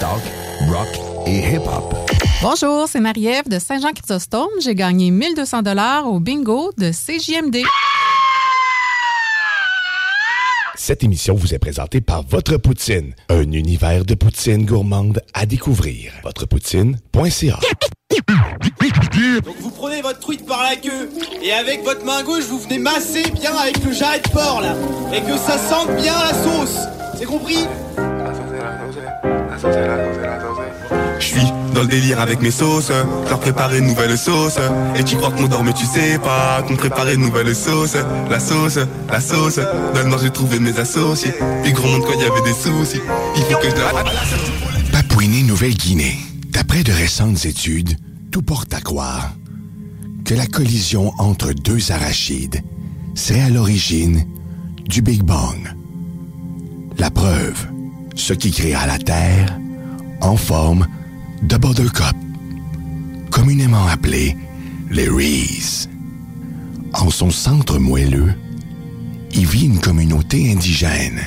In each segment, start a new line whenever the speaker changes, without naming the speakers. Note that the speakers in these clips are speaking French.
Talk, rock et hip-hop.
Bonjour, c'est Marie-Ève de Saint-Jean-Chrysostome. J'ai gagné 1200 dollars au bingo de CJMD.
Cette émission vous est présentée par Votre Poutine, un univers de poutine gourmande à découvrir. Votrepoutine.ca
Donc vous prenez votre truite par la queue et avec votre main gauche vous venez masser bien avec le jarret de porc là et que ça sente bien la sauce. C'est compris
Je suis dans le délire avec mes sauces, leur préparer une nouvelle sauce. Et tu crois qu'on dort mais tu sais pas qu'on préparait une nouvelle sauce. La sauce, la sauce, dans le noir j'ai trouvé mes associés. Puis gros monde quand il y avait des soucis, il faut que je la...
Papouinie-Nouvelle-Guinée. D'après de récentes études, tout porte à croire que la collision entre deux arachides serait à l'origine du Big Bang. La preuve, ce qui créa la Terre en forme de buttercup, communément appelé les Rees. En son centre moelleux, y vit une communauté indigène,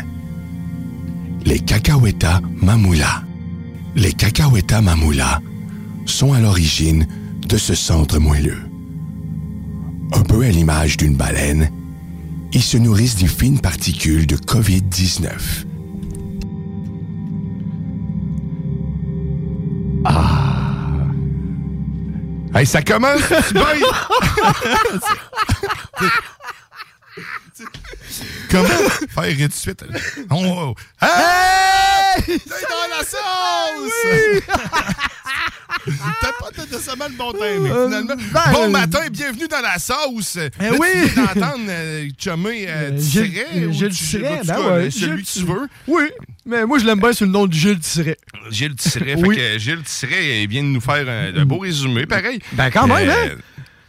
les Cacahueta Mamula. Les cacahuètas mamoula sont à l'origine de ce centre moelleux. Un peu à l'image d'une baleine, ils se nourrissent des fines particules de COVID-19.
Hey, ça commence! tu bailles? Comment faire de suite? On- Hey!
T'es dans la sauce! T'as pas de décemment le bon temps, mais
Euh,
finalement.
ben,
bon
euh,
matin, bienvenue dans la sauce!
Eh
Là, tu
oui!
viens d'entendre euh, chummer euh, du
Gilles-
Siret,
euh,
ou
Gilles
du-
Siret,
en tout
ben
cas,
ouais,
Celui
Gilles-
que tu veux.
Oui,
Eh,
mais moi, je l'aime bien sous le nom de Gilles Tiret.
Gilles Tiret.
Oui.
Fait que Gilles Tiret, il vient de nous faire un, un beau résumé, pareil. Euh,
Ben, quand même, hein?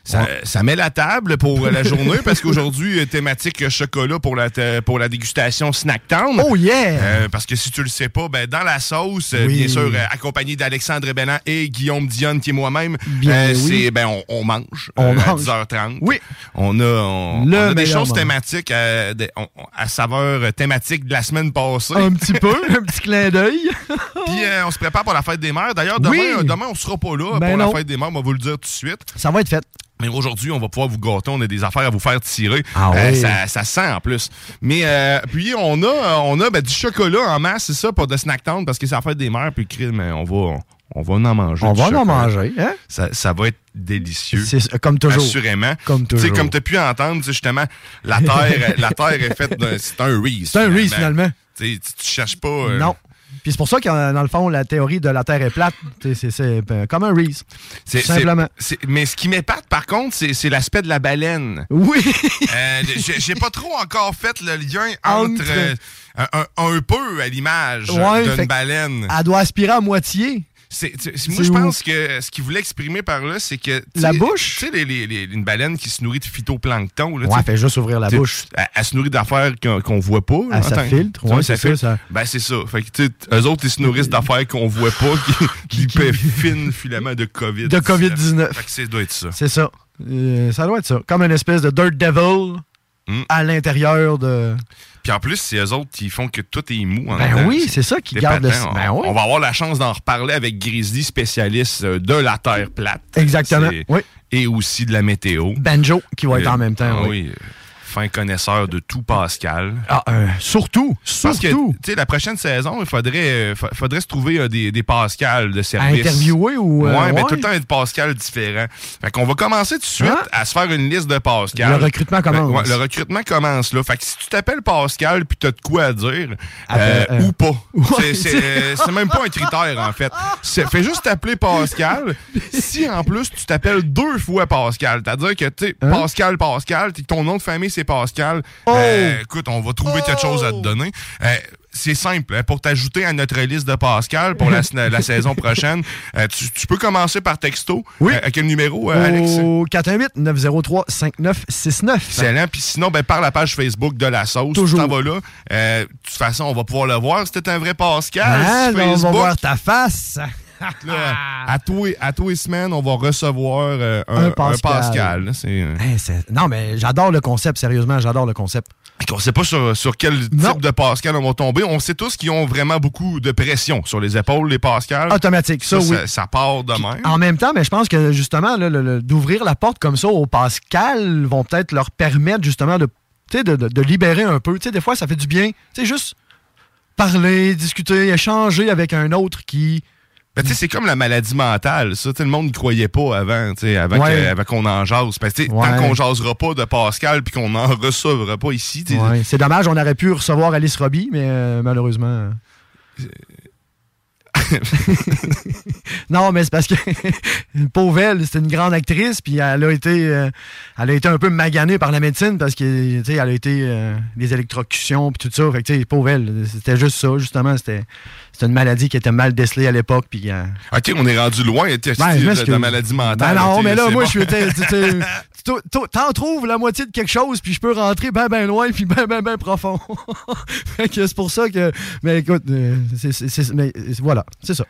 Ça, Euh, ça met la table pour la journée parce qu'aujourd'hui, euh, thématique chocolat pour la, t- pour la dégustation Snack Town.
Oh yeah!
Euh, parce que si tu le sais pas, ben, dans la sauce, euh,
Oui.
bien sûr, euh, accompagné d'Alexandre Bellan et Guillaume Dionne, qui est moi-même,
Bien oui.
c'est, ben, on, on mange
On
euh, à
mange.
10h30.
Oui.
On a, on,
Le
on a des
meilleur
choses
moment.
thématiques à, des- on- à saveur thématique de la semaine passée.
Un petit peu, un petit clin d'œil.
Puis euh, on se prépare pour la fête des mères. D'ailleurs, demain,
Oui.
euh, demain on sera pas là
Ben
pour
non.
la fête des mères, on va vous le dire tout de suite.
Ça va être fait.
Mais aujourd'hui, on va pouvoir vous gâter. On a des affaires à vous faire tirer.
Ah
Euh,
oui.
ça, ça sent en plus. Mais euh, puis on a, euh, on a ben, du chocolat en masse, c'est ça, pour de snack town, parce que c'est la fête des mères. Puis crime, on va, on va en manger.
On
du
va en
chocolat.
manger, hein?
Ça, ça va être délicieux.
C'est- euh, comme toujours.
Assurément.
Comme
Tu sais,
toujours.
Hein? comme tu as pu entendre, tu sais, justement, la terre, la terre est faite d'un. C'est un Reese.
C'est un Reese, finalement.
Tu sais, tu- tu cherches pas. euh,
Non. Puis c'est pour ça que, dans le fond, la théorie de la Terre est plate, t'sais, c'est c'est, ben, comme un Reese.
C'est-
Tout simplement.
c'est- c'est- mais ce qui m'épate, par contre, c'est c'est l'aspect de la baleine.
Oui.
Euh, j'ai j'ai pas trop encore fait le lien entre,
Entre.
euh, un, un- un peu à l'image
Ouais, fait
d'une
que
baleine.
Elle doit aspirer à moitié.
C'est- tu- moi,
C'est
je
où?
pense que ce qu'il voulait exprimer par là, c'est que. tu
La
sais-
bouche?
Tu sais, les- les- les- une baleine qui se nourrit de phytoplancton. Là,
Ouais,
tu sais,
fait juste ouvrir la
tu sais,
bouche.
Elle, elle se nourrit d'affaires qu'on qu'on voit pas.
Ah, ça filtre, ouais, c'est ça, ça. Euh,
Ben, c'est ça. Fait que, tu sais, t- eux autres, ils se nourrissent d'affaires qu'on voit pas, qui, qui, fine filaments de COVID.
De COVID-19.
Fait que ça doit être ça.
C'est ça. Euh, ça doit être ça. Comme une espèce de Dirt Devil
Hmm.
à l'intérieur de.
Puis en plus, c'est eux autres qui font que tout est mou. En
Ben
dedans.
oui, c'est ça qui garde le-
épatant.
ben
on,
oui.
on va avoir la chance d'en reparler avec Grizzly, spécialiste euh, de la Terre plate.
Exactement,
C'est-
oui.
Et aussi de la météo.
Banjo qui va être
Euh,
en même temps.
ah
oui.
oui. euh, Fin connaisseur de tout Pascal.
Ah, euh, surtout,
Parce que,
surtout.
tu sais, la prochaine saison, il faudrait, euh, fa- faudrait se trouver euh, des, des Pascal de
À
service.
interviewer ou. euh,
ouais, mais
ouais.
tout le temps des Pascal différents. Fait qu'on va commencer tout de suite
Hein?
à se faire une liste de Pascal.
Le recrutement commence.
Ouais, le recrutement commence là. Fait que si tu t'appelles Pascal puis t'as de quoi à dire,
Appelle,
euh,
euh,
ou pas.
Ouais,
C'est- c'est euh, c'est même pas un critère en fait. C'est- Fais juste t'appeler Pascal. si en plus tu t'appelles deux fois Pascal, c'est-à-dire que tu sais,
Hein?
Pascal Pascal, t'es- ton nom de famille c'est Pascal.
Oh!
Euh, écoute, on va trouver quelque chose à te donner. Euh, c'est simple. hein, Pour t'ajouter à notre liste de Pascal pour la, la saison prochaine, euh, tu, tu peux commencer par texto.
Oui. Oh!
Euh, à quel numéro, euh, Alex?
Au 418-903-5969.
Excellent. Puis sinon, ben, par la page Facebook de la sauce,
Toujours.
tu t'en vas là. Euh, de toute façon, on va pouvoir le voir. C'était un vrai Pascal
Ah,
sur
là, on va
Facebook. Euh,
voir ta face.
Là, à tous les- à tous les semaines, on va recevoir euh, un,
Un Pascal.
un Pascal, là. C'est, euh,
Hein, c'est- non, mais j'adore le concept, sérieusement, j'adore le concept.
On sait pas sur, sur quel type
Non.
de Pascal on va tomber. On sait tous qu'ils ont vraiment beaucoup de pression sur les épaules, les Pascal.
Automatique, ça, oui.
ça, ça part de même.
En même temps, mais je pense que justement, là, le- le- d'ouvrir la porte comme ça aux Pascal vont peut-être leur permettre justement de, tu sais, de, de- de libérer un peu. Tu sais, des fois, ça fait du bien. Tu sais, juste parler, discuter, échanger avec un autre qui.
Ben, tu sais, c'est comme la maladie mentale, ça. Tu sais, le monde n'y croyait pas avant, tu sais, avant
Ouais.
que- avant qu'on en jase. Parce que, tu sais, tant
Ouais.
qu'on jasera pas de Pascal puis qu'on en recevra pas ici, tu sais,
Ouais, c'est dommage, on aurait pu recevoir Alice Robbie, mais euh, malheureusement. euh. non, mais c'est parce que pauvre elle, c'était une grande actrice, puis elle a été, euh, elle a été un peu maganée par la médecine parce que, tu sais, elle a été euh, des électrocutions puis tout ça. Fait que, tu sais, pauvre elle, c'était juste ça, justement, c'était, c'était une maladie qui était mal décelée à l'époque, puis. euh,
OK, on est rendu loin tu sais,
ben, je
de- de
m'excuse.
la maladie mentale.
Ben non,
tu sais,
mais là,
c'est
moi,
bon.
je suis. t'es- t'es- t'es- t'o- t'o- T'en trouves la moitié de quelque chose, puis je peux rentrer ben, ben loin, puis ben, ben, ben profond. fait que c'est pour ça que. Mais écoute, euh, c'est- c'est- c'est- mais, euh, voilà, c'est ça.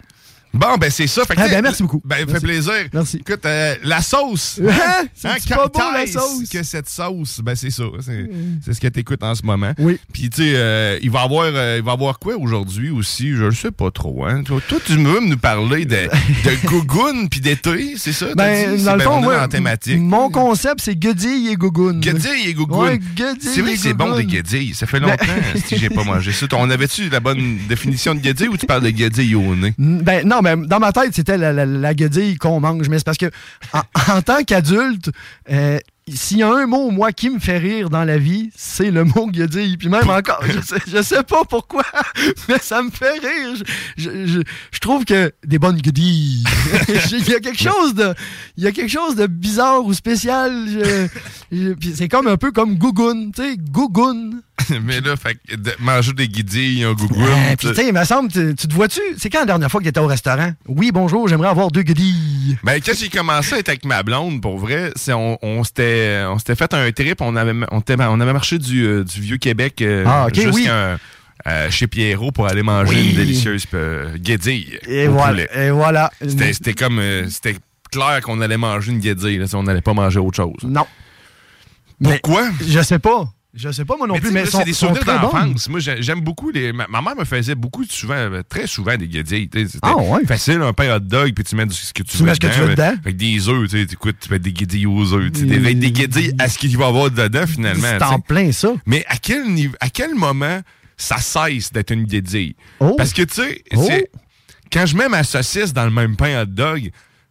Bon, ben c'est ça. Fait que,
Ah,
tu sais,
ben, merci beaucoup.
Ben, fait
Merci.
plaisir.
Merci.
Écoute, euh, la sauce.
Hein? C'est-tu pas
quand
beau, la
est-ce
sauce? Mm.
que cette sauce, ben c'est ça. C'est c'est ce que t'écoutes en ce moment.
Oui.
Puis, tu sais, euh, il va avoir euh, il va avoir quoi aujourd'hui aussi? Je le sais pas trop. Hein? Toi, toi, tu veux nous parler de, de gougoune puis d'été, c'est ça? t'as
Ben,
dit?
dans
C'est-
le fond,
on est
moi,
en thématique.
Mon concept, c'est Guedille et Gougoune.
Guédille et gougoune.
Ouais, guédille
c'est vrai
et
que c'est bon des
gougoune.
guédilles. Ça
Ben,
fait longtemps si j'ai pas mangé ça. On avait-tu la bonne définition de guédille ou tu parles de guédille au nez?
Mm, Ben, non, mais dans ma tête, c'était la, la, la guedille qu'on mange. Mais c'est parce que, en, en tant qu'adulte, euh, s'il y a un mot, moi, qui me fait rire dans la vie, c'est le mot guedille. Puis même encore, je sais, je sais pas pourquoi, mais ça me fait rire. Je, je, je- je trouve que des bonnes guedilles. il, y a quelque chose de, il y a quelque chose de bizarre ou spécial. Je- je- puis c'est comme un peu comme gougoune. Tu sais, gougoune.
Mais là, fait que de- manger des guidilles, un gougou.
Ah, Puis, tu sais, il me semble, tu, tu te vois-tu? C'est quand la dernière fois que tu étais au restaurant? Oui, bonjour, j'aimerais avoir deux goodies.
Ben, quand j'ai commencé à être avec ma blonde, pour vrai, c'est on, on s'était on s'était fait un trip, on avait on, était- on avait marché du, euh, du vieux Québec euh,
Ah, ok,
jusqu'à
oui.
euh, chez Pierrot pour aller manger
Oui.
une délicieuse euh, guédille.
Et
au
voilà.
poulet.
Et voilà.
C'était c'était comme euh, c'était clair qu'on allait manger une guédille, là, si on n'allait pas manger autre chose.
Non.
Pourquoi?
Je sais pas. Je sais pas, moi non
Mais
plus,
tu
mais
sais, là,
sont,
c'est des
sont
souvenirs
très bonnes.
d'enfance. Moi, j'ai- j'aime beaucoup les. Ma, ma mère me faisait beaucoup, souvent, euh, très souvent des guédilles. tu sais. C'était
Ah ouais?
facile, un pain hot dog, puis tu mets du- ce que tu,
Tu
veux
mets ce que tu veux
là.
dedans.
Avec des œufs, tu sais, écoute, tu fais des guédilles aux œufs. tu sais, des-
Euh,
Avec des guédilles à ce qu'il va y avoir dedans, finalement.
C'est
tu sais.
en plein ça.
Mais à quel niveau, à quel moment ça cesse d'être une guédille? Parce que, tu sais,
Oh.
c'est- quand je mets ma saucisse dans le même pain hot dog,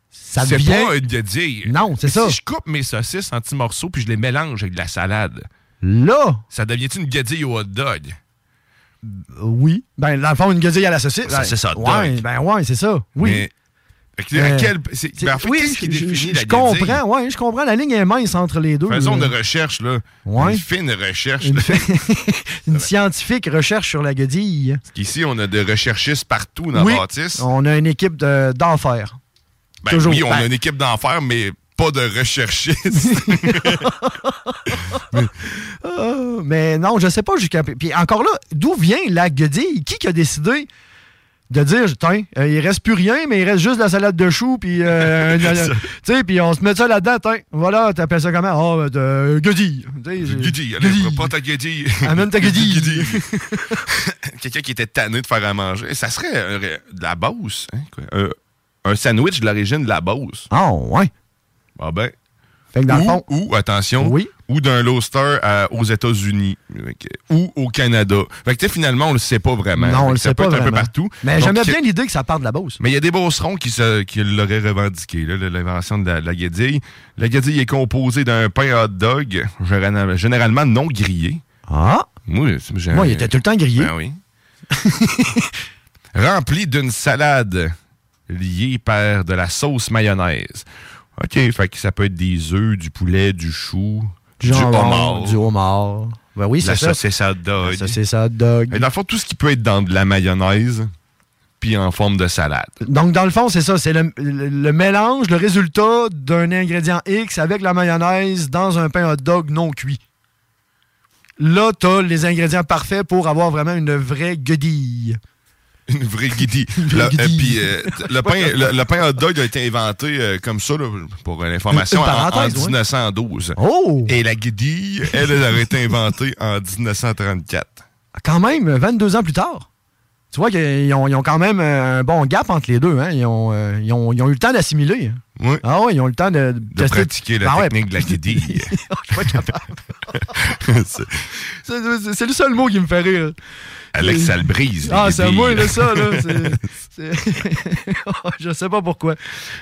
Ça
c'est
devient-
pas une guédille.
Non, c'est
Mais
ça.
Si je coupe mes saucisses en petits morceaux puis je les mélange avec de la salade,
Là,
ça devient une guédille au hot dog?
oui. Ben, dans le fond, une guedille à la saucisse.
Ça,
ben,
c'est ça,
Ouais,
dog.
ben, ouais, c'est ça. Oui.
Mais- Fait que là, à
Euh,
quel- c'est- ben, en fait,
oui,
qu'est-ce qui
je,
définit
je-
la
je
guédille?
comprends, ouais, je comprends. La ligne est mince entre les deux.
Faisons
là.
de recherche, là. Une fine recherche.
Une
là.
Une scientifique recherche sur la guedille.
Ici, on a des recherchistes partout dans
oui,
la bâtisse.
on a une équipe de- d'enfer.
Ben
toujours,
oui, on
ben-
a une équipe d'enfer, mais pas de recherchistes.
Ah, mais non, je sais pas jusqu'à... Puis encore là, d'où vient la guedille? Qui qui a décidé de dire, tiens, euh, il reste plus rien, mais il reste juste la salade de choux, puis... euh, un- un- tu sais, puis on se met ça là-dedans, tiens, voilà, t'appelles ça comment? Ah, oh, de guedille. Tu sais, j'ai-
Guédille, allez, prends pas ta guédille.
Amène ta guédille.
Quelqu'un qui était tanné de faire à manger. Ça serait un ré- de la Beauce, hein, quoi. Un, un sandwich de l'origine de la Beauce.
Ah, ouais.
Ah ben.
Fait que dans
ou,
le fond-
ou, attention, ou d'un Loster à- aux États-Unis, Fait que- ou au Canada. Fait que, tu sais, finalement, on le sait pas vraiment.
Non,
Fait
on
que
le
ça
sait
peut
pas
être un peu
vraiment.
partout.
Mais
Donc,
j'aimais
que-
bien l'idée que ça part de la Beauce.
mais il y a des bosserons qui, se- qui l'auraient revendiqué, là, l'invention de la, la guédille. La guédille est composée d'un pain hot dog, général- généralement non grillé.
Ah!
Moi, c'est- j'ai-
Moi, il était tout le temps grillé.
Ben oui. Rempli d'une salade liée par de la sauce mayonnaise. OK, fait que ça peut être des œufs, du poulet, du chou, du,
jambon,
homard.
Du homard. Ben oui,
de la
c'est ça.
saucisse hot dog.
Ça, c'est ça, hot dog.
Et dans le fond, tout ce qui peut être dans de la mayonnaise, puis en forme de salade.
Donc, dans le fond, c'est ça. C'est le, le- le mélange, le résultat d'un ingrédient X avec la mayonnaise dans un pain hot dog non cuit. Là, t'as les ingrédients parfaits pour avoir vraiment une vraie guedille.
Une vraie guidille. Le, euh, puis, euh, le, pain, le, le pain hot dog a été inventé euh, comme ça, là, pour euh, l'information,
Une
en, en
parenthèse, ouais. Oh!
1912. Et la guidille, elle, elle aurait été inventée en 1934.
Ah, Quand même, 22 ans plus tard. Tu vois qu'ils ont, ils ont quand même un bon gap entre les deux. Hein? Ils, ont, euh, ils ont- ils ont eu le temps d'assimiler.
Oui.
Ah oui, ils ont eu le temps de,
De pratiquer
Ben
la technique de la guidille. C'est-
C'est c'est- c'est le seul mot qui me fait rire.
Alex, ça le brise.
Ah,
les
c'est à
guédilles.
moi, là, ça, là. C'est- c'est- je sais pas pourquoi.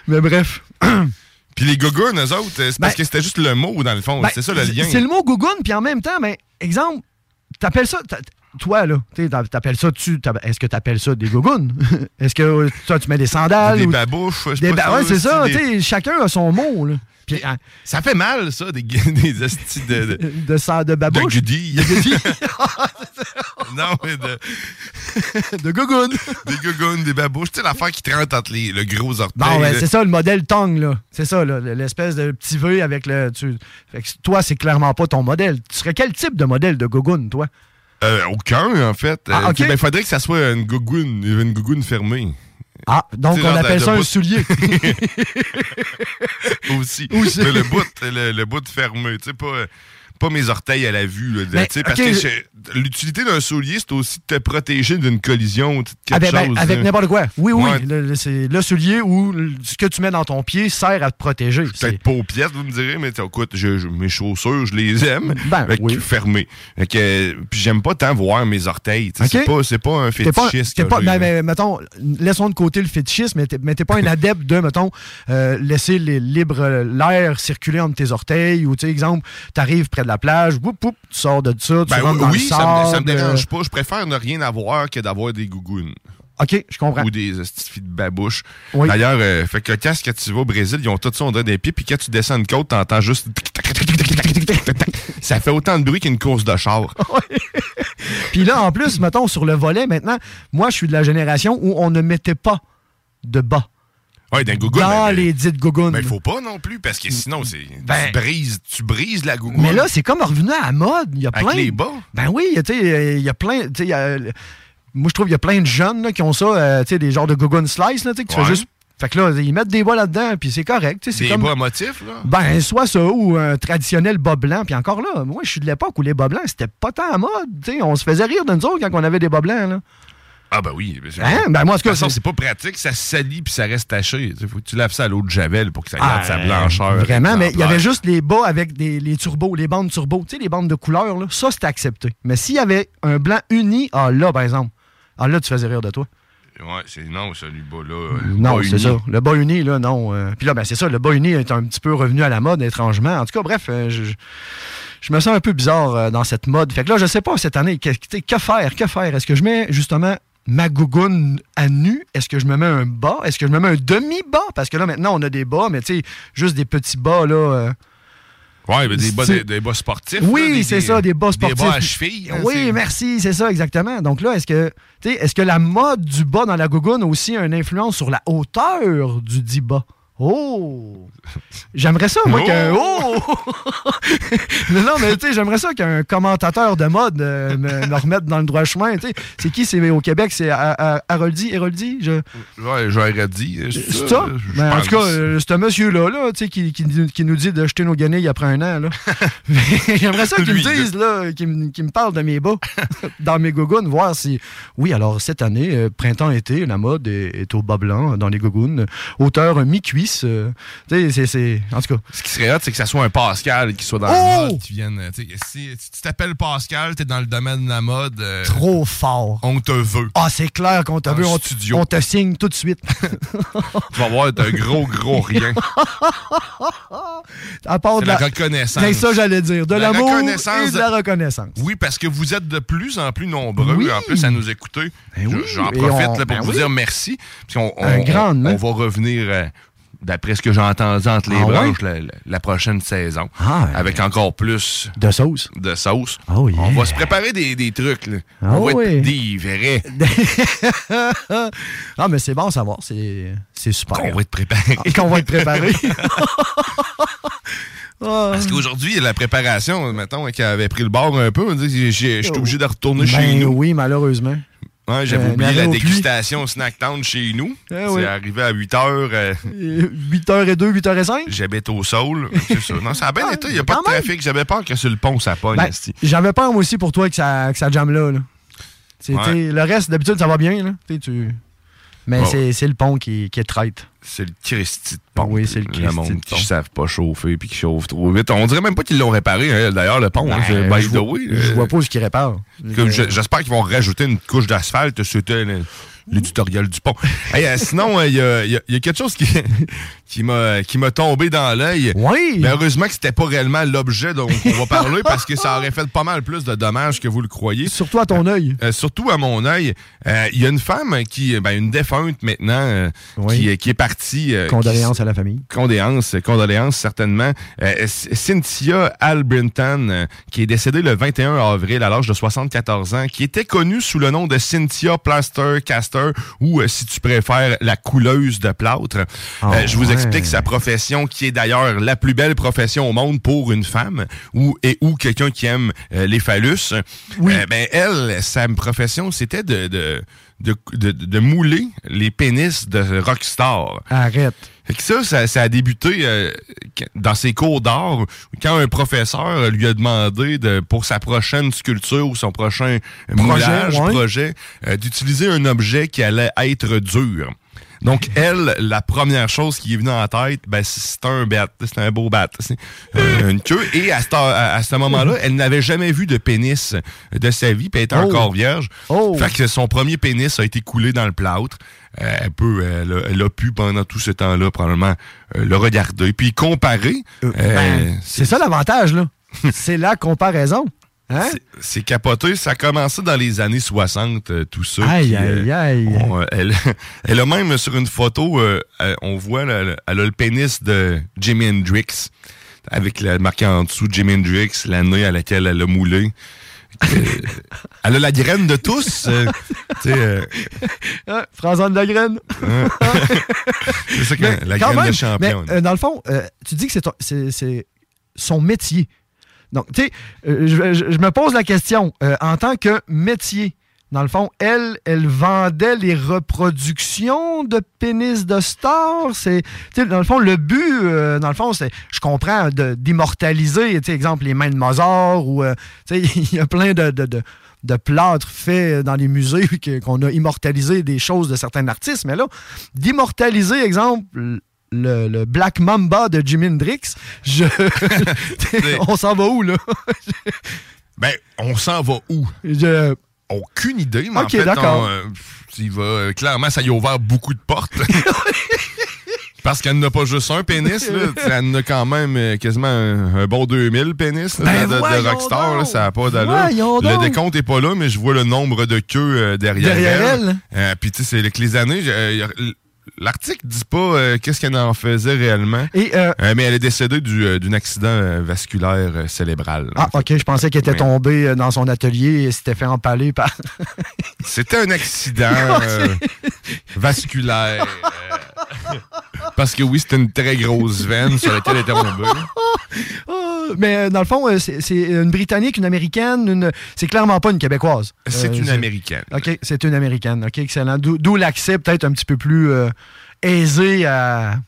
Mais bref.
Puis les gogoons, eux autres, c'est parce que c'était juste le mot, dans le fond.
Ben,
c'est ça le lien.
C'est le mot gougoune, puis en même temps, ben, exemple, t'appelles ça. t'a- Toi, là, t'sais, t'a- t'appelles ça, tu. t'app- Est-ce que t'appelles ça des gougounes? Est-ce que euh, toi, tu mets des sandales?
Des
ou-
babouches. je sais
des
pas
ba-
si
ouais, c'est ça,
des-
t'sais, chacun a son mot, là. Puis, hein,
Ça fait mal, ça, des, gu- des hosties de, de,
de, sa- de
de
babouche.
guédilles. non, mais de...
de gougounes.
Des gougounes, des babouches. Tu sais, l'affaire qui te rentre entre les, le gros orteil.
Bon, ben,
là.
c'est ça, le modèle tongue, là. C'est ça, là, l'espèce de petit V avec le. tu- Fait que toi, c'est clairement pas ton modèle. Tu serais quel type de modèle de gougoune, toi?
Euh, aucun, en fait.
Ah,
Euh,
ok.
ben, faudrait que ça soit une gougoune, une gougoune fermée.
Ah, donc
Tu sais,
on
genre de-
appelle
de
ça un
bout-
soulier.
Aussi. Mais le bout, le, le bout fermé. Tu sais, pas, pas mes orteils à la vue. Là, de-
Mais,
tu sais, parce
ok,
que
je-
j'ai- l'utilité d'un soulier, c'est aussi de te protéger d'une collision ou de
Ah, ben,
quelque
ben,
chose.
avec
là.
n'importe quoi. Oui, oui.
Ouais.
Le, le- c'est le soulier ou le- ce que tu mets dans ton pied sert à te protéger. C'est-
Peut-être pas aux pièces, vous me direz, mais tiens, écoute, je- je- mes chaussures, je les aime.
Ben,
Fait que
oui.
fermées. Fait que, euh, puis j'aime pas tant voir mes orteils. tu sais,
Ok.
C'est pas, c'est pas un
T'es pas,
fétichiste.
t'es
que
pas-
j'ai,
ben,
là.
ben, mettons, laissons de côté le fétichisme, mais t'es, mais t'es pas un adepte de, mettons, euh, laisser les, libre euh, l'air circuler entre tes orteils ou, tu sais, exemple, t'arrives près de la plage, boum, boum, tu sors de ça, tu
Ben
rentres dans
oui,
le
ça me, ça me
sable,
dérange
euh,
pas. Je préfère ne rien avoir que d'avoir des gougounes.
OK, je comprends.
Ou des euh, petites filles de babouche.
Oui.
D'ailleurs, euh, fait que quand tu vas au Brésil, ils ont tout ça, on dirait des pieds, puis quand tu descends une côte, t'entends juste. Ça fait autant de bruit qu'une course de char.
Puis là, en plus, mettons, sur le volet, maintenant, moi, je suis de la génération où on ne mettait pas de bas
Ouais, d'un gougoune.
dans
mais-
les dites gougounes.
mais il faut pas non plus, parce que sinon, c'est tu, brises, tu brises la gougoune.
Ben. Mais là, c'est comme revenu à la mode. Il y a
Avec
plein.
les bas.
Ben oui, tu sais, euh, il y a plein. tu sais, il y a- moi, je trouve qu'il y a plein de jeunes là, qui ont ça, euh, tu sais, des genres de gogun slice, là, tu sais, que tu
Ouais.
fais juste. Fait que là, ils mettent des bas là-dedans, puis c'est correct. tu sais, c'est
des
comme...
bas motifs, là.
Ben, soit ça ou un traditionnel bas blanc. Puis encore là, moi, je suis de l'époque où les bas blancs, c'était pas tant à mode. tu sais. on se faisait rire de nous autres quand on avait des bas blancs. Là.
Ah, ben oui. mais c'est-
Hein? Ben, moi, en tout cas,
de toute façon,
c'est-
c'est pas pratique, ça se salit puis ça reste taché. Il faut que tu laves ça à l'eau de Javel pour que ça garde
Ah,
sa blancheur.
Vraiment, mais il y
exemplaire.
avait juste les bas avec des, les turbos, les bandes turbo, tu sais, les bandes de couleur, là, ça, c'était accepté. Mais s'il y avait un blanc uni, ah là, par exemple, ah là, tu faisais rire de toi.
Ouais, c'est non, celui-là. euh,
Non,
pas
c'est
uni.
ça. Le bas uni, là, non. euh. Puis là, ben, c'est ça, le bas uni est un petit peu revenu à la mode, étrangement. En tout cas, bref, euh, je, je- je me sens un peu bizarre euh, dans cette mode. Fait que là, je sais pas cette année, que, tu sais, que faire, que faire? Est-ce que je mets, justement, ma gougoune à nu? Est-ce que je me mets un bas? Est-ce que je me mets un demi-bas? Parce que là, maintenant, on a des bas, mais tu sais, juste des petits bas, là... euh,
Ouais, mais des bas,
C'est-
des, des bas sportifs. là,
Oui,
des-
c'est
des-
ça, des bas sportifs.
Des bas à cheville. hein,
oui,
c'est-
merci, c'est ça, exactement. Donc là, est-ce que, tu sais, est-ce que la mode du bas dans la gougoune a aussi une influence sur la hauteur du dit bas? Oh! J'aimerais ça, moi,
Oh!
qu'un. Oh! non, non, mais tu sais, j'aimerais ça qu'un commentateur de mode euh, me, me remette dans le droit chemin. tu sais. C'est qui, c'est au Québec? C'est à- à- Haroldi? Héroldi? Je...
Ouais, j'aurais dit. euh,
C'est ça?
là, je
Ben, en tout cas,
pense.
euh, c'est un monsieur-là là, tu sais, qui, qui, qui nous dit de jeter nos guenilles après un an. là. Mais J'aimerais ça qu'il me
Lui, là.
dise, là, qu'il me, qu'il me parle de mes bas, dans mes gougounes, voir si. Oui, alors cette année, euh, printemps-été, la mode est, est au bas blanc, euh, dans les gougounes, hauteur euh, mi-cuisse. euh, tu sais, c'est- c'est. En tout cas.
Ce qui serait hot, c'est que ça soit un Pascal qui soit dans
Oh!
la mode, qui vienne. euh, tu sais, Si si tu t'appelles Pascal, t'es dans le domaine de la mode. euh,
Trop fort.
On te veut.
Ah, c'est clair qu'on te
Dans
veut,
le
on, te-
studio.
on te signe tout de suite.
Tu vas avoir un gros, gros rien.
À part
C'est
de
la
la,
reconnaissance.
C'est ça, j'allais dire. De
La
l'amour
reconnaissance
et de la
de-
reconnaissance.
Oui, parce que vous êtes de plus en plus nombreux,
Oui. Ben
en plus, à nous écouter. Je- J'en
et
profite
on-
là, pour
ben
vous
oui.
dire merci. Puis on, on-
Un grand
on-
nom.
on va revenir, euh, d'après ce que j'ai entendu entre les
Ah ouais?
branches, la, la- la prochaine saison,
Ah, euh,
avec encore plus
De sauce.
de sauce.
Oh, yeah.
On va se préparer des, des trucs. là.
Ah
on va
ouais.
être des vrais.
Ah, mais c'est bon à savoir, c'est c'est super.
On va être préparés.
Et qu'on va être préparé. Ah.
Parce qu'aujourd'hui, la préparation, mettons, qui avait pris le bord un peu, on dit j'ai- j'ai- je suis obligé de retourner chez
Ben
nous.
Oui, malheureusement.
Ouais, J'avais
Euh,
oublié
mais
la
aller au puits.
dégustation Snack Town chez nous.
Eh
C'est
oui.
arrivé à 8 heures. euh,
8h02, 8h05?
J'habite au sol. C'est ça. Non, ça a bien été. Il n'y a pas de
Ah, quand même.
trafic. J'avais peur que sur le pont, ça pogne.
Ben,
esti.
J'avais peur, moi aussi, pour toi, que ça, que ça jamme là. là. C'est-
Ouais.
t'sais, Le reste, d'habitude, ça va bien. Là. T'sais, Tu... Mais
Ouais.
c'est c'est le pont qui, qui est traite.
C'est le Christi de pont.
Oui, c'est le
Le
Christi de
monde
pont.
qui ne savent pas chauffer puis qui chauffe trop vite. On dirait même pas qu'ils l'ont réparé. hein. D'ailleurs, le pont, hein,
Ben,
c'est by
je
the
vois-
way.
Je
euh,
vois pas ce qu'il répare.
que je- J'espère qu'ils vont rajouter une couche d'asphalte. C'était le- l'éditorial du pont. Hey, euh, sinon, euh, il y a- il y, a- il y a quelque chose qui, qui m'a qui m'a tombé dans l'œil.
Oui!
Mais heureusement que c'était pas réellement l'objet dont on va parler parce que ça aurait fait pas mal plus de dommages que vous le croyez.
Surtout à ton œil.
Euh, surtout à mon œil, euh, il y a une femme qui, ben, une défunte maintenant, euh,
Oui.
qui, qui est partie. euh,
Condoléances
qui-
à la famille.
Condéances, condoléances certainement. Euh, S- Cynthia Albrinton, euh, qui est décédée le 21 avril à l'âge de 74 ans, qui était connue sous le nom de Cynthia Plaster Caster, ou euh, si tu préfères, la couleuse de plâtre.
Ah,
Euh, je vous
ouais.
explique sa profession, qui est d'ailleurs la plus belle profession au monde pour une femme, ou et ou quelqu'un qui aime euh, les phallus.
Oui.
Euh, ben elle, sa profession, c'était de, de, de, de, de mouler les pénis de rockstars.
Arrête.
Fait que ça, ça, ça a débuté euh, qu- dans ses cours d'art, quand un professeur lui a demandé de, pour sa prochaine sculpture ou son prochain moulage,
ouais.
projet, euh, d'utiliser un objet qui allait être dur. Donc, elle, la première chose qui est venue en tête, ben, c- c'est un bat, c'est un beau bat, c'est euh, une queue. Et à ce, à- à ce moment-là, elle n'avait jamais vu de pénis euh, de sa vie, puis elle était
Oh.
encore vierge.
Oh.
Fait que son premier pénis a été coulé dans le plâtre. Euh, elle, peut, elle, a, elle a pu, pendant tout ce temps-là, probablement euh, le regarder, puis comparer.
Euh,
Euh,
ben, c'est ça l'avantage, là. c'est la comparaison.
C'est- C'est capoté. Ça a commencé dans les années 60, euh, tout ça.
Aïe, aïe,
Puis,
aïe.
on, euh, elle, elle a même sur une photo, euh, euh, on voit, là, le- elle a le pénis de Jimi Hendrix, avec la marqué en dessous Jimi Hendrix, l'année à laquelle elle a moulé. Euh, elle a la graine de tous. euh, tu sais, euh,
Hein, François de la graine.
hein. c'est ça que
Mais
la
quand
graine
même,
de championne.
Mais, euh, dans le fond, euh, tu dis que c'est ton- c'est c'est son métier. Donc, tu sais, euh, je, je- je me pose la question, euh, en tant que métier, dans le fond, elle, elle vendait les reproductions de pénis de stars. C'est, tu sais, dans le fond, le but, euh, dans le fond, c'est, je comprends, de- d'immortaliser, tu sais, exemple, les mains de Mozart ou, euh, tu sais, il y a plein de, de, de- de plâtres faits dans les musées que- qu'on a immortalisé des choses de certains artistes, mais là, d'immortaliser, exemple, le, le Black Mamba de Jimi Hendrix, je... on s'en va où, là?
Ben, on s'en va où?
Je-
Aucune idée, mais
Ok,
en fait,
d'accord.
on, euh, pff, il va, euh, clairement, ça y a ouvert beaucoup de portes. Parce qu'elle n'a pas juste un pénis, là. Tu sais, elle en a quand même euh, quasiment un, un bon 2000 pénis là,
Ben
de- de,
voyons
Rockstar, là,
donc!
ça n'a pas
Voyons
d'allure. Le
donc!
décompte n'est pas là, mais je vois le nombre de queues euh, derrière,
Derrière elle?
Euh, Puis, tu sais, c'est avec les années, j'ai- euh, y a- l- l'article dit pas euh, qu'est-ce qu'elle en faisait réellement. Euh, mais elle est décédée du, euh, d'un accident euh, vasculaire euh, cérébral.
Ah, OK, je pensais qu'il était
Mais-
tombé euh, dans son atelier et s'était fait empaler par...
C'était un accident euh, vasculaire. euh, parce que oui, c'était une très grosse veine sur laquelle elle était tombée.
Euh, Ah, Mais euh, dans le fond, euh, c'est c'est une Britannique, une Américaine, une... c'est clairement pas une Québécoise. Euh,
C'est une Américaine.
OK, c'est une Américaine. OK, excellent. D'où d'où l'accès peut-être un petit peu plus euh, aisé à,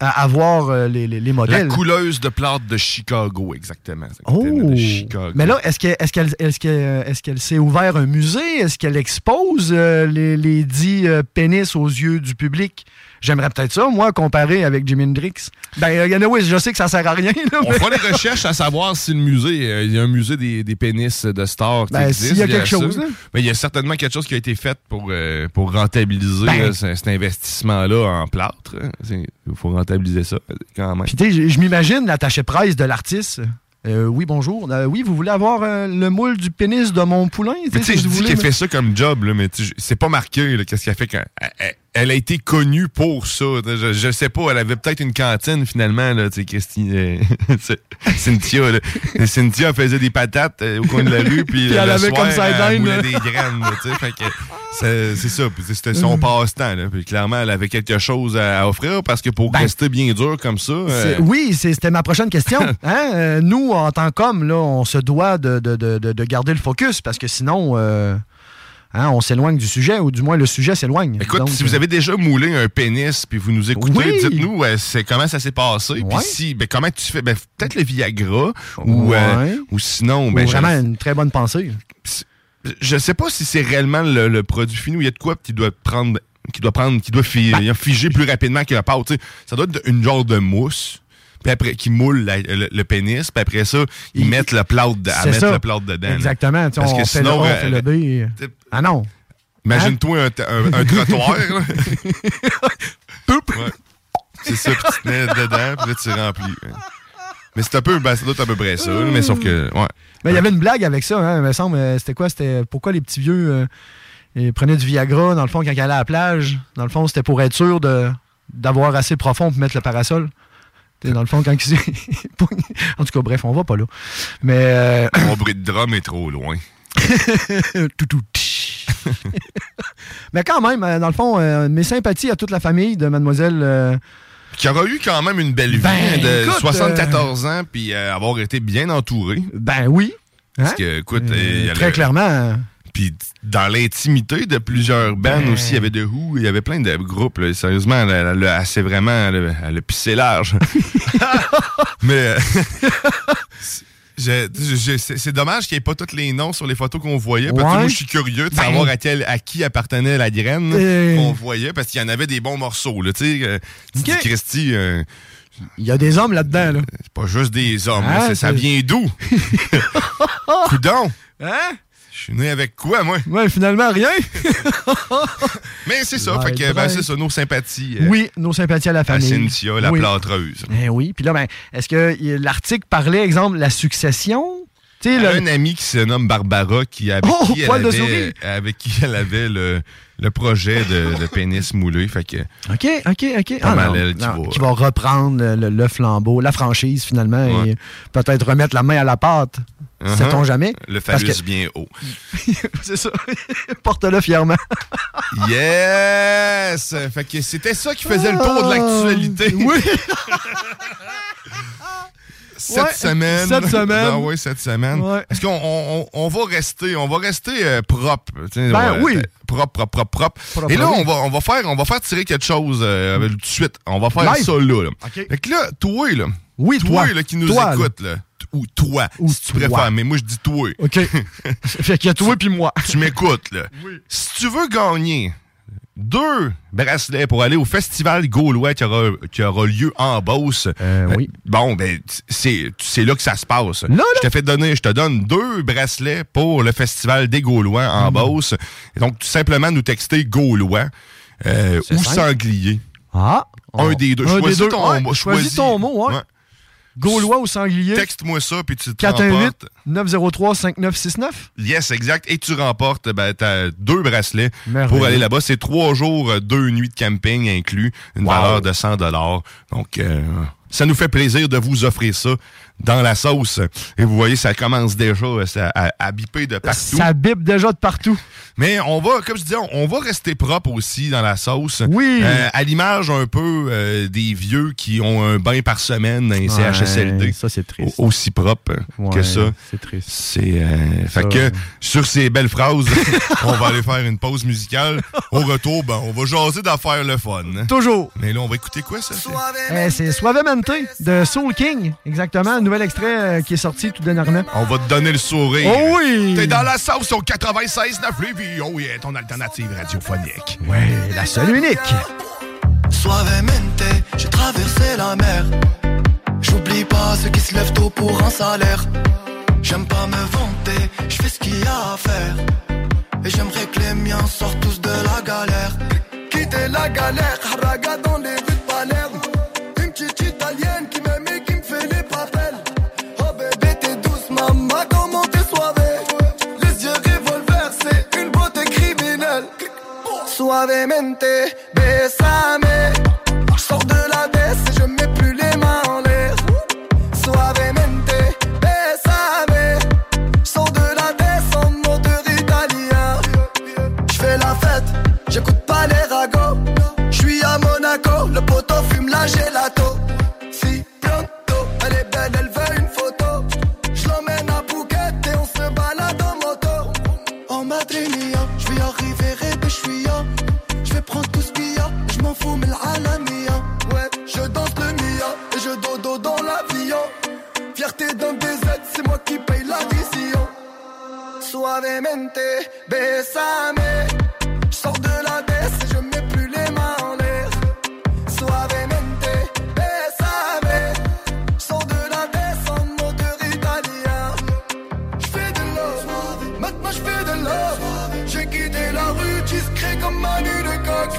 à avoir euh, les, les- les
La
modèles.
couleuse de plâtre de Chicago, exactement.
Oh!
Chicago.
Mais là, est-ce qu'elle est qu'elle est qu'elle est qu'elle s'est ouvert un musée? Est-ce qu'elle expose euh, les, les dits euh, pénis aux yeux du public? J'aimerais peut-être ça, moi, comparer avec Jimi Hendrix. Ben, euh, anyway, je sais que ça sert à rien. là,
On
mais-
fera les recherches à savoir si le musée, euh, il y a un musée des, des pénis de stars qui
Ben,
existe,
s'il y a
il
quelque
ça.
chose, là.
Mais il y a certainement quelque chose qui a été fait pour, euh, pour rentabiliser
Ben.
là, ce- cet investissement-là en plâtre. hein. Il faut rentabiliser ça quand même.
Puis, tu sais, je- je m'imagine l'attaché presse de l'artiste. Euh, oui, bonjour. Euh, oui, vous voulez avoir euh, le moule du pénis de mon poulain?
Mais tu sais,
si
je
vous
dis
voulez,
qu'elle
mais-
fait ça comme job, là, mais tu sais, je- c'est pas marqué, là, qu'est-ce qu'elle fait quand. Elle, elle- elle a été connue pour ça. Je, je sais pas, elle avait peut-être une cantine finalement, là, tu sais, Christine. euh, c'est- Cynthia, là. Et Cynthia faisait des patates euh, au coin de la rue, puis.
Puis
euh,
elle
le
avait
soir,
comme ça
Elle
dingue,
moulait
là.
des graines, là, tu sais. fait que c'est- C'est ça, puis c'était son
Mm.
passe-temps, là. Puis clairement, elle avait quelque chose à, à offrir parce que pour rester bien dur comme ça. euh,
Ben, C'est- Oui, c'est- c'était ma prochaine question. Hein? Euh, nous, en tant qu'hommes, là, on se doit de, de- de- de- de garder le focus parce que sinon, euh, hein, on s'éloigne du sujet ou du moins le sujet s'éloigne.
Écoute,
Donc, euh,
si vous avez déjà moulé un pénis puis vous nous écoutez,
Oui.
dites-nous euh, c'est comment ça s'est passé. Puis
Ouais.
si, ben, comment tu fais? Ben, peut-être le Viagra ou, euh,
Ouais.
ou sinon.
ou
Ben, je-
vraiment une très bonne pensée.
je sais pas si c'est réellement le, le produit fini ou il y a de quoi qui doit prendre, qui doit prendre, qui doit fi-
Ben.
euh, figer plus rapidement que la pâte. tu sais. Ça doit être une genre de mousse. Puis après, qui moule la- le, le pénis, puis après ça, ils mettent le plâtre, de- à
C'est
mettre
ça.
le plâtre dedans. là.
Exactement. Tu sais,
Parce
on
que
fait le A,
sinon,
on
euh,
fait le B. et- Ah non. Hein?
Imagine-toi un, t- un- un trottoir. là. Ouais. C'est ça, puis tu te mets dedans, puis là, tu remplis. Ouais. Mais c'est un peu, ben, ça doit être à peu près ça, là, mais sauf que, ouais.
Mais il y avait une blague avec ça, hein, il me semble. euh, C'était quoi? C'était pourquoi les petits vieux euh, ils prenaient du Viagra, dans le fond, quand ils allaient à la plage? Dans le fond, c'était pour être sûr de, d'avoir assez profond pour mettre le parasol. T'sais, dans le fond, quand ils... en tout cas, bref, on va pas là. Mais... euh,
Mon bruit de drum est trop loin.
Tout, tout, tch. Mais quand même, euh, dans le fond, euh, mes sympathies à toute la famille de mademoiselle... euh,
Qui aura eu quand même une belle vie
Ben,
de
écoute,
74 ans, puis euh, avoir été bien entouré.
Ben oui.
Parce que, écoute, euh, il y a
très
le-
clairement... euh,
Puis dans l'intimité de plusieurs bands
Ben.
aussi, il y avait de Who, il y avait plein de groupes. là. Sérieusement, elle, elle- elle- elle s'est vraiment elle, elle a pissé large. Mais euh, je- je- je- c'est c'est dommage qu'il n'y ait pas tous les noms sur les photos qu'on voyait. Parce que
Ouais.
moi, je suis curieux de
Ben.
savoir à, quel- à qui appartenait la graine
Euh.
qu'on voyait, parce qu'il y en avait des bons morceaux. Là, tu sais, euh, tu dis,
Ok.
Christy, euh,
Il y a des hommes là-dedans, là.
c'est pas juste des hommes,
Ah,
là, c'est- ça
c'est-
vient d'où? Coudon,
Hein?
je suis né avec Euh, quoi, moi?
Ouais, finalement, rien.
Mais c'est ça,
Ouais,
fait que, ben,
peut-être.
c'est ça, nos sympathies. euh,
Oui, nos sympathies à la
à
famille.
Cynthia, la
Oui.
plâtreuse.
Eh oui. Puis là, ben, est-ce que y- l'article parlait, exemple, la succession? Tu sais,
Elle a
le-
un ami qui se nomme Barbara qui avec
Oh,
qui elle
poil de
avait, euh,
souris!
avec qui elle avait le, le projet de, de pénis moulé. Fait que
OK, OK, OK. Ah,
Pas mal,
non,
elle, qui
non, qui va reprendre le, le- le flambeau, la franchise finalement, et peut-être remettre la main à la pâte.
Uh-huh.
Sait-on jamais?
le
Parce
phallus
que-
bien haut.
C'est ça. Porte-le fièrement.
Yes! Fait que c'était ça qui faisait le tour de l'actualité.
Ah! Oui!
Cette
Ouais,
semaine.
cette semaine.
Ah oui, cette semaine. Est-ce qu'on on, on- on va rester, on va rester euh, propre. tu sais,
Ben
on va-
oui.
Propre, propre, propre, propre.
Propre,
Et là,
oui.
on va, on va faire, on va faire tirer quelque chose euh, tout de suite. On va faire
Live.
ça là. là.
OK.
Fait que là, toi, là.
Oui,
toi.
toi.
là, qui nous
Toi, là.
écoute, là. t- Ou toi, si tu
toi.
préfères. Mais moi, je dis toi.
OK. fait qu'il y a toi puis moi.
Tu m'écoutes, là. Si tu veux gagner deux bracelets pour aller au festival gaulois qui aura, qui aura lieu en Beauce,
Euh, oui.
bon, ben, c'est c'est là que ça se passe. Je te fais donner, je te donne deux bracelets pour le festival des Gaulois
Hmm.
en Beauce. Et donc, tout simplement nous texter Gaulois euh,
C'est
ou
simple.
sanglier.
Ah!
Un des deux.
Un des
Choisis
deux.
ton-
Ouais, choisis ton mot, ouais. Gaulois ou sanglier.
Texte-moi ça, puis tu te remportes.
418-903-5969.
Yes, exact. Et tu remportes ben, t'as deux bracelets
Merveilleux.
pour aller là-bas. C'est trois jours, euh, deux nuits de camping inclus, une valeur de 100 dollars. Donc, euh, ça nous fait plaisir de vous offrir ça dans la sauce. Et vous voyez, ça commence déjà euh, ça- à, à biper de partout.
Ça bip déjà de partout.
Mais on va, comme je disais, on, on va rester propre aussi dans la sauce.
Oui.
Euh, à l'image un peu euh, des vieux qui ont un bain par semaine dans les
Ouais,
CHSLD.
ça, c'est triste.
Au- aussi propre
Ouais,
que ça.
C'est triste.
C'est. euh,
Ça,
fait que,
ouais.
sur ces belles phrases, on va aller faire une pause musicale. Au retour, ben, on va jaser d'affaires le fun.
Toujours.
Mais là, on va écouter quoi, ça? c'est-
Eh, c'est Suavemente de Soul King. Exactement, un nouvel extrait euh, qui est sorti tout dernièrement.
On va te donner le sourire.
Oh oui!
T'es dans la sauce au 96 9 Lévis. Oh yeah, ton alternative radiophonique.
Ouais, la seule unique.
Suavemente, j'ai traversé la mer. J'oublie pas ceux qui se lèvent tôt pour un salaire. J'aime pas me vanter, je fais ce qu'il y a à faire. Et j'aimerais que les miens sortent tous de la galère. Quitter la galère, haraga dans les rues de Palerme. Une petite italienne qui m'aime et qui me fait les papels. Oh bébé, t'es douce, maman, comment t'es soivée. Les yeux revolver, c'est une beauté criminelle. Suavemente, besame. Je sors de la baisse et je mets plus les mains en l'air. Suavemente, besame. Je sors de la baisse en moteur italien. Je fais la fête, j'écoute pas les ragots. Je suis à Monaco, le poteau fume la gelato. Si pronto, elle est belle, elle veut une photo. Je l'emmène à Phuket et on se balade en moto. En Madrinia, je vais arriver Rebéchouia. Je vais prendre tout ce qu'il y a, je m'en fous, mais l'alamia. Ouais, je danse le mia et je dodo dans l'avion. Fierté d'un DZ, c'est moi qui paye l'addition. Suavemente, besame. Je sors de la baisse et je mets plus les mains en l'air. Suavemente, besame. Je sors de la baisse en moteur italien. Je fais de l'or, maintenant je fais de l'or. J'ai quitté la rue discret comme Manu de Coq.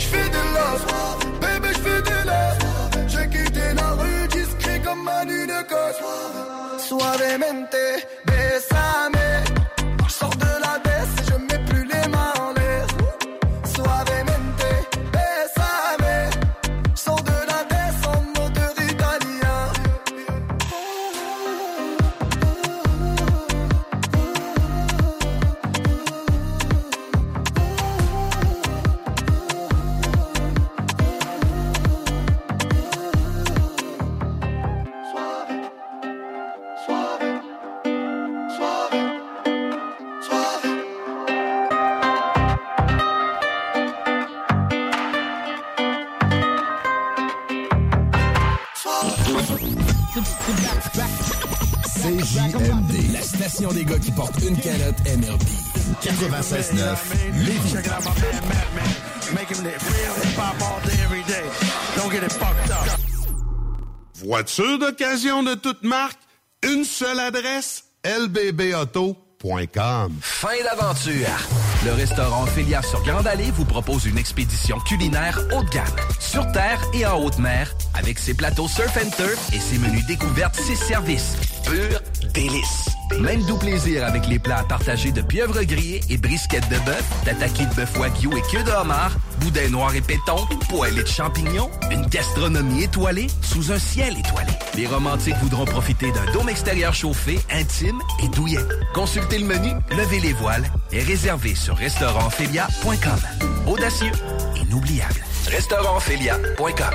Je fais de l'or, bébé je fais de l'or. J'ai quitté la rue discret comme Manu de Coq. Suavemente, besame. Je sors de la baisse et je mets plus les mains en l'air. Suavemente, besame. Je sors de la baisse en moteur italien.
CJMD, la station des gars qui portent une calotte MLB. 96.9, Lévis.
Voiture d'occasion de toute marque, une seule adresse, lbbauto.com.
Fin d'aventure! Le restaurant Filière sur Grande Allée vous propose une expédition culinaire haut de gamme, sur terre et en haute mer, avec ses plateaux surf and turf et ses menus découvertes, ses services. pur délice. Même doux plaisir avec les plats à partager de pieuvres grillées et brisquettes de bœuf, tataki de bœuf wagyu et queue de homard, boudin noir et péton, poêlée de champignons, une gastronomie étoilée sous un ciel étoilé. Les romantiques voudront profiter d'un dôme extérieur chauffé, intime et douillet. Consultez le menu, levez les voiles et réservez sur restaurantphilia.com. Audacieux, inoubliable. Restaurantphilia.com.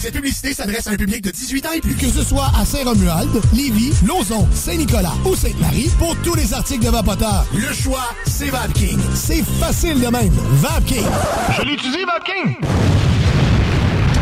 Cette publicité s'adresse à un public de 18 ans et plus.
Que ce soit à Saint-Romuald, Lévis, Lauson, Saint-Nicolas ou Sainte-Marie, pour tous les articles de Vapoteur, le choix, c'est VapKing. C'est facile de même. VapKing.
Je l'utilise, Vapking!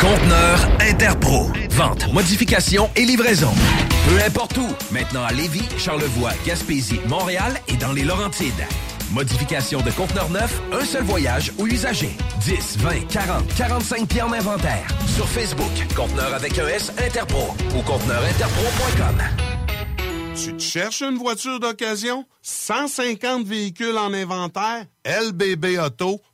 Conteneur Interpro. Vente, modification et livraison. Peu importe où, maintenant à Lévis, Charlevoix, Gaspésie, Montréal et dans les Laurentides. Modification de conteneur neuf, un seul voyage ou usager. 10, 20, 40, 45 pieds en inventaire. Sur Facebook, conteneur avec un S Interpro ou conteneurinterpro.com.
Tu te cherches une voiture d'occasion? 150 véhicules en inventaire? lbbauto.com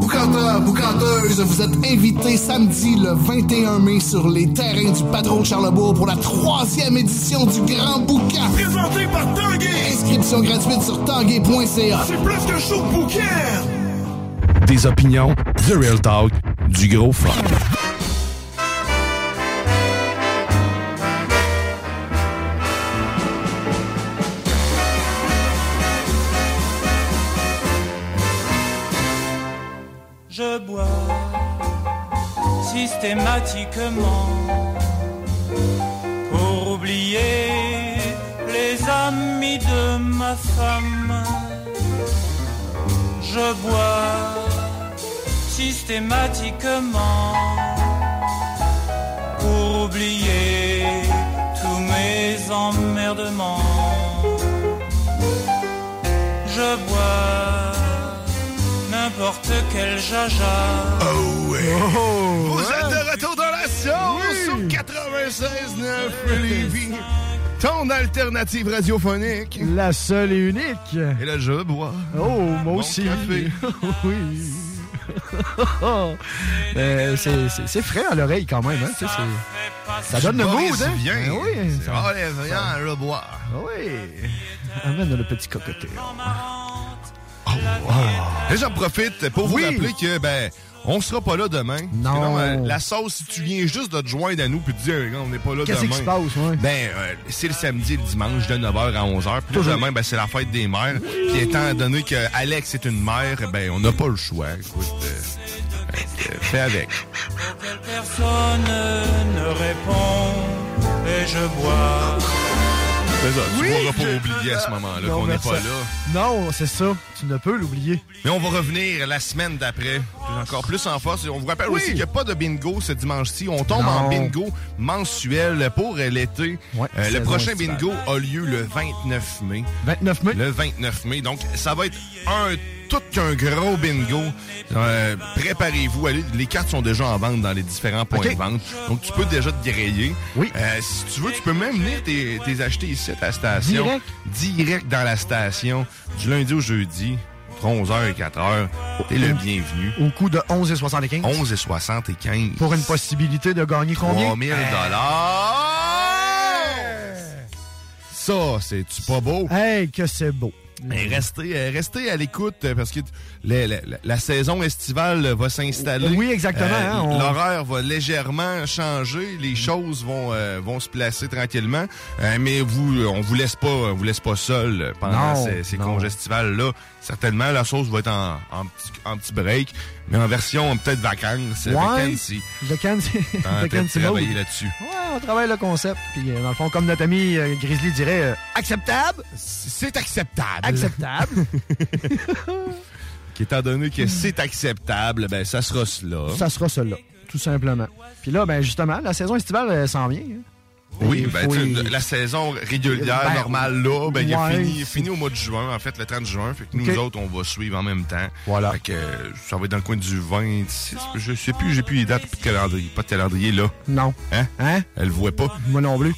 Boucanteurs, boucanteuses, vous êtes invités samedi le 21 mai sur les terrains du patron de Charlebourg pour la troisième édition du Grand Boucan. Présenté par Tanguay. Inscription gratuite sur tanguay.ca. C'est plus qu'un show bouquin.
Des opinions, The Real Talk, du gros fun.
Je bois systématiquement pour oublier les amis de ma femme. Je bois systématiquement pour oublier tous mes emmerdements. Je bois n'importe quel jaja.
Oh, ouais. Vous êtes de retour dans la sauce sur 96.9 Lévis.
Ton alternative radiophonique.
La seule et unique.
Et là, je bois.
Oh, moi aussi.
café.
oui. Euh, c'est- c'est c'est frais à l'oreille quand même. Hein? tu sais, c'est- Ça donne le mood. Hein? Ben oui,
C'est
ça-
Ah,
Ah
oh, les viens, le bois.
Oui. Amène le petit cocoté.
Et j'en profite pour vous rappeler que, ben, on sera pas là demain. Non. la sauce, si tu viens juste de te joindre à nous puis te dire, Hey, on n'est pas là
Qu'est-ce
demain.
qui se passe, ouais?
Ben, euh, c'est le samedi et le dimanche de 9h à 11h. Puis là, demain, ben, c'est la fête des mères. Puis étant donné que Alex est une mère, ben, on n'a pas le choix. Écoute, euh, euh, fais avec.
Personne ne répond et je bois.
C'est ça.
Oui,
tu pourras
je-
pas oublier à ce moment-là
Non,
qu'on n'est
merci.
pas là.
Non, c'est ça. Tu ne peux l'oublier.
Mais on va revenir la semaine d'après. Encore plus en force. Et On vous rappelle aussi qu'il n'y a pas de bingo ce dimanche-ci. On tombe en
Non.
bingo mensuel pour l'été. Euh, le
saison
prochain
estivale.
bingo a lieu le 29 mai.
29 mai?
Le 29 mai. Donc, ça va être un tout qu'un gros bingo. Euh, Préparez-vous. Allez, Les cartes sont déjà en vente dans les différents points
Ok.
de vente. Donc, tu peux déjà te griller. Oui. si tu veux, tu peux même venir t'es t'es acheter ici à la station.
Direct?
Direct dans la station, du lundi au jeudi, entre 11h et 4h. T'es le bienvenu.
Au coût de 11,75.
11 et 60 et 15.
Pour une possibilité de gagner combien? Euh,
3000 Ça, c'est-tu pas beau?
Hey, que c'est beau.
Mais restez, euh, restez à l'écoute euh, parce que la, la- la- la saison estivale euh, va s'installer. Euh,
Oui, exactement, hein, on-
L'horaire va légèrement changer, les choses vont euh, vont se placer tranquillement, Euh, mais vous, euh, on vous laisse pas, on vous laisse pas seul euh, pendant
Non,
ces, ces
non.
congés estivales là. Certainement, la sauce va être en, en petit, en petit break, mais en version euh, peut-être vacances, euh, vacancy.
Le Kansi.
En
Le
train de
Kansi mode.
travailler là-dessus.
Ouais, on travaille le concept. Puis, euh, dans le fond, comme notre ami euh, Grizzly dirait, euh, acceptable.
C'est acceptable.
Acceptable.
Étant donné que c'est acceptable, ben ça sera cela.
Hmm. ça sera cela, tout simplement. Puis là, ben justement, la saison estivale euh, s'en vient. hein.
Oui,
Il
ben,
faut
tu sais,
y-
la saison régulière,
Ben,
normale, là, ben, il a
ouais,
fini, il a
c'est-
fini au mois de juin, en fait, le 30 juin. Fait que nous
Ok.
autres, on va suivre en même temps. Voilà. Fait que euh, ça va être dans le coin du 26. Je sais plus, j'ai plus les dates, plus de calendrier. Pas de calendrier, là.
Non.
Hein?
Hein?
Elle le voit pas.
Moi non plus.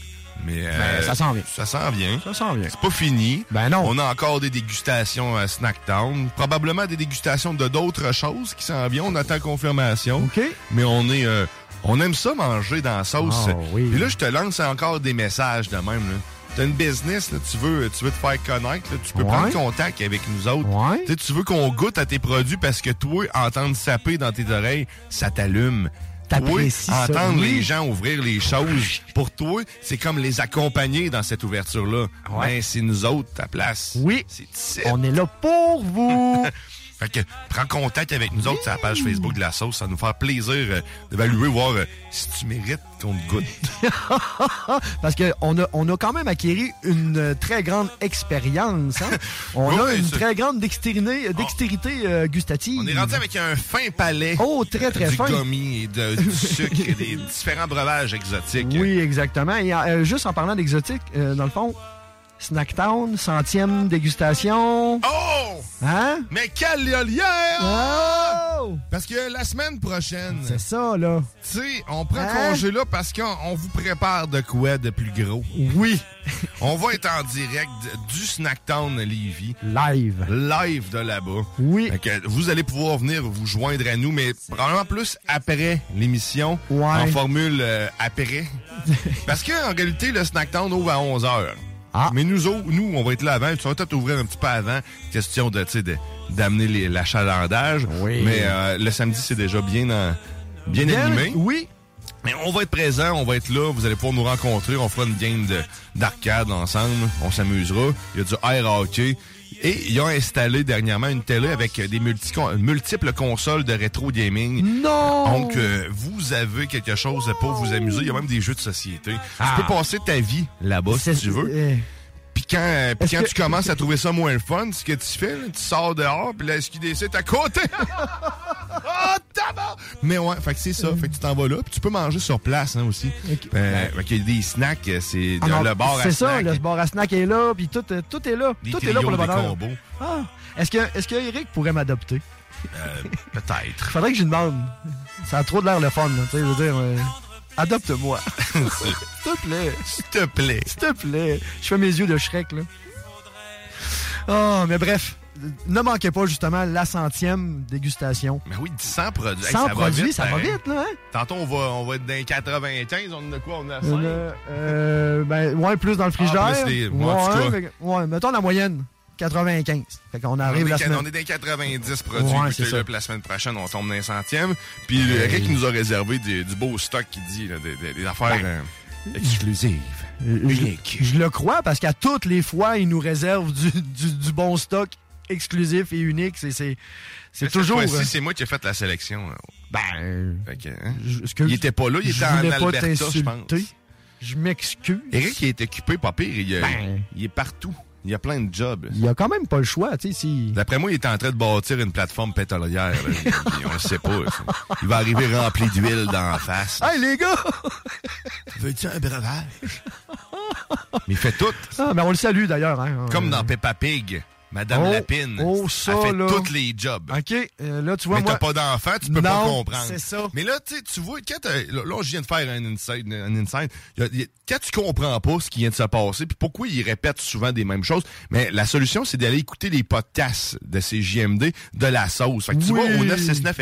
Mais euh,
Ben, ça s'en vient.
Ça s'en vient.
Ça s'en vient.
C'est pas fini.
Ben non.
On a encore des dégustations à Snacktown. Probablement des dégustations de d'autres choses qui s'en viennent. On attend confirmation.
OK.
Mais on est. euh, on aime ça manger dans la sauce.
Ah oui.
Puis là, je te lance encore des messages de même. là. T'as une business, là, tu veux, tu veux te faire connaître, là, tu peux
Ouais.
prendre contact avec nous autres. Tu sais, Tu veux qu'on goûte à tes produits parce que toi, entendre saper dans tes oreilles, ça t'allume. Toi,
T'apprécies ça,
entendre
oui.
les gens ouvrir les choses pour toi, c'est comme les accompagner dans cette ouverture-là. Ben, c'est nous autres, ta place.
Oui.
C'est
On est là pour vous.
fait que prends contact avec nous autres sur la page Facebook de la sauce. Ça va nous faire plaisir euh, d'évaluer, voir euh, si tu mérites qu'on te goûte.
Parce qu'on a, on a quand même acquéri une euh, très grande expérience. hein. On a
Oui,
une
c'est-
très grande dextérité, dextérité euh, gustative.
On est rendu avec un fin palais.
Oh, très, très
du
fin.
gommis et de- du sucre et des différents breuvages exotiques.
Oui, exactement. Et euh, juste en parlant d'exotique, euh, dans le fond, Snacktown, centième dégustation.
Oh!
Hein?
Mais quelle lien!
Oh!
Parce que la semaine prochaine,
C'est ça, là.
tu sais, on prend
Hein?
congé là parce qu'on on vous prépare de quoi de plus gros.
Oui.
on va être en direct du Snacktown Lévis.
Live.
Live de là-bas.
Oui.
vous allez pouvoir venir vous joindre à nous, mais probablement plus après l'émission. En formule euh, après. parce qu'en réalité, le Snacktown ouvre à 11h.
Ah.
Mais nous, autres, nous, on va être là avant. Tu vas peut-être ouvrir un petit peu avant. Question de, tu sais, de- d'amener les- l'achalandage. Mais euh, le samedi, c'est déjà bien, en- bien,
Bien,
animé.
Oui.
Mais on va être présent, on va être là, vous allez pouvoir nous rencontrer, on fera une game de- d'arcade ensemble, on s'amusera. Il y a du air hockey. Et ils ont installé dernièrement une télé avec des multi- multiples consoles de rétro gaming.
Non!
Donc, euh, vous avez quelque chose pour vous amuser. Il y a même des jeux de société.
Ah.
Tu peux passer ta vie là-bas si tu veux. Puis quand, euh, puis
Est-ce
quand
que-
tu commences à trouver ça moins le fun, ce que tu fais, là, tu sors dehors, puis la SQDC est à côté. oh, tabac! Mais ouais, fait que c'est ça. Fait que tu t'en vas là, puis tu peux manger sur place hein, aussi. Euh, fait qu'il y a des snacks, euh, c'est
Ah non,
le bar à
C'est ça,
snacks.
le bar à snack est là, puis tout, euh, tout est là.
Des
tout est là
trios,
pour le
des
bonheur.
combos.
Ah. Est-ce que, est-ce que Eric pourrait m'adopter?
Euh, Peut-être.
Faudrait que je lui demande. Ça a trop de l'air le fun, là, tu sais, je veux dire. euh, adopte-moi. S'il te plaît.
S'il te plaît.
S'il te plaît. Je fais mes yeux de Shrek, là. Oh, mais bref. ne manquez pas justement la centième dégustation.
Mais oui, 100 produits. Hey,
100
ça
produits,
va vite,
ça va
pareil.
vite, là, hein?
Tantôt, on va, on va être dans les 95. On en a quoi? On en a 5?
Euh, euh, ben, ouais, plus dans le frigidaire.
Ah, plus les-
ouais,
moi, en tout cas.
fait que- ouais, mettons la moyenne, 95. Fait qu'on arrive
on, est
la
des-
semaine.
on est dans les 90 produits.
Ouais,
goûtez-le,
c'est ça.
puis la semaine prochaine, on tombe dans les centièmes. Puis euh,
Hey.
Rick il nous a réservé des- du beau stock qui dit là, des, des- des affaires
Ben,
euh, exclusives. Unique.
Euh, Je le crois parce qu'à toutes les fois, ils nous réservent du, du- du bon stock exclusif et unique. C'est- C'est c'est
Mais cette
toujours.
fois-ci,
euh, Ben,
c'est moi qui ai fait la sélection. là. Fait que, hein?
excuse,
il était pas là, il
je
était en
voulais pas
Alberta, je pense.
t'insulter. Je m'excuse.
Eric, il est occupé, pas pire. Il, euh,
Ben.
il est partout. Il a plein de jobs.
Il a quand même pas le choix, tu sais. si-
D'après moi, il est en train de bâtir une plateforme pétrolière. là. Il- il- on le sait pas. ça. Il va arriver rempli d'huile dans la face.
Hey, les gars!
Veux-tu un breuvage? Mais il fait tout.
Ah, mais on le salue d'ailleurs. Hein?
Comme dans Peppa Pig, Madame
Oh,
Lapine.
oh, ça,
elle fait
là.
tous les jobs.
OK, euh, là, tu vois.
mais t'as
moi-
pas d'enfant, tu peux pas
Non,
comprendre.
c'est ça.
Mais là, tu sais, tu vois, quand t'as- là, là, je viens de faire un inside, un inside. Y a- y a- Quand tu comprends pas ce qui vient de se passer, puis pourquoi ils répètent souvent des mêmes choses, mais la solution, c'est d'aller écouter les podcasts de ces JMD de la sauce. Fait que tu
Oui.
vois, au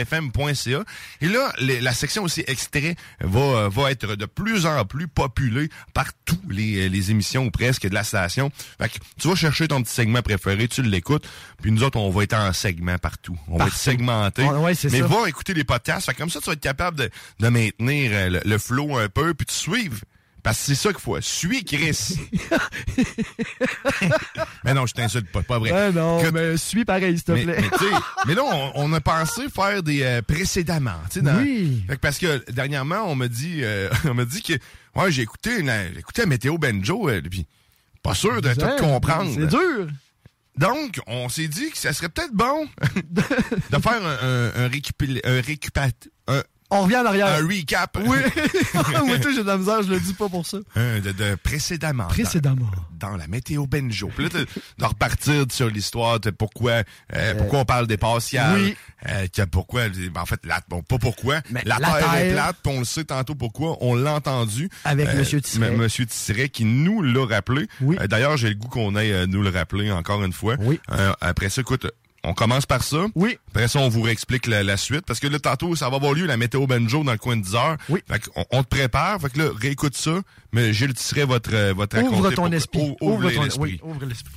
969fm.ca. Et là, les- la section aussi extrait va, euh, va être de plus en plus populée par tous les, euh, les émissions ou presque de la station. Fait que tu vas chercher ton petit segment préféré, tu l'écoutes, puis nous autres, on va être en segment partout. On va être segmenté.
Ah, Ouais, ouais, c'est
mais
ça.
va écouter les podcasts. Fait que comme ça, tu vas être capable de, de maintenir euh, le, le flow un peu, puis de suivre. Parce que c'est ça qu'il faut. Suis Chris. mais non, je t'insulte pas, pas vrai.
Ouais, non,
Que-
mais suis pareil, s'il te
mais,
plaît.
mais tu sais, mais là, on, on a pensé faire des euh, précédemment. tu sais, Dans,
Oui.
Fait que parce que dernièrement, on me dit, euh, on me dit que ouais, j'ai écouté, une- j'ai écouté Météo Benjo, euh, puis pas sûr de tout
Ouais,
comprendre.
C'est dur.
Donc, on s'est dit que ça serait peut-être bon de faire un, un, un récupil- un récupat- un-
On revient en arrière.
un recap.
Oui. Moi, tout, j'ai de la misère, je le dis pas pour ça.
Un de, de précédemment. dans-
Précédemment.
Dans, la météo Benjo. Puis là, t'as- de repartir sur l'histoire de pourquoi, euh, pourquoi on parle des partiales.
oui.
euh, que pourquoi, en fait, la, bon, pas pourquoi.
la
la, terre, est
Terre.
plate, puis on le sait tantôt pourquoi. On l'a entendu. Euh,
Avec Monsieur Tisseret.
M- Monsieur Tisseret qui nous l'a rappelé. Euh, D'ailleurs, j'ai le goût qu'on aille euh, nous le rappeler encore une fois. Euh, après ça, écoute, on commence par ça.
Oui.
Après ça, on vous réexplique la, la suite. Parce que là, tantôt, ça va avoir lieu la météo banjo dans le coin de 10 heures. Oui. Fait qu'on- on te prépare. Fait que là, réécoute ça. Mais Gilles Tisseret va te, ra- va te raconter.
Ouvre ton
pourquoi-
esprit.
Ou- ouvre
ton oui,
l'esprit.
ouvre l'esprit.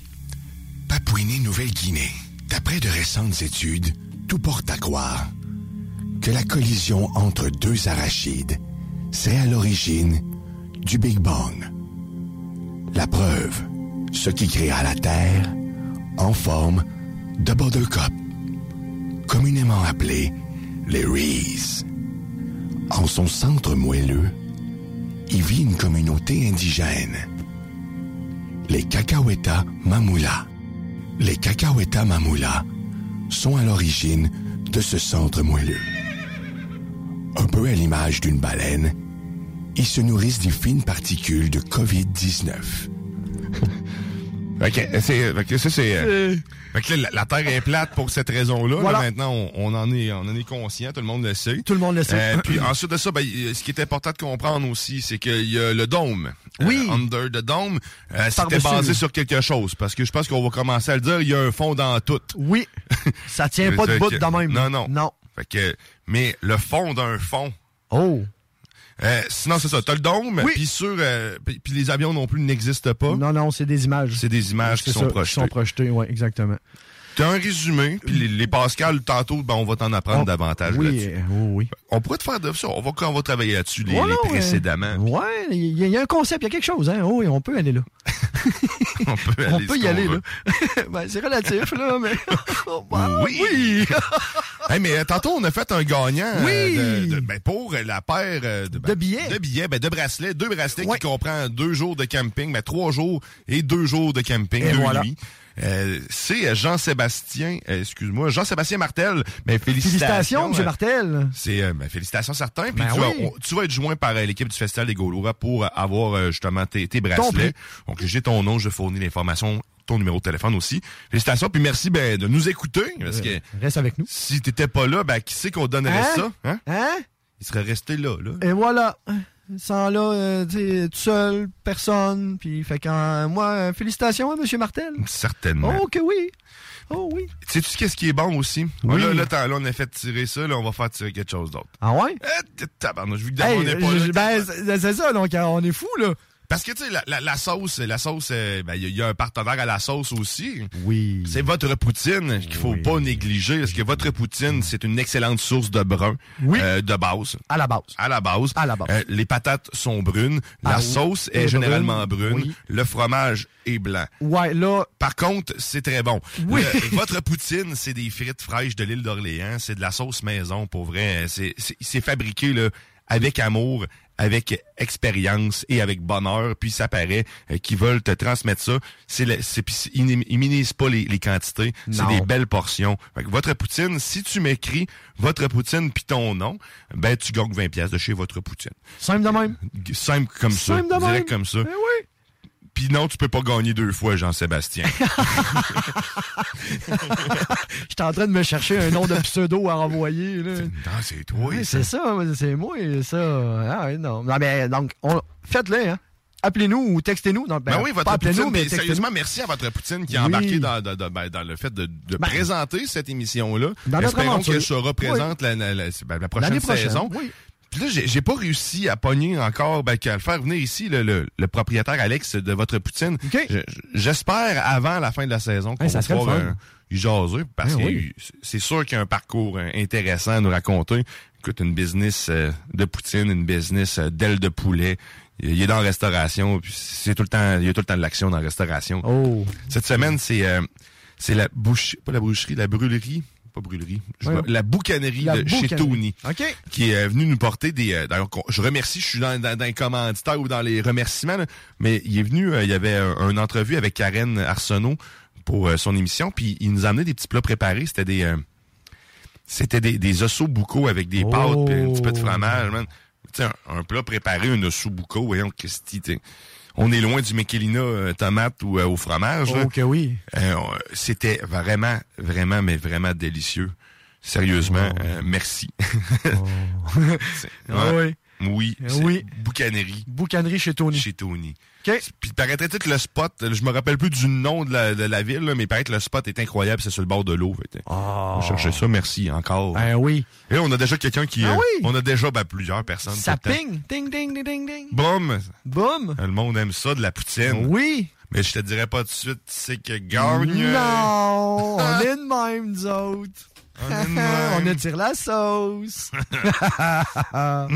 Papouinie-Nouvelle-Guinée. D'après de récentes études, tout porte à croire que la collision entre deux arachides serait à l'origine du Big Bang. La preuve, ce qui créa la Terre en forme de buttercup, communément appelée les Rees. En son centre moelleux, y vit une communauté indigène, les Cacahueta Mamula. Les cacahuètas mamoula sont à l'origine de ce centre moelleux. Un peu à l'image d'une baleine, ils se nourrissent des fines particules de COVID-19.
OK, c'est, fait que ça, c'est... euh, fait que là, la, la Terre est plate pour cette raison-là. Là,
Voilà.
maintenant, on, on en est, on en est conscient, tout le monde le sait.
Tout le monde le sait.
Euh, puis ensuite de ça, ben, y- ce qui est important de comprendre aussi, c'est qu'il y a le dôme. Oui. under the dôme, euh, c'était
Par-dessus.
basé sur quelque chose, parce que je pense qu'on va commencer à le dire, il y a un fond dans tout.
Oui. Ça tient pas de bout de même.
Non, non.
Non.
Fait que, mais le fond d'un fond.
Oh.
Euh, sinon, c'est ça. T'as le dôme,
Oui.
puis sur, euh, puis puis les avions non plus n'existent pas.
Non, non, c'est des images.
C'est des images qui
C'est
sont
ça,
projetées.
sont projetées, oui, exactement.
T'as un résumé, puis les, les Pascal, tantôt, ben, on va t'en apprendre davantage
Oui,
là-dessus.
euh, oh oui.
On pourrait te faire de ça. On va, on va travailler là-dessus, les,
Ouais,
les
non,
précédemment.
Ouais, il y, a- il y a un concept, il y a quelque chose, hein. Oh, oui, on peut aller là.
On peut,
on
aller
peut
ce
y
qu'on
aller,
veut.
là. ben, c'est relatif, là, mais. Oh, bah
oui! Hey, mais euh, tantôt, on a fait un gagnant
Oui.
euh, de- de- ben, pour euh, la paire euh, de, ben,
billets.
De billets, ben, de bracelets. Deux bracelets qui comprend deux jours de camping, ben, trois jours et deux jours de camping,
Et
deux
voilà.
nuits. Euh, c'est euh, Jean-Sébastien, euh, excuse-moi, Jean-Sébastien Martel. Mais félicitations.
Félicitations, M.
euh,
Martel.
C'est euh, ben, félicitations certains. Puis
Ben
tu, vas-
oui.
on- tu vas être joint par euh, l'équipe du Festival des Gaulois pour euh, avoir euh, justement tes, tes
prix.
bracelets. Donc j'ai ton nom, je fournis l'information, ton numéro de téléphone aussi. Félicitations, puis merci ben, de nous écouter. Parce que
Euh, Reste avec nous.
si t'étais pas là, ben qui c'est qu'on donnerait
Hein?
ça? Hein?
Hein?
Il serait resté là, là.
Et voilà. sans là, euh, tu sais, tout seul, personne. Puis, fait qu'en moi, euh, félicitations à M. Martel.
Certainement.
Oh que oui! Oh oui!
Sais-tu qu'est-ce qui est bon aussi?
Oui.
Ah, Là, là, t'as- là, on a fait tirer ça, là, on va faire tirer quelque chose d'autre.
Ah ouais?
Eh, tabarnouche, vu que
Hey,
d'abord on n'est pas
je-
là,
ben, c'est c'est ça, donc euh, on est fou là.
Parce que, tu sais, la, la- la sauce, la sauce, euh, ben, il y, a- il y a un partenaire à la sauce aussi.
Oui.
C'est votre poutine qu'il faut pas négliger. Parce que votre poutine, c'est une excellente source de brun. euh, de base.
À la base.
À la base.
À la base.
Euh, les patates sont brunes. La
Ah oui.
sauce est
Et
généralement brune.
brune,
Le fromage est blanc.
Ouais, là,
Par contre, c'est très bon.
Oui.
Le- Euh, votre poutine, c'est des frites fraîches de l'île d'Orléans, c'est de la sauce maison, pour vrai. C'est- C'est c'est fabriqué là, avec amour, avec expérience et avec bonheur, puis ça paraît euh, qu'ils veulent te transmettre ça. C'est le- c'est- puis c'est- ils n'im- ils minimisent pas les, les quantités, c'est
Non.
des belles portions. Fait que votre poutine, si tu m'écris votre poutine puis ton nom, ben tu gagnes 20 pièces de chez votre poutine.
Simple de même.
Simple comme
Simple de
ça,
même. Ben
direct comme ça.
oui.
Puis non, tu peux pas gagner deux fois, Jean-Sébastien.
J'étais en train de me chercher un nom de pseudo à renvoyer. Là.
Ah, c'est toi.
Oui, c'est ça, c'est moi, ça. Ah, ouais, non. non, mais donc, on... faites-le, hein. Appelez-nous ou textez-nous. Non,
Ben, oui, votre
pas appelez-nous,
poutine, mais
textez-nous.
sérieusement, merci à votre poutine qui a
Oui.
embarqué dans, dans- dans- ben, dans le fait de, de
Ben,
présenter cette émission-là.
dans notre
Espérons
aventure.
qu'elle sera présente la, la- la- ben, la prochaine
L'année prochaine,
saison.
oui.
Puis là, j'ai j'ai pas réussi à pogner encore, ben, qu'à le faire venir ici, le, le- le propriétaire Alex de votre poutine. Je- je- J'espère avant la fin de la saison qu'on
Hey, ça
va
serait le
pouvoir,
fun.
euh, y jaser, parce
Hein,
que
oui.
c'est sûr qu'il y a un parcours euh, intéressant à nous raconter. Écoute, une business euh, de poutine, une business euh, d'aile de poulet. Il il est dans la restauration, puis c'est tout le temps, il y a tout le temps de l'action dans la restauration.
Oh.
Cette semaine, c'est euh, c'est la bouche, pas la boucherie, la brûlerie, pas brûlerie, je
Voyons.
vois- la boucanerie
La
de chez
boucanerie.
Tony,
OK.
qui est venu nous porter des. euh, D'ailleurs, qu'on- je remercie, je suis dans, dans, dans les commanditaires ou dans les remerciements, là, mais il est venu, euh, il y avait euh, une entrevue avec Karen Arsenault pour euh, son émission, puis il nous amenait des petits plats préparés, c'était des euh, c'était des, des osseaux buccaux avec des pâtes puis un petit peu de fromage, man. Tu sais, un, un plat préparé, un osso buccaux, voyons, Christy, t'es- On est loin du Michelina euh, tomate ou euh, au fromage. là.
Oh, que oui.
Euh, on- C'était vraiment, vraiment, mais vraiment délicieux. Sérieusement, euh, merci. C'est-
Oh. Ah
ouais. Oui,
Ah
c'est
oui.
Boucanerie.
Boucanerie chez Tony.
Chez Tony. Puis paraîtrait-il que le spot, je me rappelle plus du nom de la, de la ville, là, mais paraît que le spot est incroyable, c'est sur le bord de l'eau. Fait que, On cherchait ça, merci encore.
Ben Ah. oui.
Et là, on a déjà quelqu'un qui...
Ah
euh,
oui.
On a déjà ben, plusieurs personnes.
Ça
tout le temps.
ping! Ding, ding, ding, ding, ding!
Boum! Euh,
Boum!
Le monde aime ça, de la poutine.
Oui!
Mais je te dirais pas tout de suite, c'est que gagne.
Non! On est de même, nous autres! On attire la sauce!
Mm-hmm.
Ah.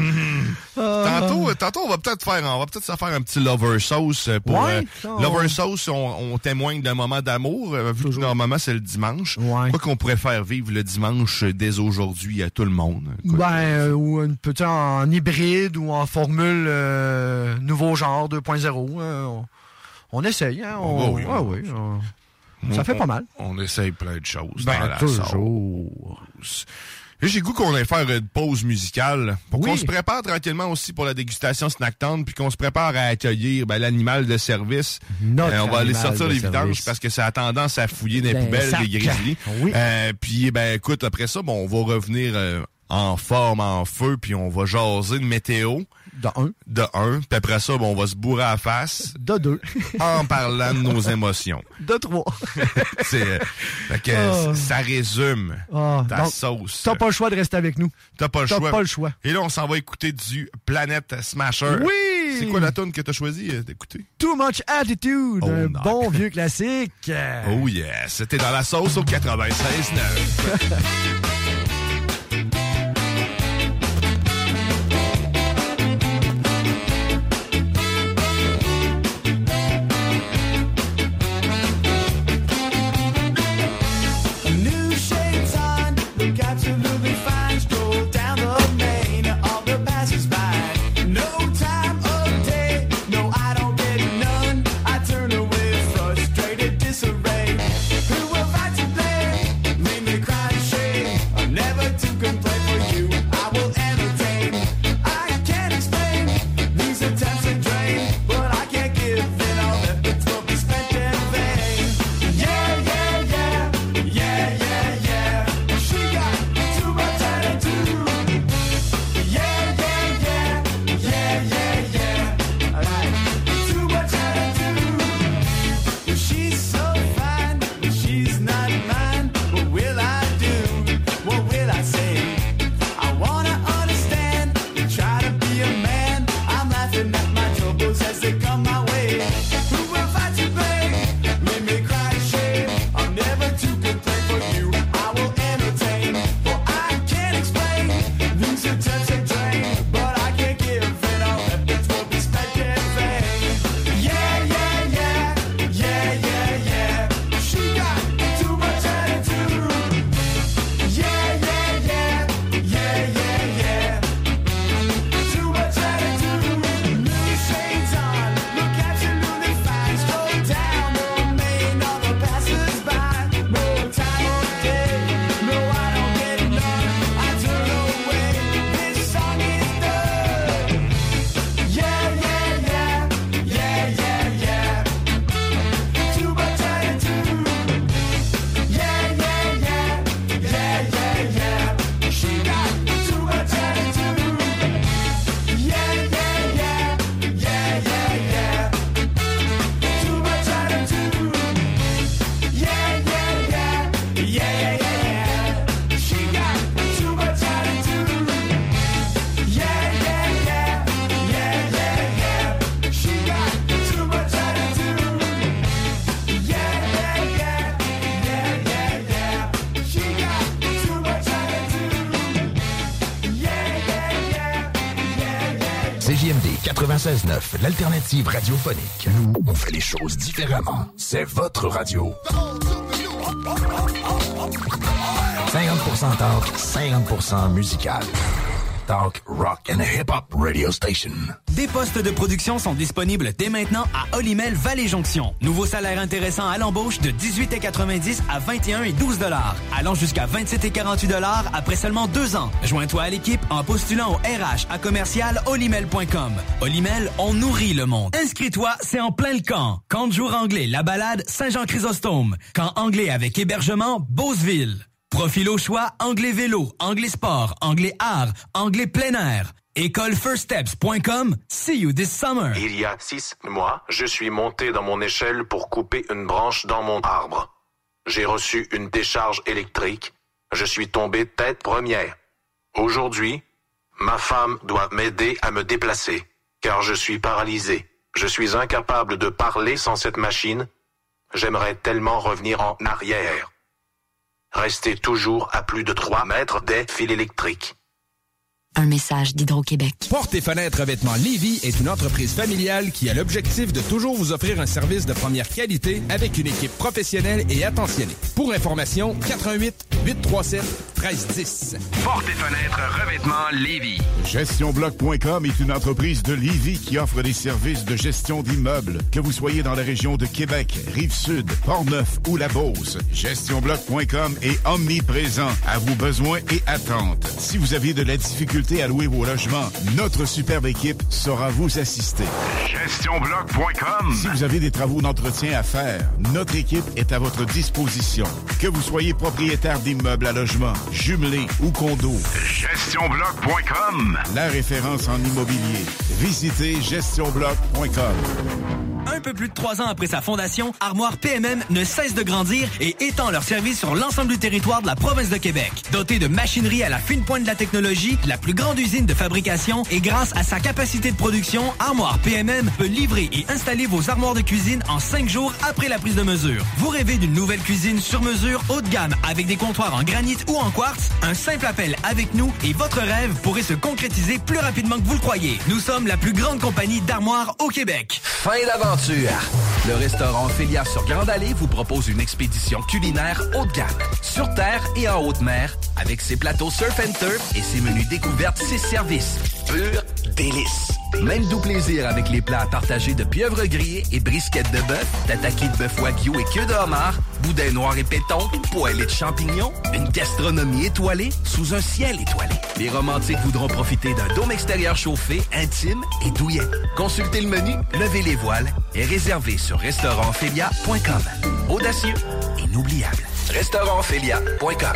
Tantôt, euh, tantôt, on va peut-être faire, on va peut-être se faire un petit lover sauce euh, pour
Ouais,
euh,
on-
lover sauce. On, on témoigne d'un moment d'amour. euh, Vu que normalement c'est le dimanche. Quoi qu'on pourrait faire vivre le dimanche euh, dès aujourd'hui à tout le monde.
Ben, euh, ou une petite en hybride ou en formule euh, nouveau genre 2.0. hein, on, on essaye, hein, on-
Ah, bah oui,
ouais, oui, on- ça fait
On-
pas mal.
On essaye plein de choses
Ben,
dans la
toujours.
sauce. Là, J'ai goût qu'on aille faire une pause musicale pour
Oui.
qu'on se prépare tranquillement aussi pour la dégustation snack town puis qu'on se prépare à accueillir ben, l'animal de service. Euh,
Notre
on va aller
animal
sortir
de
les vidanges
service.
parce que ça a tendance à fouiller des
Ben,
poubelles
sac.
des grizzlies.
Oui.
Euh, puis ben écoute, après ça, bon, on va revenir euh, en forme, en feu, puis on va jaser de météo.
De un.
De un. Puis après ça, bon, on va se bourrer à la face.
De deux.
en parlant de nos émotions.
De trois.
C'est, euh, fait que,
Ah.
ça résume
Ah,
ta
donc,
sauce. euh.
T'as pas le choix de rester avec nous.
T'as pas le
T'as
choix.
pas le choix.
Et là, on s'en va écouter du Planète Smasher.
Oui!
C'est quoi la tune que Oh, t'as choisi euh, d'écouter?
Too Much Attitude, un bon vieux classique.
Oh yes! C'était dans la sauce au 96.9.
New shades on, look out to moving fine. Stroll down the lane, all the passersby. No time of day, no, I don't get none. I turn away, frustrated disarray. Who am I to blame? Made me cry and shame.
CJMD 96.9, l'alternative radiophonique. Nous, on fait les choses différemment. C'est votre radio. 50% talk, 50% musical. Talk, rock and hip-hop radio station.
Des postes de production sont disponibles dès maintenant à Olimel Valley Jonction. Nouveau salaire intéressant à l'embauche de 18,90 à 21 et 12 dollars, allant jusqu'à 27 et 48 dollars après seulement deux ans. Joins-toi à l'équipe en postulant au RH à commercial olimel.com. Olimel, on nourrit le monde. Inscris-toi, c'est en plein le camp. Camp de jour anglais, la balade Saint-Jean-Chrysostome. Camp anglais avec hébergement, Beauceville. Profil au choix, anglais vélo, anglais sport, anglais art, anglais plein air. Écolefirststeps.com. See you this summer.
Il y a six mois, je suis monté dans mon échelle pour couper une branche dans mon arbre. J'ai reçu une décharge électrique. Je suis tombé tête première. Aujourd'hui, ma femme doit m'aider à me déplacer, car je suis paralysé. Je suis incapable de parler sans cette machine. J'aimerais tellement revenir en arrière. Restez toujours à plus de 3 mètres des fils électriques.
Un message d'Hydro-Québec.
Portes et fenêtres revêtements Lévis est une entreprise familiale qui a l'objectif de toujours vous offrir un service de première qualité avec une équipe professionnelle et attentionnée. Pour information, 88 837 1310.
Portes et fenêtres, revêtements, Lévis.
GestionBloc.com est une entreprise de Lévis qui offre des services de gestion d'immeubles. Que vous soyez dans la région de Québec, Rive-Sud, Portneuf ou La Beauce, GestionBloc.com est omniprésent à vos besoins et attentes. Si vous avez de la difficulté à louer vos logements, notre superbe équipe saura vous assister.
GestionBloc.com
Si vous avez des travaux d'entretien à faire, notre équipe est à votre disposition. Que vous soyez propriétaire d'immeubles à logement, jumelés ou condos,
GestionBloc.com
la référence en immobilier. Visitez gestionbloc.com.
Un peu plus de trois ans après sa fondation, Armoire PMM ne cesse de grandir et étend leur service sur l'ensemble du territoire de la province de Québec. Dotée de machinerie à la fine pointe de la technologie, la plus grande usine de fabrication et grâce à sa capacité de production, Armoire PMM peut livrer et installer vos armoires de cuisine en cinq jours après la prise de mesure. Vous rêvez d'une nouvelle cuisine sur mesure haut de gamme avec des comptoirs en granit ou en quartz? Un simple appel avec nous et votre rêve pourrait se concrétiser plus rapidement que vous le croyez. Nous sommes la plus grande compagnie d'armoires au Québec.
Fin d'aventure. Le restaurant Filière sur Grande Allée vous propose une expédition culinaire haut de gamme, sur terre et en haute mer, avec ses plateaux surf and turf et ses menus découvertes, ses services. Pur délice. Même doux plaisir avec les plats partagés de pieuvres grillées et brisquettes de bœuf, tataki de bœuf wagyu et queue de homard, boudin noir et péton, poêlée de champignons, une gastronomie étoilée sous un ciel étoilé. Les romantiques voudront profiter d'un dôme extérieur chauffé, intime et douillet. Consultez le menu, levez les voiles et réservez sur restaurantfelia.com. Audacieux, inoubliable. Restaurantfelia.com.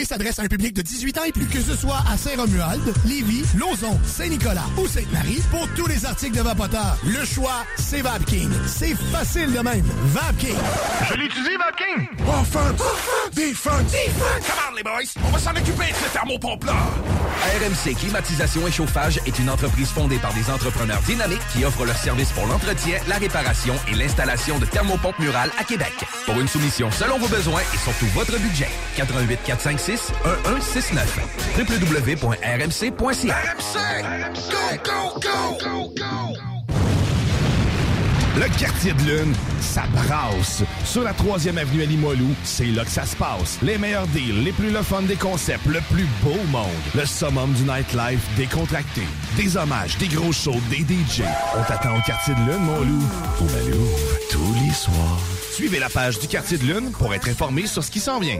s'adresse à un public de 18 ans et plus. Que ce soit à Saint-Romuald, Lévis, Lauson, Saint-Nicolas ou Sainte-Marie, pour tous les articles de Vapoteur, le choix, c'est VapKing. C'est facile de même. VapKing.
Je l'utilise, Vapking! Enfin! Des fun! Des fun! Come on, les boys! On va s'en occuper de ce thermopompe-là!
RMC Climatisation et Chauffage est une entreprise fondée par des entrepreneurs dynamiques qui offrent leurs services pour l'entretien, la réparation et l'installation de thermopompes murales à Québec. Pour une soumission selon vos besoins et surtout votre budget, 88 456 1169 www.rmc.ca
RMC! Go, go, go! Go, go!
Le quartier de lune, ça brasse. Sur la 3e avenue à Limoilou, c'est là que ça se passe. Les meilleurs deals, les plus le fun des concepts, le plus beau monde. Le summum du nightlife décontracté. Des hommages, des gros shows, des DJ. On t'attend au quartier de lune, mon loup. Au Malou, tous les soirs. Suivez la page du quartier de lune pour être informé sur ce qui s'en vient.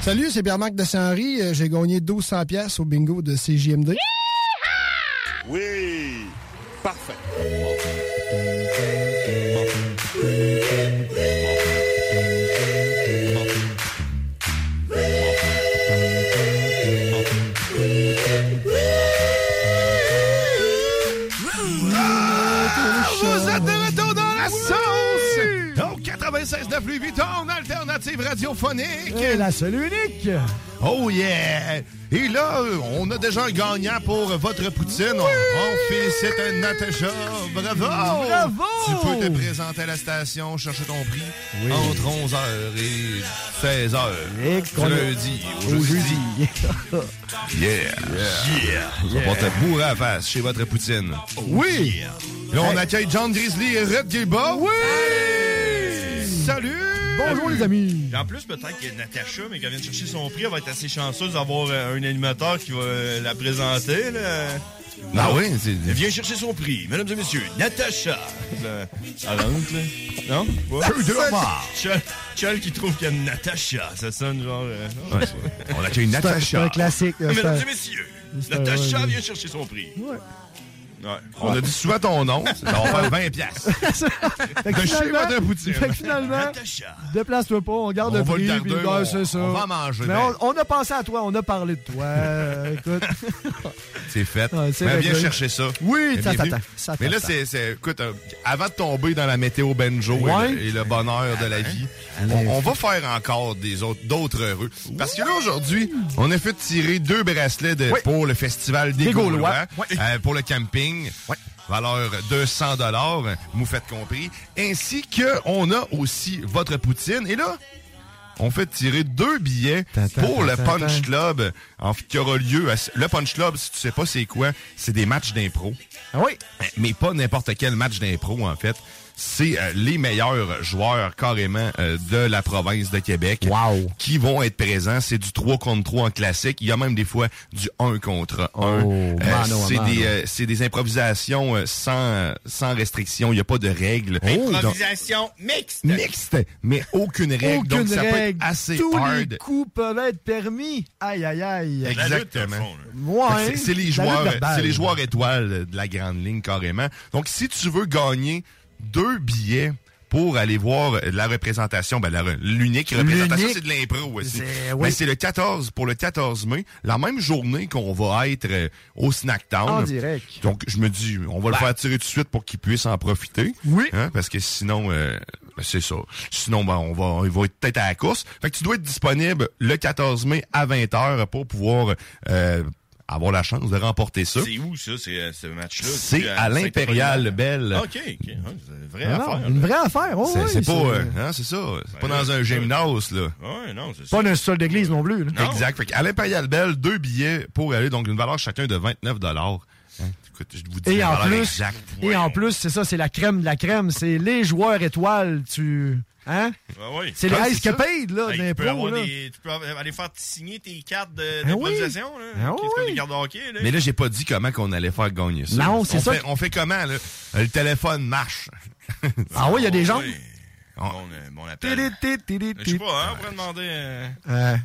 Salut, c'est Pierre-Marc de Saint-Henri. Euh, J'ai gagné 1200 pièces au bingo de CJMD.
Oui! Parfait.
Vous êtes de retour dans la sauce! Au 96.9 Louis Vuitton, alternative radiophonique!
Et la seule unique!
Oh yeah! Et là, euh, on a déjà un gagnant pour votre poutine. On, on félicite euh, Natacha. Bravo!
Bravo!
Tu peux te présenter à la station, chercher ton prix
Oui.
entre 11h et 16h.
qu'on a-
lundi au
au
jeudi. Oh,
jeudi.
Yeah!
Yeah.
On va te bourrer à la face chez votre poutine.
oui!
Là, on accueille John Grizzly et Red Gilbert. Oui! Salut!
Bonjour les amis!
Et En plus, peut-être que Natacha, mais qu'elle vient de chercher son prix, elle va être assez chanceuse d'avoir euh, un animateur qui va euh, la présenter. Là.
Ah oui, c'est-
Elle vient chercher son prix, mesdames et messieurs, Natacha. Là, Elle rentre, là. Non? Pas?
Feu de mort.
Chuck- Chuck qui trouve qu'il y a une Natacha. Ça sonne genre. euh, non?
Ouais. On accueille
C'est un-
Natacha.
c'est un classique,
euh,
là, Mesdames c'est un- et messieurs,
c'est un-
Natacha
ouais,
vient chercher son prix.
Ouais.
On a dit souvent ton nom, ça va faire 20 piastres.
Fait que
De chez
finalement-
Madame Poutine.
Fait que finalement, déplace-toi pas, on garde
On
le
va le
prix.
garder,
puis, ouais,
on-
c'est ça.
on va en manger,
Mais
ben.
on, on a pensé à toi, on a parlé de toi. Euh, écoute.
C'est fait.
Ouais, c'est
Mais viens
réglé.
chercher ça.
Oui,
Mais
ça
bienvenue.
t'attend, ça
Mais là,
t'attend.
c'est, c'est- écoute, euh, avant de tomber dans la météo banjo et
Ouais.
le- et, le, bonheur de la vie, on, on va faire encore des autres, d'autres heureux. Parce que là, aujourd'hui, on a fait tirer deux bracelets de- pour le festival des,
Des Gaulois.
Gaulois, euh, pour le camping. Valeur de 100 dollars, moufette compris. Ainsi que on a aussi votre poutine. Et là, on fait tirer deux billets pour le
ta-ta.
Punch Club en, qui aura lieu. à- le Punch Club, si tu sais pas c'est quoi, c'est des matchs d'impro.
Ah
oui.
Mais pas n'importe quel match d'impro, en fait. C'est euh, les meilleurs joueurs carrément euh, de la province de Québec qui vont être présents. C'est du 3 contre 3 en classique. Il y a même des fois du 1 contre 1.
Oh, mano à
c'est
mano.
des, euh, c'est des improvisations euh, sans, sans restriction. Il n'y a pas de règles. Oh, Donc-
Improvisation mixte.
mixte, mais aucune règle.
Aucune
donc ça peut être
règle.
assez
Tous les
hard.
coups peuvent être permis. Aïe, aïe, aïe.
Exactement.
Ouais.
C'est- C'est les
La lutte
joueurs,
verbale.
c'est les joueurs étoiles de la grande ligne carrément. Donc si tu veux gagner deux billets pour aller voir la représentation, ben, la re- l'unique représentation,
L'unique.
c'est de l'impro aussi.
C'est-
Ben,
oui.
c'est le 14 pour le 14 mai, la même journée qu'on va être euh, au Snack Town.
En direct.
Donc je me dis, on va le
Ben.
faire tirer tout de suite pour qu'il puisse en profiter.
Oui.
Hein, parce que sinon, euh, ben, c'est ça. Sinon, ben, on va, il va être peut-être à la course. Fait que tu dois être disponible le 14 mai à 20h pour pouvoir euh, avoir la chance de remporter ça.
C'est où ça, c'est, euh, ce match-là?
C'est à l'Impérial Bell.
OK, OK. ouais, c'est Ah, vrai
Ah non,
affaire.
Une vraie affaire, oh,
C'est
oui,
c'est pas, euh, hein, c'est ça. C'est pas dans un gymnase là.
Ouais, non, c'est
Pas dans une salle d'église non plus. là.
Exact. Fait qu'à l'Impérial Bell, deux billets pour aller, donc une valeur chacun de 29 dollars. Écoute, je vous dis
Hein? Et
la
en
valeur
plus,
exacte.
et en plus, c'est ça, c'est la crème de la crème. C'est les joueurs étoiles, tu. Hein?
Ah
Ah
C'est les Ice Capade, là,
Hey,
de
tu peux
l'impro,
avoir
là.
des- Tu peux aller faire signer tes cartes de-
Ben
Ah oui.
d'improvisation, là.
Ah
qui- comme des cartes de hockey, là.
Mais là, j'ai pas dit comment qu'on allait faire gagner ça.
Non, c'est
On
ça
fait-
qui-
on fait comment, là? Le téléphone marche. Ah.
Ah oui, il y a des gens.
On,
appelle. Je sais pas, hein, on pourrait demander... euh,
Ah,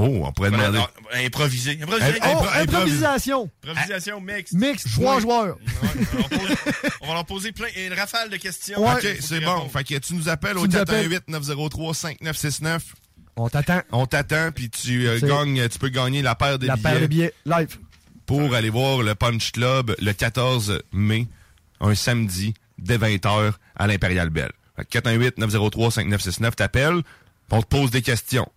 Oh, on pourrait demander.
Ah, Improviser.
Im-
Oh,
impro- eh,
Impro-
improvisation.
Improvisation mixte.
Mix, trois joueurs.
On va leur poser plein, une rafale de
eh,
questions.
Ok, c'est bon. Fait que tu nous appelles
Tu
au
nous appelles.
418-903-5969.
On t'attend.
On t'attend, puis tu, euh,
C'est-
gagnes, tu peux gagner la paire de
La
billets.
paire de billets live.
Pour aller voir le Punch Club le 14 mai, un samedi, dès 20h, à l'Impérial Bell. 418-903-5969, t'appelles, puis on te pose des questions.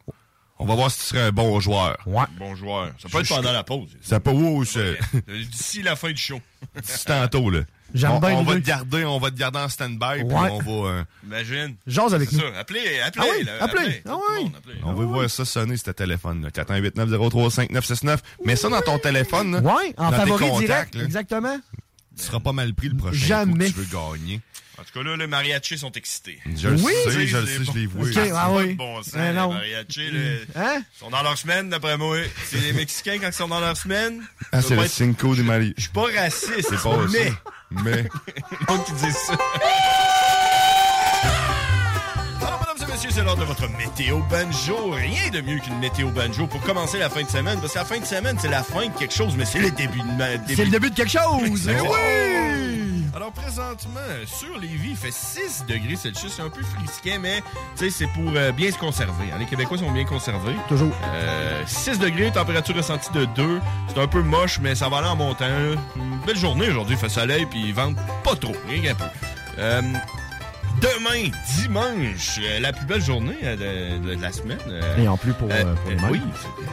On va voir si tu serais un bon joueur.
Ouais.
Bon joueur. Ça peut être pendant la pause.
Ça peut, wow, c'est-
D'ici Euh, la fin du show.
c'est tantôt, là.
J'aime
on,
bien
on va te
l'idée.
garder, on va te garder en stand-by, puis
Ouais.
on va. euh,
Imagine.
Jase avec
C'est
nous.
ça.
Appelez, appelez.
Ah oui,
là,
appelez. Ah oui.
On va voir ça sonner, ce téléphone. 418-903-5969. Mets ça dans ton téléphone. là,
Ouais, en
dans tes
favori
contacts,
direct.
là.
Exactement.
Tu seras pas mal pris le prochain
Jamais.
coup que tu veux gagner.
En tout cas, là, les mariachis sont excités.
Je le Oui. sais, je le sais, je les vois. Ok,
c'est
ah
pas
oui.
de Bon sens,
Mais
les
non.
mariachis, là.
Hein?
Ils sont dans leur semaine, d'après moi. C'est les Mexicains, quand ils sont dans leur semaine.
Ah,
ils
c'est
doivent
le
être-
Cinco de Mali.
Je suis pas raciste,
C'est pas ça.
mais-
Mais.
Donc, ils disent ça. Alors, mesdames et messieurs, c'est l'heure de votre météo banjo. Rien de mieux qu'une météo banjo pour commencer la fin de semaine. Parce que la fin de semaine, c'est la fin de quelque chose, mais c'est le début de ma...
C'est le début de quelque chose. Eh
Mais
oui!
Alors présentement, sur Lévis, il fait 6 degrés Celsius. C'est un peu frisquet, mais tu sais, c'est pour euh, bien se conserver. hein. Les Québécois sont bien conservés.
Toujours.
Euh, 6 degrés, température ressentie de 2. C'est un peu moche, mais ça va aller en montant. là. Une belle journée aujourd'hui. Il fait soleil, puis il vente pas trop. Rien qu'un peu. Euh, Demain, dimanche, euh, la plus belle journée euh, de, de- de la semaine. euh,
Et en plus pour, euh, pour demain.
oui,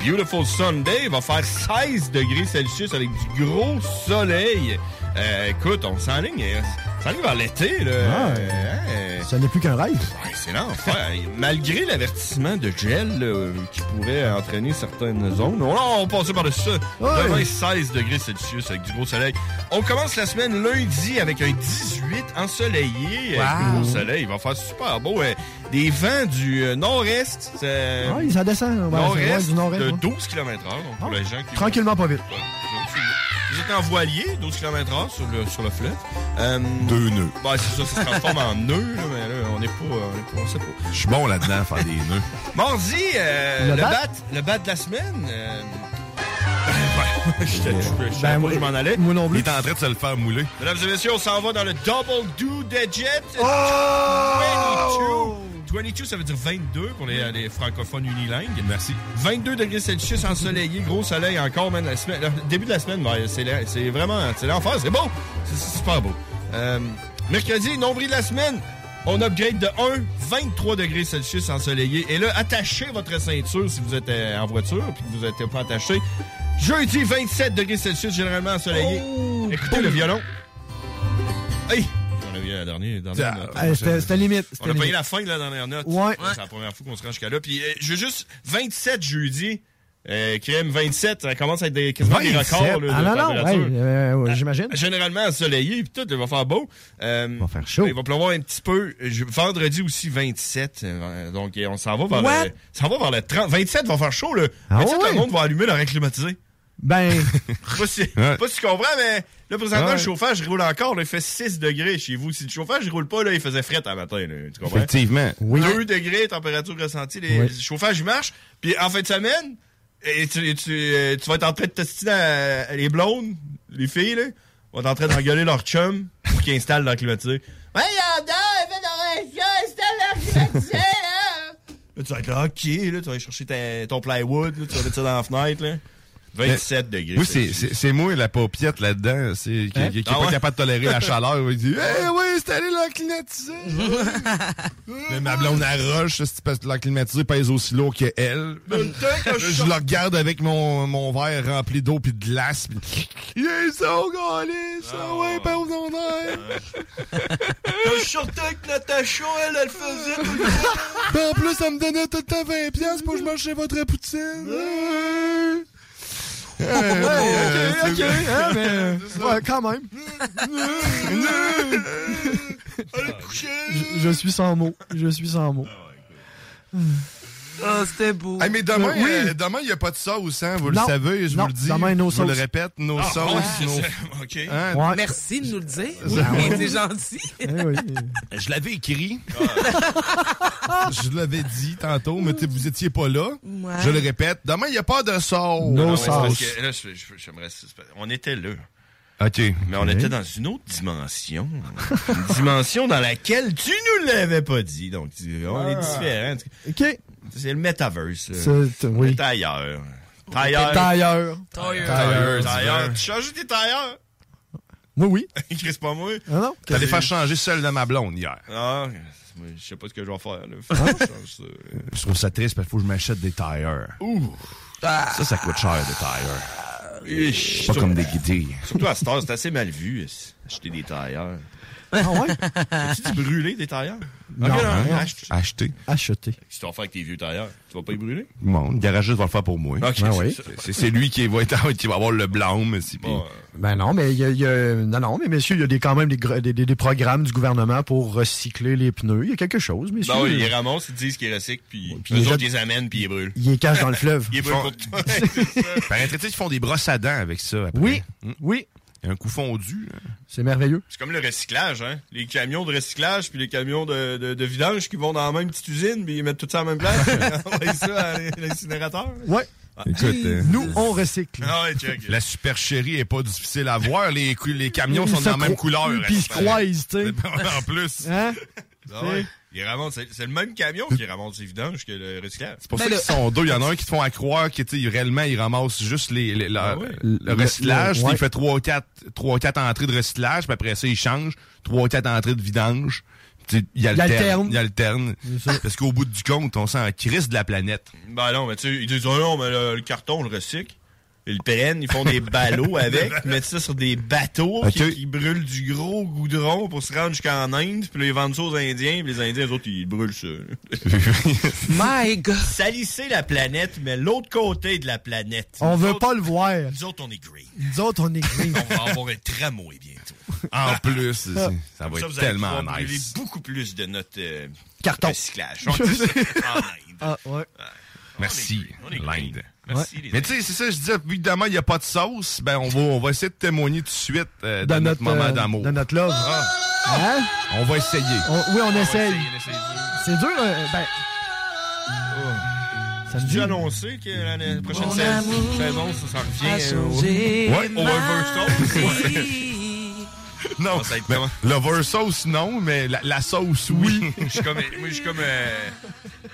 Beautiful Sunday va faire 16 degrés Celsius avec du gros soleil. Euh, écoute, on s'enligne, euh, on s'enligne vers l'été. là. Euh,
Ça n'est plus qu'un rêve.
ouais, c'est l'enfer. Malgré l'avertissement de gel là, qui pourrait entraîner certaines zones, on, on va passer par-dessus ça. Demain, 16 degrés Celsius avec du gros soleil. On commence la semaine lundi avec un 18 ensoleillé.
Wow.
Avec du gros soleil, il va faire super beau. euh, Des vents du euh, nord-est. c'est-
Ouais, ça descend. Ouais, c'est loin
nord-est
du nord-est.
de
ouais. Ah,
12 km h Donc, pour les gens qui...
Tranquillement, pas vite.
Vous êtes en voilier, 12 km h sur le, sur le fleuve. Euh,
Deux nœuds.
bah, c'est ça, ça se transforme en nœud, là, mais là, on n'est pas, euh, on est pas, on sait pas.
Je suis bon là-dedans à faire des nœuds.
Mardi, euh,
Le
le,
bat?
bat? le bat de la semaine. euh, ouais, je, je,
Ben,
je, je savais pas où je m'en allais.
Il est en train de se le faire mouler.
Mesdames et messieurs, on s'en va dans le double do de jet.
Oh!
22. 22, ça veut dire 22 pour les, les euh, francophones unilingues.
Merci.
22 degrés Celsius ensoleillé, gros soleil encore, man, la semaine, le début de la semaine, ben, c'est la- c'est vraiment, c'est l'enfer, c'est beau, c'est c'est super beau. Euh, mercredi, nombril de la semaine, on upgrade de 1, 23 degrés Celsius ensoleillé. Et là, attachez votre ceinture si vous êtes euh, en voiture, puis que vous n'êtes pas attaché. Jeudi, 27 degrés Celsius, généralement ensoleillé.
Oh!
Écoutez le violon. Hey! On a eu la dernière. dernière
Ah,
note.
euh, c'était- c'était limite, c'était
On a payé
limite.
la fin de la dernière note.
Ouais.
C'est la première fois qu'on se rend jusqu'à là. Puis, euh, je veux juste 27 jeudi. Euh, crème 27, ça commence à être des, quasiment des
27.
records là,
Ah
de
non, non,
température.
ouais, euh, ouais, j'imagine.
Généralement ensoleillé, puis tout, il va faire beau. il va faire chaud. Il va pleuvoir un petit peu. Je- vendredi aussi 27. euh, donc, euh, on s'en va vers
What?
le. Ça va vers le 30. 27 va faire chaud, là.
Ah
27,
ouais?
le monde va allumer leur air climatisée.
Ben,
Je sais pas si, je sais pas si tu comprends, mais là, présentement,
Ouais.
le chauffage roule encore. Là, il fait 6 degrés chez vous. Si le chauffage roule pas, là, il faisait fret à matin. Là, tu comprends?
Effectivement.
2 degrés, température ressentie, les-
Oui.
le chauffage il marche. Puis en fin de semaine, et tu, et tu- euh, tu vas être en train de tester les blondes, les filles, là, vont être en train d'engueuler leur chum pour qu'ils installent leur climatiseur. Ouais, Yanda, elle fait dans les chats, c'était leur climatiseur, hein! Là, tu vas être là, ok, là, tu vas aller chercher ta- ton plywood, là, tu vas mettre ça dans la fenêtre. Là. 27 degrés.
Oui, c'est- c'est c'est moi la paupiette là-dedans, c'est qui,
Hein?
qui, qui est
Ah
pas
ouais?
capable de tolérer la chaleur. Il dit Hey!
Eh
oui, c'est allé la climatisée.
Mais ma blonde arroche, c'est parce que la climatisée pèse aussi lourd que elle. Je la regarde avec mon, mon verre rempli d'eau puis de glace. puis-
Ils sont galés,
Ah,
ça,
ah
ouais, pas aux envers.
Je sortais avec Natacha, elle, elle faisait tout le
Ben, en plus, ça me donnait tout le temps 20 piastres pour que je mange chez votre poutine.
ok, ok, hein, mais, euh, ouais, quand même. Je, je suis sans mots. Je suis sans mots.
Ah, c'était beau. mais demain,
Oui.
euh, demain, il n'y a pas de sauce, hein. Vous
Non.
le savez, je
Non,
vous le dis.
demain, nos
je vous le
sauces.
répète, nos
Ah,
sauces,
ouais,
nos.
OK.
Hein?
Merci de nous le dire.
Oui,
Oui,
oui.
c'est gentil.
Eh
Je l'avais écrit. Ah. je l'avais dit tantôt, mais t'sais, vous étiez pas là.
Ouais.
Je le répète. Demain, il n'y a pas de sauce.
Oh, Non, mais c'est parce que là, je- je- j'aimerais- c'est parce- On était là.
OK.
Mais on était dans une autre dimension. une dimension dans laquelle tu nous l'avais pas dit. Donc, tu- on est différents.
OK.
C'est le metaverse. là.
C'est- oui.
C'est ailleurs.
Tailleur.
Tailleur. Tailleur.
Tailleur.
Tailleur. Tu changes tes tailleurs?
Oui, oui.
Chris, pas moi.
non.
T'allais faire changer celle de ma blonde hier.
Ah, moi, je sais pas ce que je vais faire. Là. Faut que je change ça.
Je trouve ça triste parce qu'il faut que je m'achète des tailleurs.
Ouh.
Ça, ça coûte cher, des tailleurs.
Ich,
Ah. Pas
sur-
comme des guides.
Surtout à cette heure, c'est assez mal vu, s- acheter des tailleurs.
Ah ouais?
Tu dis brûler des tailleurs?
Non,
Ok,
hein,
ach-
acheter.
Acheter.
Si tu vas faire avec tes vieux tailleurs, tu vas pas les brûler?
Bon, le garagiste va le faire pour moi.
Ok,
Ben
Ah oui.
C'est- C'est c'est lui qui va, être, qui va avoir le blâme. ici, puis-
Ben non, mais il y a, il y a- non, non, mais messieurs, il y a des, quand même des, gr- des, des- des programmes du gouvernement pour recycler les pneus. Il y a quelque chose, messieurs.
Non, ils les ramassent, ils disent qu'ils recyclent, puis
puis
les
ils
autres,
jettent-
ils les amènent, puis ils les brûlent.
Ils les cachent dans le fleuve.
Ils les brûlent pour toi.
Paraîtrait-il qu'ils font des brosses à dents avec ça. Après. Hmm?
Oui, oui.
Un coup fondu. hein. là.
C'est merveilleux.
C'est comme le recyclage, hein? Les camions de recyclage, puis les camions de, de, de vidange qui vont dans la même petite usine, puis ils mettent tout ça à la même place. On envoie ça à l'incinérateur.
Ouais.
Écoute, euh,
Nous, on recycle.
Ah ouais, check.
La supercherie est pas difficile à voir. Les, cou- les camions sont
Ils
de
se
la même
cro-
couleur.
Puis ils se
hein.
croisent, tu sais.
en plus.
Hein?
Ah ouais. Ils ramassent- c'est- c'est le même camion qui ramasse les vidanges que le recyclage.
Ben,
C'est pour ça qu'ils sont deux. Il y en a un qui te font à croire que, tu sais, réellement, ils ramassent juste les, les- la-
Ah
le recyclage.
le- ouais.
Il fait trois ou quatre, trois ou quatre entrées de recyclage, puis après ça, ils changent. Trois ou quatre entrées de vidange. Tu sais, Ils alternent.
alternent.
Ils alternent. Parce qu'au bout du compte, on sent un crise de la planète.
Ben non, mais tu sais, ils disent, oh non, mais le, le carton, on le recycle. Ils le prennent, ils font des ballots avec, ils mettent ça sur des bateaux
Ok.
qui, qui brûlent du gros goudron pour se rendre jusqu'en Inde, puis là, ils vendent ça aux Indiens, puis les Indiens, eux autres, ils brûlent ça.
My God!
Salissez la planète, mais l'autre côté de la planète.
On
Nous
veut
autres-
pas le voir.
Nous autres, on est green.
Nous autres, on est green.
On va avoir un tramway bientôt.
En plus, c'est-
Ah.
ça va
Comme
être
vous allez
tellement
pouvoir brûler
nice.
beaucoup plus de notre euh,
Carton.
recyclage. On dit ça. En Inde.
Ah, ouais.
Merci, l'Inde.
Merci, les
Mais tu sais, c'est ça, je dis, évidemment, il n'y a pas de sauce. Ben, on va, on va essayer de témoigner tout de suite euh, de
Dans notre,
notre, moment
euh,
d'amour. Ah.
dans notre love. Hein?
On va essayer.
On- oui, on essaye.
essayer, Ah, on essaye.
C'est dur, euh, ben. Ça me
J'ai
dit.
Oh. annoncé que la prochaine
Mon
saison,
amour
saison, ça s'en
a
revient.
changé
euh, au- ouais, au
ma
Riverstone.
Non, mais l'over sauce, non, mais la, la sauce, oui.
Je suis comme. Moi, je suis comme. euh,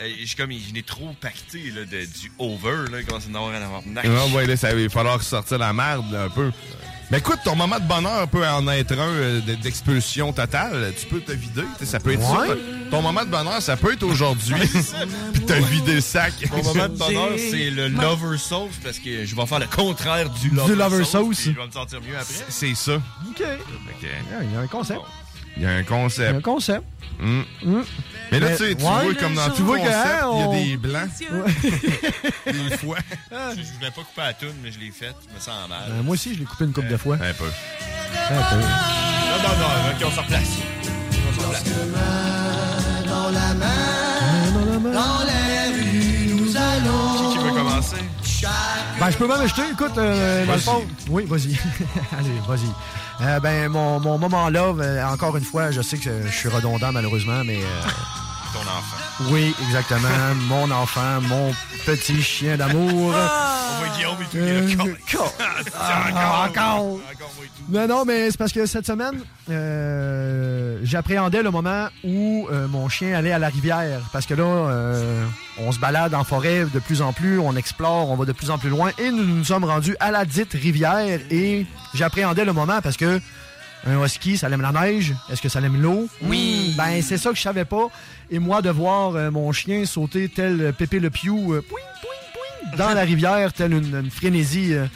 euh, je suis comme. Il est trop pacté là, de- du over. Là, il commence à en avoir un arnaque.
Ah ouais, là, ça va falloir sortir la merde là, un peu. Mais écoute, ton moment de bonheur peut en être un euh, d- d'expulsion totale. Tu peux te vider, tu sais, ça peut être ça.
Ouais.
Ton moment de bonheur, ça peut être aujourd'hui. Puis t'as vidé le sac.
Mon moment de bonheur, c'est le lover sauce parce que je vais faire le contraire du lover,
lover sauce.
puis Je vais me sentir mieux après.
C'est ça.
OK. Ah, Il y a un concept.
Il y a
Il y
un
a
concept.
un concept.
Mm.
Mm.
Mais là,
Mais-
tu, sais, tu
ouais.
vois, comme dans
Tu
tout
vois que,
concept,
hein,
il y a
on-
des blancs.
Une fois. Je, je voulais pas couper la toune, mais je l'ai faite. Je me sens mal.
Euh, moi aussi, je l'ai coupé une coupe de fois.
Un peu.
Un peu.
Le bonheur, ok, on se replace. On se replace.
Dans la main, dans les rues, nous allons.
Qui veut commencer?
Ben, je peux même acheter, écoute, euh, dans le
Vas-y.
fond. Oui, vas-y. Allez, vas-y. Euh, ben, mon, mon moment love, euh, encore une fois, je sais que je suis redondant malheureusement, mais euh,
Ton enfant.
oui, exactement. mon enfant, mon petit chien d'amour.
euh, On voit Guillaume et tout.
Euh,
il est là,
con.
Ah,
Ah,
encore.
encore. Non, non, mais c'est parce que cette semaine, euh, j'appréhendais le moment où euh, mon chien allait à la rivière. Parce que là, euh, on se balade en forêt de plus en plus, on explore, on va de plus en plus loin. Et nous nous sommes rendus à la dite rivière. Et j'appréhendais le moment parce que un husky, ça aime la neige. Est-ce que ça aime l'eau? Oui. Ben, c'est ça que je savais pas. Et moi, de voir euh, mon chien sauter tel euh, Pépé le Piou euh, pouing, pouing, pouing, dans la rivière, telle une, une frénésie euh,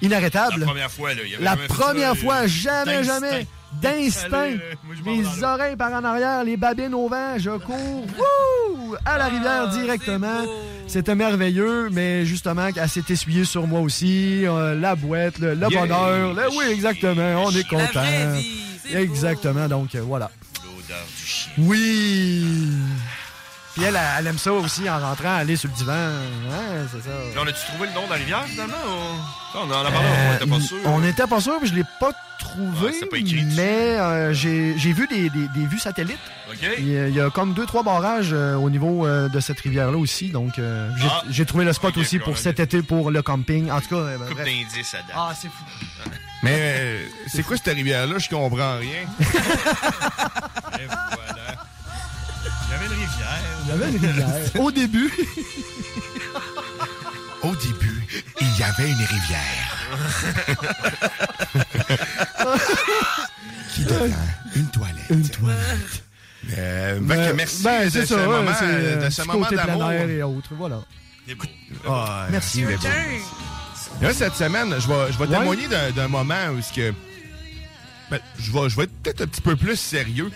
inarrêtable.
La première fois, là. il avait
La
jamais fait
première
ça,
fois,
euh,
jamais,
d'instinct.
jamais, d'instinct.
Allez, euh, moi, je m'en
Les
vais dans l'eau.
oreilles par en arrière, les babines au vent, je cours wouh, à la rivière
Ah,
directement. C'était merveilleux, mais justement, elle s'est essuyée sur moi aussi. euh, la boîte, le, le
Yeah.
bonheur. le- oui, exactement, on est content. Exactement, donc euh, voilà.
L'odeur du chien.
Oui. Puis elle, elle aime ça aussi en rentrant, aller sur le divan. hein, c'est ça.
Là, on a-tu trouvé le nom de la rivière, finalement? ou- Oh, Ah Euh, Non, on en a parlé, on était pas sûr.
Euh,
Ah,
On n'était pas sûr, puis je l'ai pas trouvé. mais euh, j'ai j'ai vu des, des- des vues satellites.
OK.
Il y a- il y a comme deux, trois barrages euh, au niveau euh, de cette rivière-là aussi. Donc, euh, j'ai-
Ah.
j'ai trouvé le spot
Ok,
aussi
puis on
pour
a
cet été pour le camping. En tout cas, euh, ben,
Coupe
bref.
d'indices à date.
Ah, c'est fou.
Mais euh, c'est quoi cette rivière-là? Je comprends rien.
Et voilà. Il y avait une rivière.
Il y avait une rivière. Au début.
Au début, il y avait une rivière. qui devient une toilette. Une toilette. Euh, ben, que merci
Ben,
de
c'est
ce
ça,
moment,
c'est, euh,
de ce
petit
moment
côté plein
d'amour.
air et autres, voilà.
Ah,
Merci.
c'est beau. Là, cette semaine, je vais, je vais témoigner d'un- d'un moment où ce que. ben, je, vais, je vais être peut-être un petit peu plus sérieux.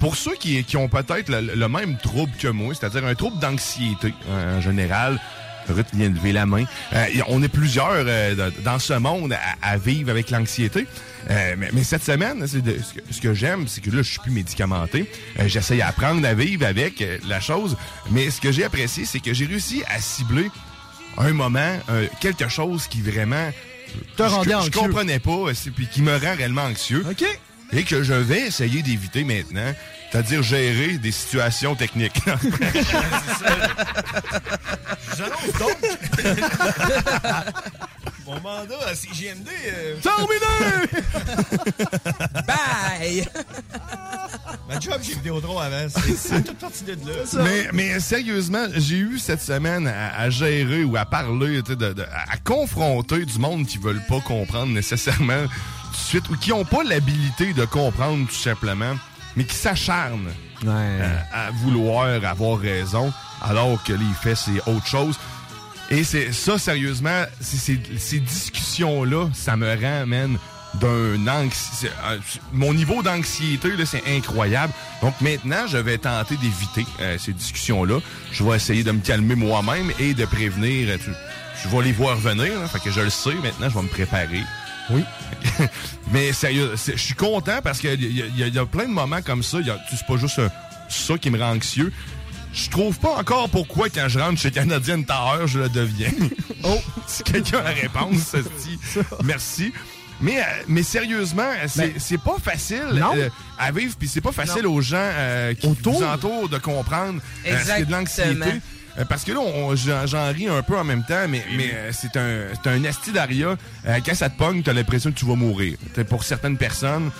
Pour ceux qui, qui ont peut-être le, le même trouble que moi, c'est-à-dire un trouble d'anxiété euh, en général, Ruth vient de lever la main. Euh, y- on est plusieurs euh, dans- dans ce monde à, à vivre avec l'anxiété. Euh, mais, mais cette semaine, c'est de- ce que, ce que j'aime, c'est que là, je suis plus médicamenté. Euh, J'essaie d'apprendre à vivre avec euh, la chose. Mais ce que j'ai apprécié, c'est que j'ai réussi à cibler un moment, euh, quelque chose qui vraiment
Te
je-
rendait
je,
anxieux.
comprenais pas, euh, c'est- puis qui me rend réellement anxieux. Et que je vais essayer d'éviter maintenant, c'est-à-dire gérer des situations techniques.
J'annonce donc mon mandat à CGMD. euh,
Bye!
Ma job, j'ai Vidéotron avant. C'est- C'est toute partie de là.
Mais, mais sérieusement, j'ai eu cette semaine à, à gérer ou à parler, tu sais, de- de- à, à confronter du monde qui veulent pas comprendre nécessairement tout de suite ou qui ont pas l'habilité de comprendre tout simplement, mais qui s'acharnent euh, à vouloir avoir raison, alors que les faits, c'est autre chose. Et c'est ça, sérieusement, c'est- c'est- ces discussions-là, ça me ramène d'un anxi... c'est- euh, Mon niveau d'anxiété, là, c'est incroyable. Donc maintenant, je vais tenter d'éviter euh, ces discussions-là. Je vais essayer de me calmer moi-même et de prévenir... euh, tu- Je vais les voir venir, là, fait que je le sais. Maintenant, je vais me préparer. Oui. Mais sérieux, c'est- je suis content parce qu'il y, a- y a- y a plein de moments comme ça. y a- C'est pas juste euh, ça qui me rend anxieux. Je trouve pas encore pourquoi quand je rentre chez Canadian Tower, je le deviens. Oh! si quelqu'un a la réponse, ceci, merci. Mais, euh, mais sérieusement, euh, c'est c'est pas facile
Non.
euh, à vivre, puis c'est pas facile aux gens euh, qui vous entourent de comprendre euh, ce qui est de l'anxiété.
Exactement.
Euh, Parce que là, on- j'en j'en ris un peu en même temps, mais, mais euh, c'est un, c'est un asti d'aria. Euh, quand ça te pogne, t'as l'impression que tu vas mourir. T'sais, pour certaines personnes,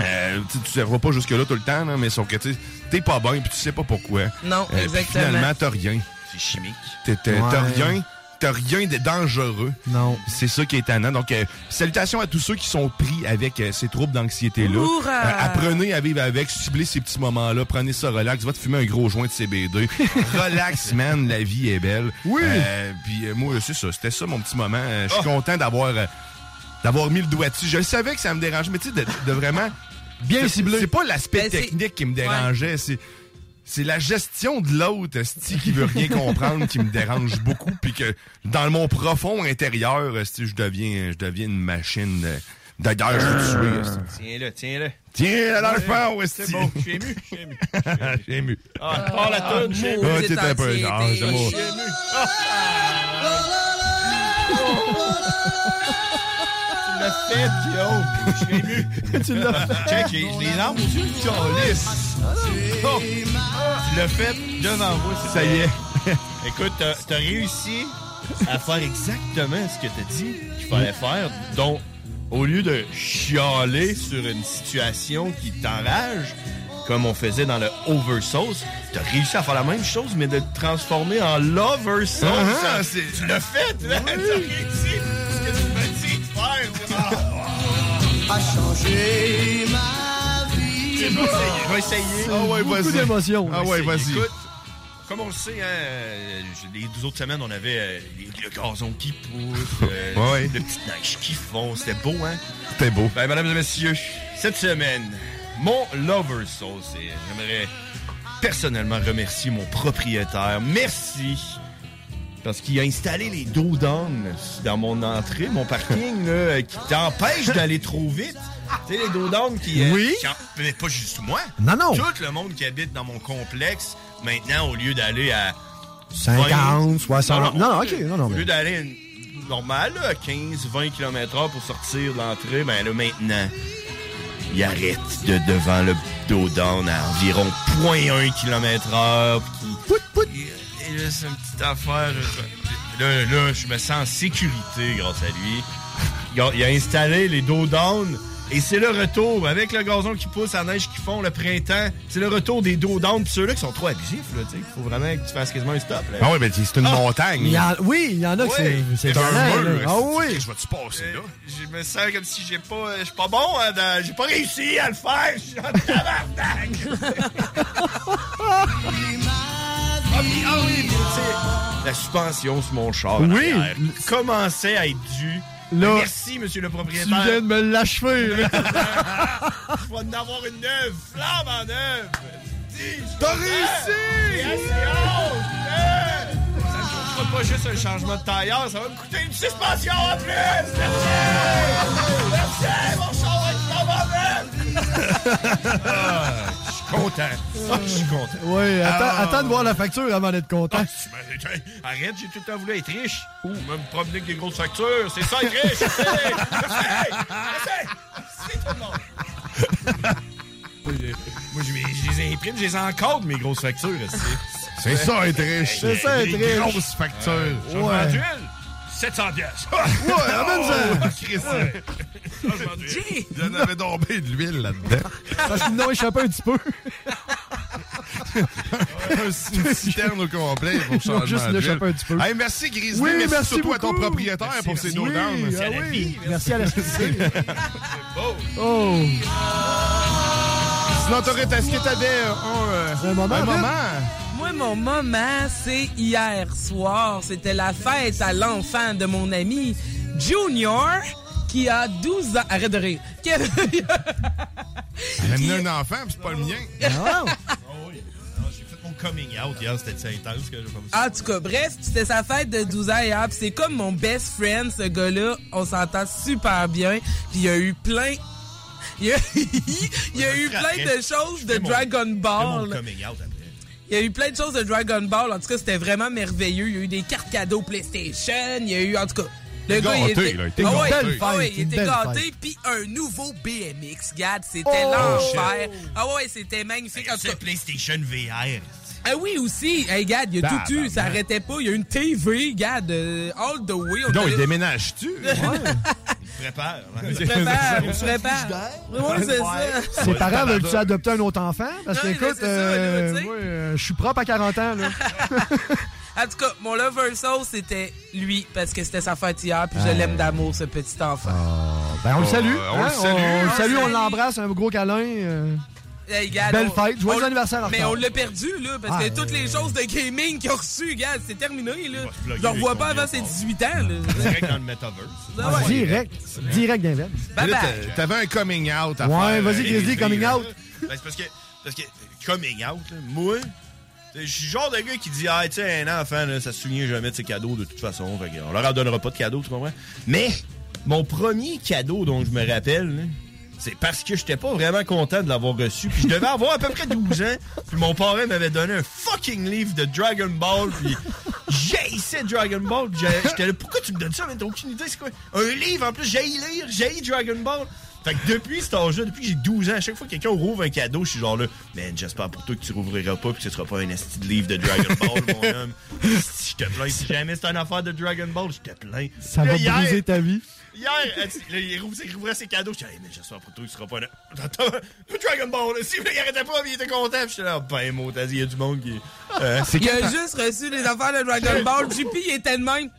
euh, tu sais, tu ne vas pas jusque-là tout le temps, là, mais sauf que tu sais, t'es pas bon puis tu sais pas pourquoi. Euh,
Non,
puis
exactement.
Finalement, t'as rien. C'est chimique. T'as t'as
Ouais.
rien. T'as rien de dangereux. Non. C'est ça qui est étonnant. Donc, euh, salutations à tous ceux qui sont pris avec euh, ces troubles d'anxiété-là. Euh,
Hourra!
apprenez à vivre avec, ciblez ces petits moments-là, prenez ça relax, va te fumer un gros joint de CBD. relax, man, la vie est belle. Oui. puis euh, moi, c'est ça, c'était ça mon petit moment. Euh, Je suis content d'avoir euh, d'avoir mis le doigt dessus. Je le savais que ça me dérangeait, mais tu sais, de, de vraiment... Bien ciblé. Ben, C'est pas l'aspect technique qui me dérangeait, c'est... C'est la gestion de l'autre, esti, qui veut rien comprendre, qui me dérange beaucoup, puis que dans mon profond intérieur, esti, je deviens, je deviens une machine de, de guerre, je vais te tuer, esti.
Euh, Tiens-le, tiens-le.
Tiens, là, dans le
Ouais,
fond,
C'est
esti.
bon, je suis ému, je suis ému.
Euh. J'ai ému.
Ah, oh, la
Ah,
toune, je suis ému.
maudite Ah, t'es un peu anxiété. genre, c'est
Je
moi.
suis ému. Tu l'as fait, Guillaume. Je suis ému. tu l'as fait. Check, j'ai j'ai les larmes. Calisse.
Ah,
Oh. Tu l'as fait devant moi. c'est
Ça y est.
Écoute, t'as t'as réussi à faire exactement ce que t'as dit qu'il fallait faire, dont au lieu de chialer sur une situation qui t'enrage, comme on faisait dans le oversauce, t'as réussi à faire la même chose, mais de te transformer en lover sauce.
Ah, ah, c'est-
tu l'as fait, là, t'as réussi. Ce que tu m'as dit de faire,
A changé ma vie.
C'est bon, essayer. va essayer.
Ah ouais, Beaucoup vas-y. d'émotions.
On va
Ah ouais,
essayer.
vas-y.
Écoute, comme on le sait, hein, euh, les deux autres semaines, on avait euh, les- le gazon qui pousse, euh,
Ouais.
le petit neige qui fond. C'était beau, hein?
C'était beau.
Ben, mesdames et messieurs, cette semaine, mon Lover Soul, c'est- j'aimerais personnellement remercier mon propriétaire. Merci! Parce qu'il a installé les dos d'âne dans mon entrée, mon parking, là, euh, qui t'empêche d'aller trop vite. Tu sais, les dos d'âne qui. euh,
Oui.
qui en- mais pas juste moi.
Non, non.
Tout le monde qui habite dans mon complexe, maintenant, au lieu d'aller à.
50, 60. Non,
Non, non,
non, ok. Non, non,
Au lieu
mais.
d'aller à une- normal, là, à 15, 20 km h pour sortir de l'entrée, ben là, maintenant, il arrête de devant le dos d'âne à environ 0.1 km h Et là, c'est une petite affaire. Là, là, je me sens en sécurité grâce à lui. Il a, il a installé les dos down. Et c'est le retour, avec le gazon qui pousse, la neige qui fond, le printemps, c'est le retour des dos down. Puis ceux-là qui sont trop abusifs, là, tu sais, il faut vraiment que tu fasses quasiment un stop. Là.
Ah ouais, ben c'est une montagne.
Il y en- oui, il y en a qui c'est- c'est un mur. Ah oui.
Je vais-tu passer là?
Euh, Je me sens comme si j'ai pas. Je suis pas bon, hein, dans- j'ai pas réussi à le faire. Je suis en tabarnak. Ah, puis- ah oui, puis, tu sais, la suspension sur mon char.
Oui.
en arrière Commençait à être due.
Là,
Merci, monsieur le
Tu
propriétaire.
viens de me l'achever. là.
Je vais en avoir une neuve, flamme en neuve.
T'as réussi!
Yes, yo! Hey! Ça ne coûtera pas juste un changement de tailleur, ça va me coûter une suspension en plus! Merci! Merci! Mon char va être flamme en neuve! Ah, Je suis content. Ah, je suis content.
Oui, attends,
Ah.
attends de voir la facture avant d'être content.
Ben, Arrête, j'ai tout le temps voulu être riche. Ou même me promener avec des grosses factures. C'est ça, être riche. Essaye! Essaye! Essaye, tout le monde. Moi, je- Moi, je, les- je les ai imprimes, je les ai encore de mes grosses factures.
C'est ça, être riche. C'est ça, être riche. Grosses factures.
Je
Ouais.
700 pièces.
Ouais, Ah, amène ça.
Ouais.
Il y en avait tombé de l'huile là-dedans.
Parce qu'ils nous ont échappé un petit peu.
Une citerne au complet pour
Ils ont
changer
juste
d'huile.
l'échappé un petit peu.
Hey, merci Grizzly,
Oui,
merci,
merci
surtout à ton
beaucoup.
propriétaire
Merci,
pour ces
merci.
dos
Oui,
downs.
ah oui. Merci à la société.
beau.
Oh.
Sinon, t'aurais est-ce que t'avais un, euh, un moment?
Moi, mon moment, c'est hier soir. C'était la fête à l'enfant de mon ami Junior, qui a 12 ans. Arrête de rire. Qui a-
J'ai un enfant, puis c'est pas le mien.
J'ai fait mon coming out hier, c'était si intense que je vais pas me
En tout cas, bref, c'était sa fête de 12 ans hier, puis c'est comme mon best friend, ce gars-là. On s'entend super bien. Puis il y a eu plein... Il y a, il y a eu plein de choses de Dragon
Mon
Ball.
coming out après.
Il y a eu plein de choses de Dragon Ball. En tout cas, c'était vraiment merveilleux. Il y a eu des cartes cadeaux PlayStation. Il y a eu, en tout cas, le
Il
gars, il
gâté,
était,
là, il était
Ah
gâté.
ouais,
Belle
ah ouais,
fête,
il
une
était
belle
gâté.
fête.
Puis un nouveau BMX, Gad, c'était
Oh!
l'enfer. Ah ouais, c'était magnifique. En tout cas,
PlayStation VR.
ah oui, aussi. Hey, Gad, il y a
Tabarnak.
tout eu. Ça arrêtait pas. Il y a une TV, Gad, euh, all the way. On
Non,
était-
il déménage-tu?
Prépare. hein.
Je prépare, je prépare. Oui, c'est ça.
Ses parents veulent-tu adopter un autre enfant? Parce que,
Non, mais
écoute,
c'est ça,
euh,
là, tu sais.
moi, euh, je suis propre à 40 ans. Là.
En tout cas, mon lover soul, c'était lui, parce que c'était sa fête hier, puis
Ah.
je l'aime d'amour, ce petit enfant.
Ben, on le salue.
Ah,
Oh, on le
hein,
salue.
On,
On
le
le
salue, on
salue.
l'embrasse, un gros câlin. euh.
Hey, gars,
Belle
on-
fête. Joyeux
on-
anniversaire,
Mais
Arthur.
on l'a perdu, là, parce que
Ah,
toutes les choses de gaming qu'ils ont reçues, gars, c'est terminé, là. Je
plugger
le revois
les
pas avant ses 18 ans, là.
Direct dans le metaverse.
Ah
Ah,
ouais.
Direct. Direct d'un
Bye
Là,
bye.
t'a- T'avais un coming out à
Ouais, vas-y,
faire. euh,
Grizzly,
Grizzly,
coming
là.
out.
Ben, c'est parce que, parce que, coming out, là, moi, je suis le genre de gars qui dit, ah, tu sais, un enfant, là, ça se souvient jamais de ses cadeaux de toute façon. Fait que on leur en donnera pas de cadeaux, tu comprends? Mais, mon premier cadeau dont je me rappelle, là, c'est parce que j'étais pas vraiment content de l'avoir reçu. Puis je devais avoir à peu près 12 ans. Puis mon parrain m'avait donné un fucking livre de Dragon Ball. Puis j'haïssais Dragon Ball. puis j'avais- J'étais là, pourquoi tu me donnes ça? Mais t'as aucune idée, c'est quoi? Un livre, en plus, j'ai lire, j'ai Dragon Ball. Fait que depuis cet âge-là, depuis que j'ai 12 ans, à chaque fois que quelqu'un rouvre un cadeau, je suis genre là, man, j'espère pour toi que tu rouvriras pas puis que ce sera pas un esti de livre de Dragon Ball, mon homme. Si je te plains, si jamais c'est une affaire de Dragon Ball, je te plains.
Ça
Puis
va
là, hier,
briser ta vie.
Hier, euh, là, il rouvrait, il rouvrait ses cadeaux. Je disais, hey, mais j'espère pour toi que tu seras pas là. Attends, Dragon Ball, là, si vous arrêtait pas, il était content. Puis j'étais là, ben, mot, t'as dit, il y a du monde qui. Euh,
il a juste reçu les affaires de Dragon Ball. JP, il était de même.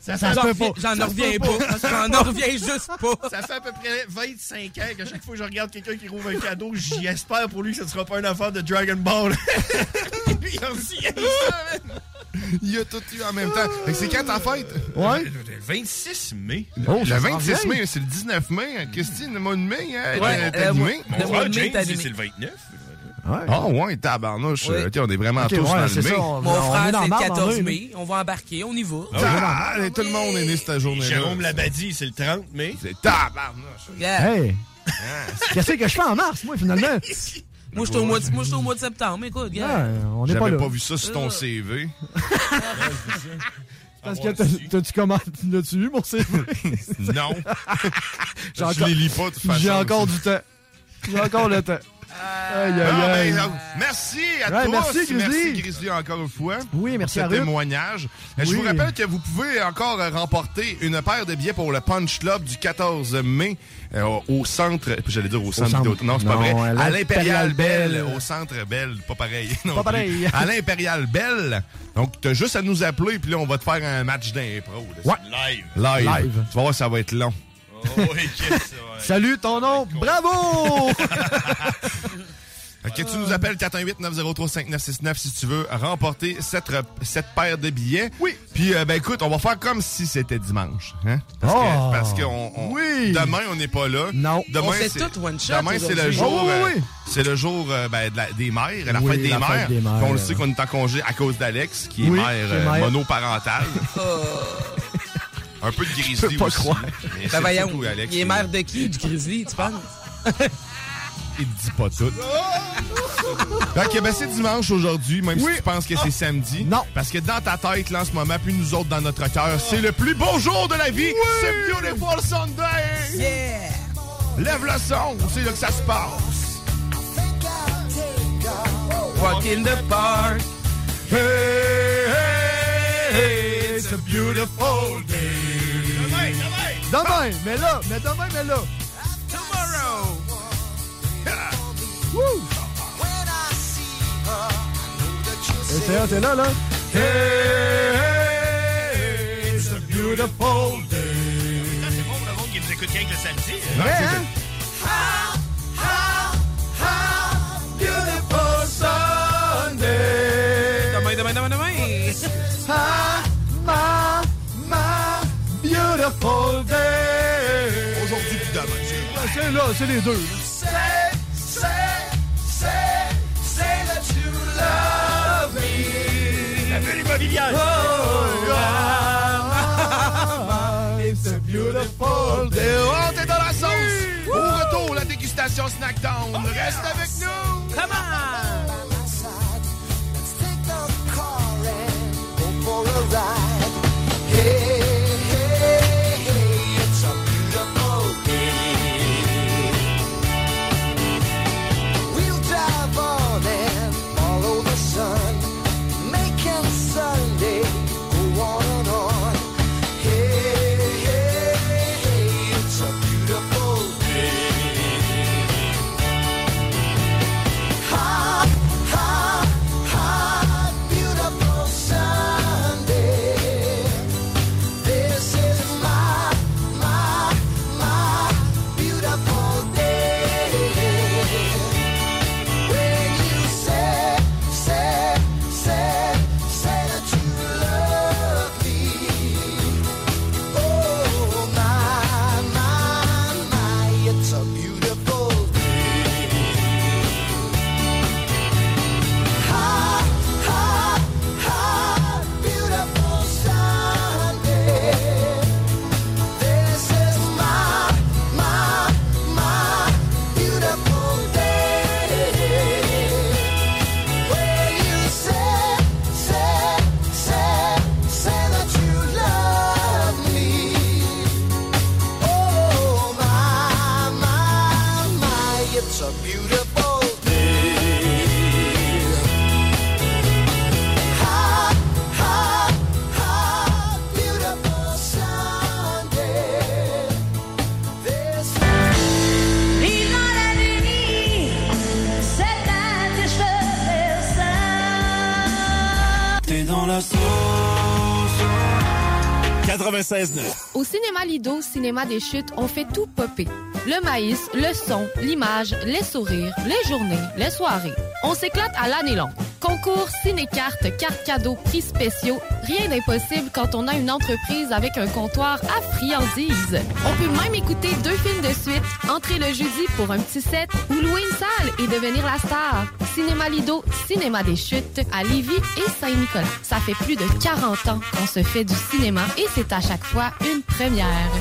Ça, ça
J'en
se peut
reviens-
pas.
J'en
Ça se
reviens
peut
pas.
pas. Ça se peut
J'en
pas.
reviens juste pas.
Ça fait à peu près 25 ans que chaque fois que je regarde quelqu'un qui rouvre un cadeau, j'espère pour lui que ce ne sera pas une affaire de Dragon Ball. Lui, il a aussi aimé ça, man.
Il y a tout eu en même temps. Fait que c'est quand ta fête?
Ouais.
Le 26 mai.
Oh, le 26 mai, c'est le 19 mai. Christine, le mois de mai, hein,
Ouais,
t'as
euh,
animé.
moi- le mois de mai, t'as animé. C'est le 29.
Ah ouais, tabarnouche.
Ouais.
euh, tiens, on est vraiment
Ok,
tous
ouais,
dans
c'est
le mai.
ça, on-
Mon frère, c'est le
marde,
14
en mai,
mai. On va embarquer, on y va.
Ah, allez, tout le monde est né cette journée-là.
Jérôme Labadie, c'est le 30 mai.
C'est tabarnouche.
Yeah.
Hey. Qu'est-ce que je fais en mars, moi, finalement?
Moi, je suis au mois de- moi, je suis au mois de septembre. Écoute, gars. Euh.
Ouais, on est
J'avais
pas
pas,
là.
vu ça sur ton CV.
Parce que t'as- t'as-tu comment? L'as-tu eu, mon CV?
Non.
J'ai
Je les lis pas, de toute façon.
J'ai encore du temps. J'ai encore le temps. Aïe, aïe,
Ah,
aïe.
ben, merci à
Ouais,
tous.
merci, Grizzly.
Grizzly, encore une fois.
Oui, merci
pour
à
ce
Ruth.
témoignage. Euh, Je
Oui.
vous rappelle que vous pouvez encore euh, remporter une paire de billets pour le Punch Club du 14 mai euh, au centre. J'allais dire au centre.
centre.
vidéo- Non, c'est pas
Non,
vrai.
à
À l'Impérial
l'Impérial
Belle.
Bell.
Au centre Belle. Pas pareil. non
Pas
plus.
pareil.
À l'Impérial Belle. Donc, t'as juste à nous appeler, puis là, on va te faire un match d'impro. là.
Live.
Live.
Live.
Tu vas voir, ça va être long.
Oh, oui, qu'est-ce que ça va être.
Salut ton nom, bravo!
Fait Fait que tu nous appelles 418-903-5969 si tu veux remporter cette, rep- cette paire de billets. Oui. Puis, euh, ben écoute, on va faire comme si c'était dimanche. Hein? Parce
Oh.
que parce qu'on- on- demain, on n'est pas là. Non. Demain,
On fait
c'est-
tout one shot
Demain, c'est le
aujourd'hui.
jour,
Oh, oui,
euh,
oui.
c'est le jour euh, ben, de la- des mères, la,
Oui,
fête, des
la fête
mères.
des mères,
Puis On le
euh.
sait qu'on est en congé à cause d'Alex, qui est
Oui,
mère,
qui est
euh,
mère.
monoparentale.
Oh.
Un peu de grizzly
peux pas
aussi.
croire.
Mais
Ben
c'est
voyons,
surtout Alex.
il est maire de qui, du Grizzly, tu penses?
Il dit pas tout. Fait que ben, c'est dimanche aujourd'hui, même si tu penses que c'est samedi. Ah! Non. Ah! Parce que dans ta tête, là, en ce moment, puis nous autres dans notre cœur, c'est le plus beau jour de la vie. C'est Beautiful Sunday. Lève le son, c'est là que ça se passe.
Walk in the park.
Hey, hey, hey, it's a beautiful day.
Demain, mais là, mais demain, mais là.
Tomorrow.
Woo! Et c'est t'es là, là?
Hey, hey, it's a beautiful day. C'est bon le monde qui nous écoute rien que le samedi.
Ouais,
hein?
Beautiful Sunday. Demain, demain, demain, demain.
Ma, ma, beautiful day. Aujourd'hui puis demain.
C'est là, c'est les deux.
Say, say, say, say that you love me. La bulle immobilière. Oh, ah, ah, it's a beautiful day. Oh, t'es dans la sauce. Au retour, la dégustation snack down. Reste avec nous. Come
We'll drive on and follow the sun, making Sunday go on and on. Hey, hey, hey, it's a beautiful day. Hot, hot, hot, beautiful Sunday. This is my, my, my beautiful day. When you say, say, say, say that you love me, oh my, my, my, it's a beautiful day. Hot, hot, hot, beautiful Sunday. This is my, my, my beautiful day. When you say, say, say, say that you love me. Oh my, my, my, it's a beautiful day. Hot, hot, hot, beautiful Sunday. Viva la nuit, c'est un des cheveux
T'es dans la sauce. 96.9.
Au cinéma Lido, cinéma des chutes, on fait tout popper. Le maïs, le son, l'image, les sourires, les journées, les soirées. On s'éclate à l'année longue. Concours, ciné-cartes, cartes cadeaux, prix spéciaux, rien d'impossible quand on a une entreprise avec un comptoir à friandises. On peut même écouter deux films de suite, entrer le jeudi pour un petit set ou louer une salle et devenir la star. Cinéma Lido, cinéma des chutes à Lévis et Saint-Nicolas. Ça fait plus de 40 ans qu'on se fait du cinéma et c'est à chaque fois une première.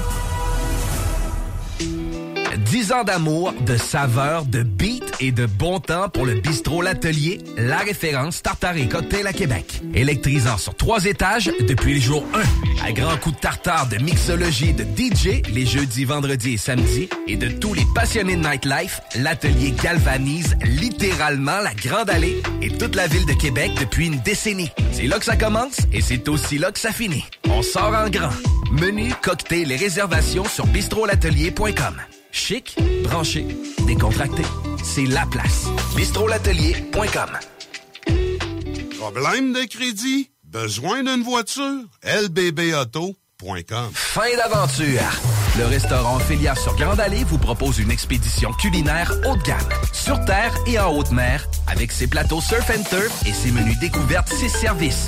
10 ans d'amour, de saveur, de beat et de bon temps pour le bistrot L'Atelier, la référence tartare et cocktail à Québec. Électrisant sur trois étages depuis le jour 1. À grands coups de tartare, de mixologie, de DJ les jeudis, vendredis et samedis et de tous les passionnés de nightlife, L'Atelier galvanise littéralement la Grande Allée et toute la ville de Québec depuis une décennie. C'est là que ça commence et c'est aussi là que ça finit. On sort en grand. Menu, cocktail et réservations sur bistrolatelier.com. Chic, branché, décontracté. C'est la place. Bistrolatelier.com.
Problème de crédit? Besoin d'une voiture? LBBauto.com.
Fin d'aventure. Le restaurant Félia sur Grande Allée vous propose une expédition culinaire haut de gamme, sur terre et en haute mer, avec ses plateaux surf and turf et ses menus découvertes, ses services.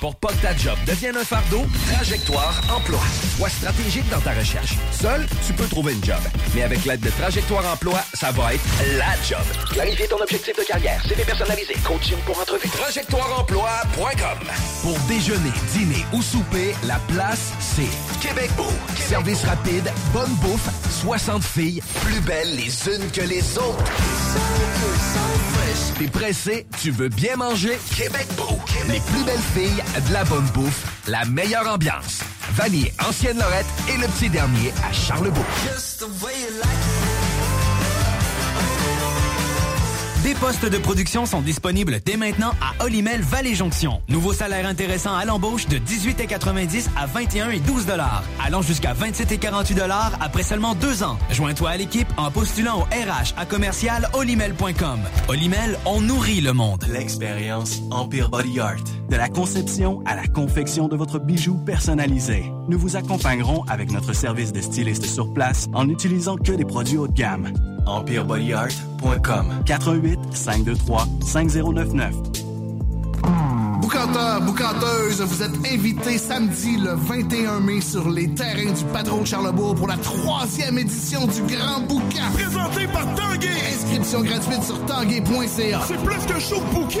Pour pas que ta job devienne un fardeau, Trajectoire Emploi. Sois stratégique dans ta recherche. Seul, tu peux trouver une job. Mais avec l'aide de Trajectoire Emploi, ça va être la job. Clarifier ton objectif de carrière, CV personnalisé, coaching pour entrevue. TrajectoireEmploi.com Pour déjeuner, dîner ou souper, la place, c'est Québec Beau. Service rapide, bonne bouffe, 60 filles, plus belles les unes que les autres. T'es pressé, tu veux bien manger? Québec Beau. Les plus belles filles, de la bonne bouffe, la meilleure ambiance. Vanier, Ancienne Lorette et le petit dernier à Charlebourg.
Des postes de production sont disponibles dès maintenant à Olimel Valley Jonction. Nouveau salaire intéressant à l'embauche de 18,90 à 21 et 12 dollars, allant jusqu'à 27 et 48 dollars après seulement deux ans. Joins-toi à l'équipe en postulant au RH à commercial olimel.com. Olimel, on nourrit le monde.
L'expérience Empire Body Art. De la conception à la confection de votre bijou personnalisé. Nous vous accompagnerons avec notre service de styliste sur place en n'utilisant que des produits haut de gamme. EmpireBodyArt.com 418 523 5099
Boucanteur, boucanteuse, vous êtes invité samedi le 21 mai sur les terrains du patron de Charlebourg pour la troisième édition du Grand Boucan. Présenté par Tanguay. Inscription gratuite sur tanguay.ca. C'est plus qu'un show bouquet.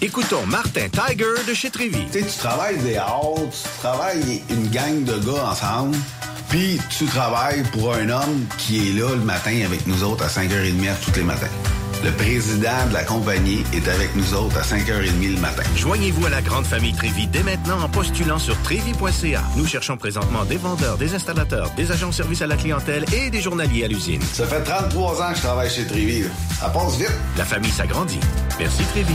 Écoutons Martin Tiger de chez Trévy. Tu sais, tu travailles des heures, tu travailles une gang de gars ensemble, puis tu travailles pour un homme qui est là le matin avec nous autres à 5h30 à tous les matins. Le président de la compagnie est avec nous autres à 5h30 le matin.
Joignez-vous à la grande famille Trévi dès maintenant en postulant sur trévi.ca. Nous cherchons présentement des vendeurs, des installateurs, des agents de service à la clientèle et des journaliers à l'usine.
Ça fait 33 ans que je travaille chez Trévi. là. Ça passe vite.
La famille s'agrandit. Merci Trévi.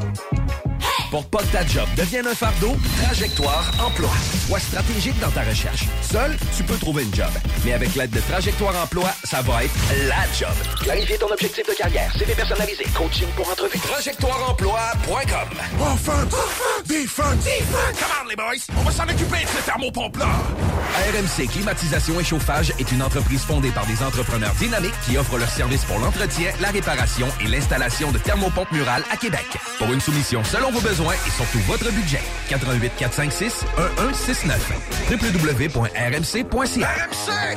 Pour pas que ta job devienne un fardeau, Trajectoire Emploi. Sois stratégique dans ta recherche. Seul, tu peux trouver une job. Mais avec l'aide de Trajectoire Emploi, ça va être la job. Clarifier ton objectif de carrière, CV personnalisé, coaching pour entrevue. TrajectoireEmploi.com
Enfin! Enfin! Des fun! Des fun! Come on, les boys! On va s'en occuper de ce thermopompe-là!
RMC Climatisation et Chauffage est une entreprise fondée par des entrepreneurs dynamiques qui offrent leurs services pour l'entretien, la réparation et l'installation de thermopompes murales à Québec. Pour une soumission selon vos besoins et surtout votre budget, 88 456 1169 www.rmc.ca
RMC!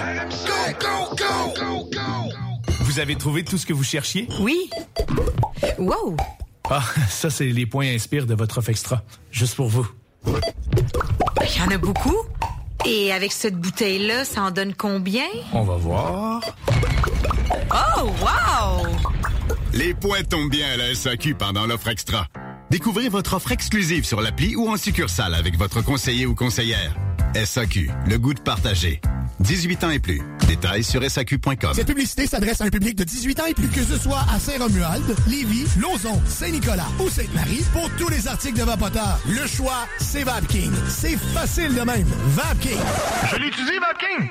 Go, go, go!
Vous avez trouvé tout ce que vous cherchiez?
Oui. Wow!
Ah, ça, c'est les points inspire de votre offre extra. Juste pour vous.
Ben, Il y en a beaucoup. Et avec cette bouteille-là, ça en donne combien?
On va voir.
Oh, wow!
Les points tombent bien à la SAQ pendant l'offre extra. Découvrez votre offre exclusive sur l'appli ou en succursale avec votre conseiller ou conseillère. SAQ, le goût de partager. 18 ans et plus. Détails sur SAQ.com.
Cette publicité s'adresse à un public de 18 ans et plus, que ce soit à Saint-Romuald, Lévis, Lauson, Saint-Nicolas ou Sainte-Marie, pour tous les articles de Vapoteur. Le choix, c'est VapKing. C'est facile de même. VapKing. Je l'utilise, VapKing!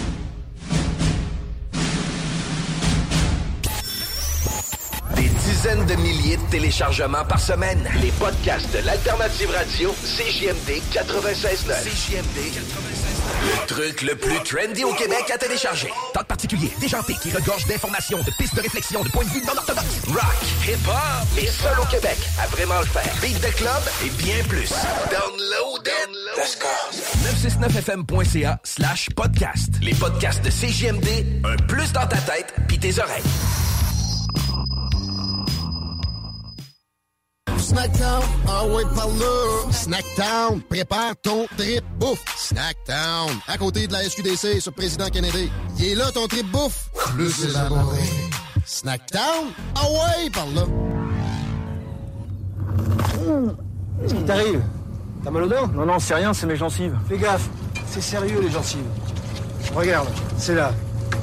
Des dizaines de milliers de téléchargements par semaine. Les podcasts de l'Alternative Radio, CJMD 96.9. CJMD 96.9. Le truc le plus trendy au Québec à télécharger. Tant de particuliers, déjantés qui regorgent d'informations, de pistes de réflexion, de points de vue non orthodoxes. Rock, hip-hop, les seuls au Québec à vraiment le faire. Beat the club et bien plus. Download it. Let's go. 969fm.ca slash podcast. Les podcasts de CJMD, un plus dans ta tête puis tes oreilles.
Snackdown, ah ouais, par là. Snackdown, prépare ton trip bouffe. Snackdown, à côté de la SQDC sur Président Kennedy. Il est là ton trip bouffe. Plus élaboré. Snackdown, ah ouais, par là.
Qu'est-ce qui t'arrive T'as mal au dos Non, non, c'est rien, c'est mes gencives. Fais gaffe, c'est sérieux les gencives. Regarde, c'est là,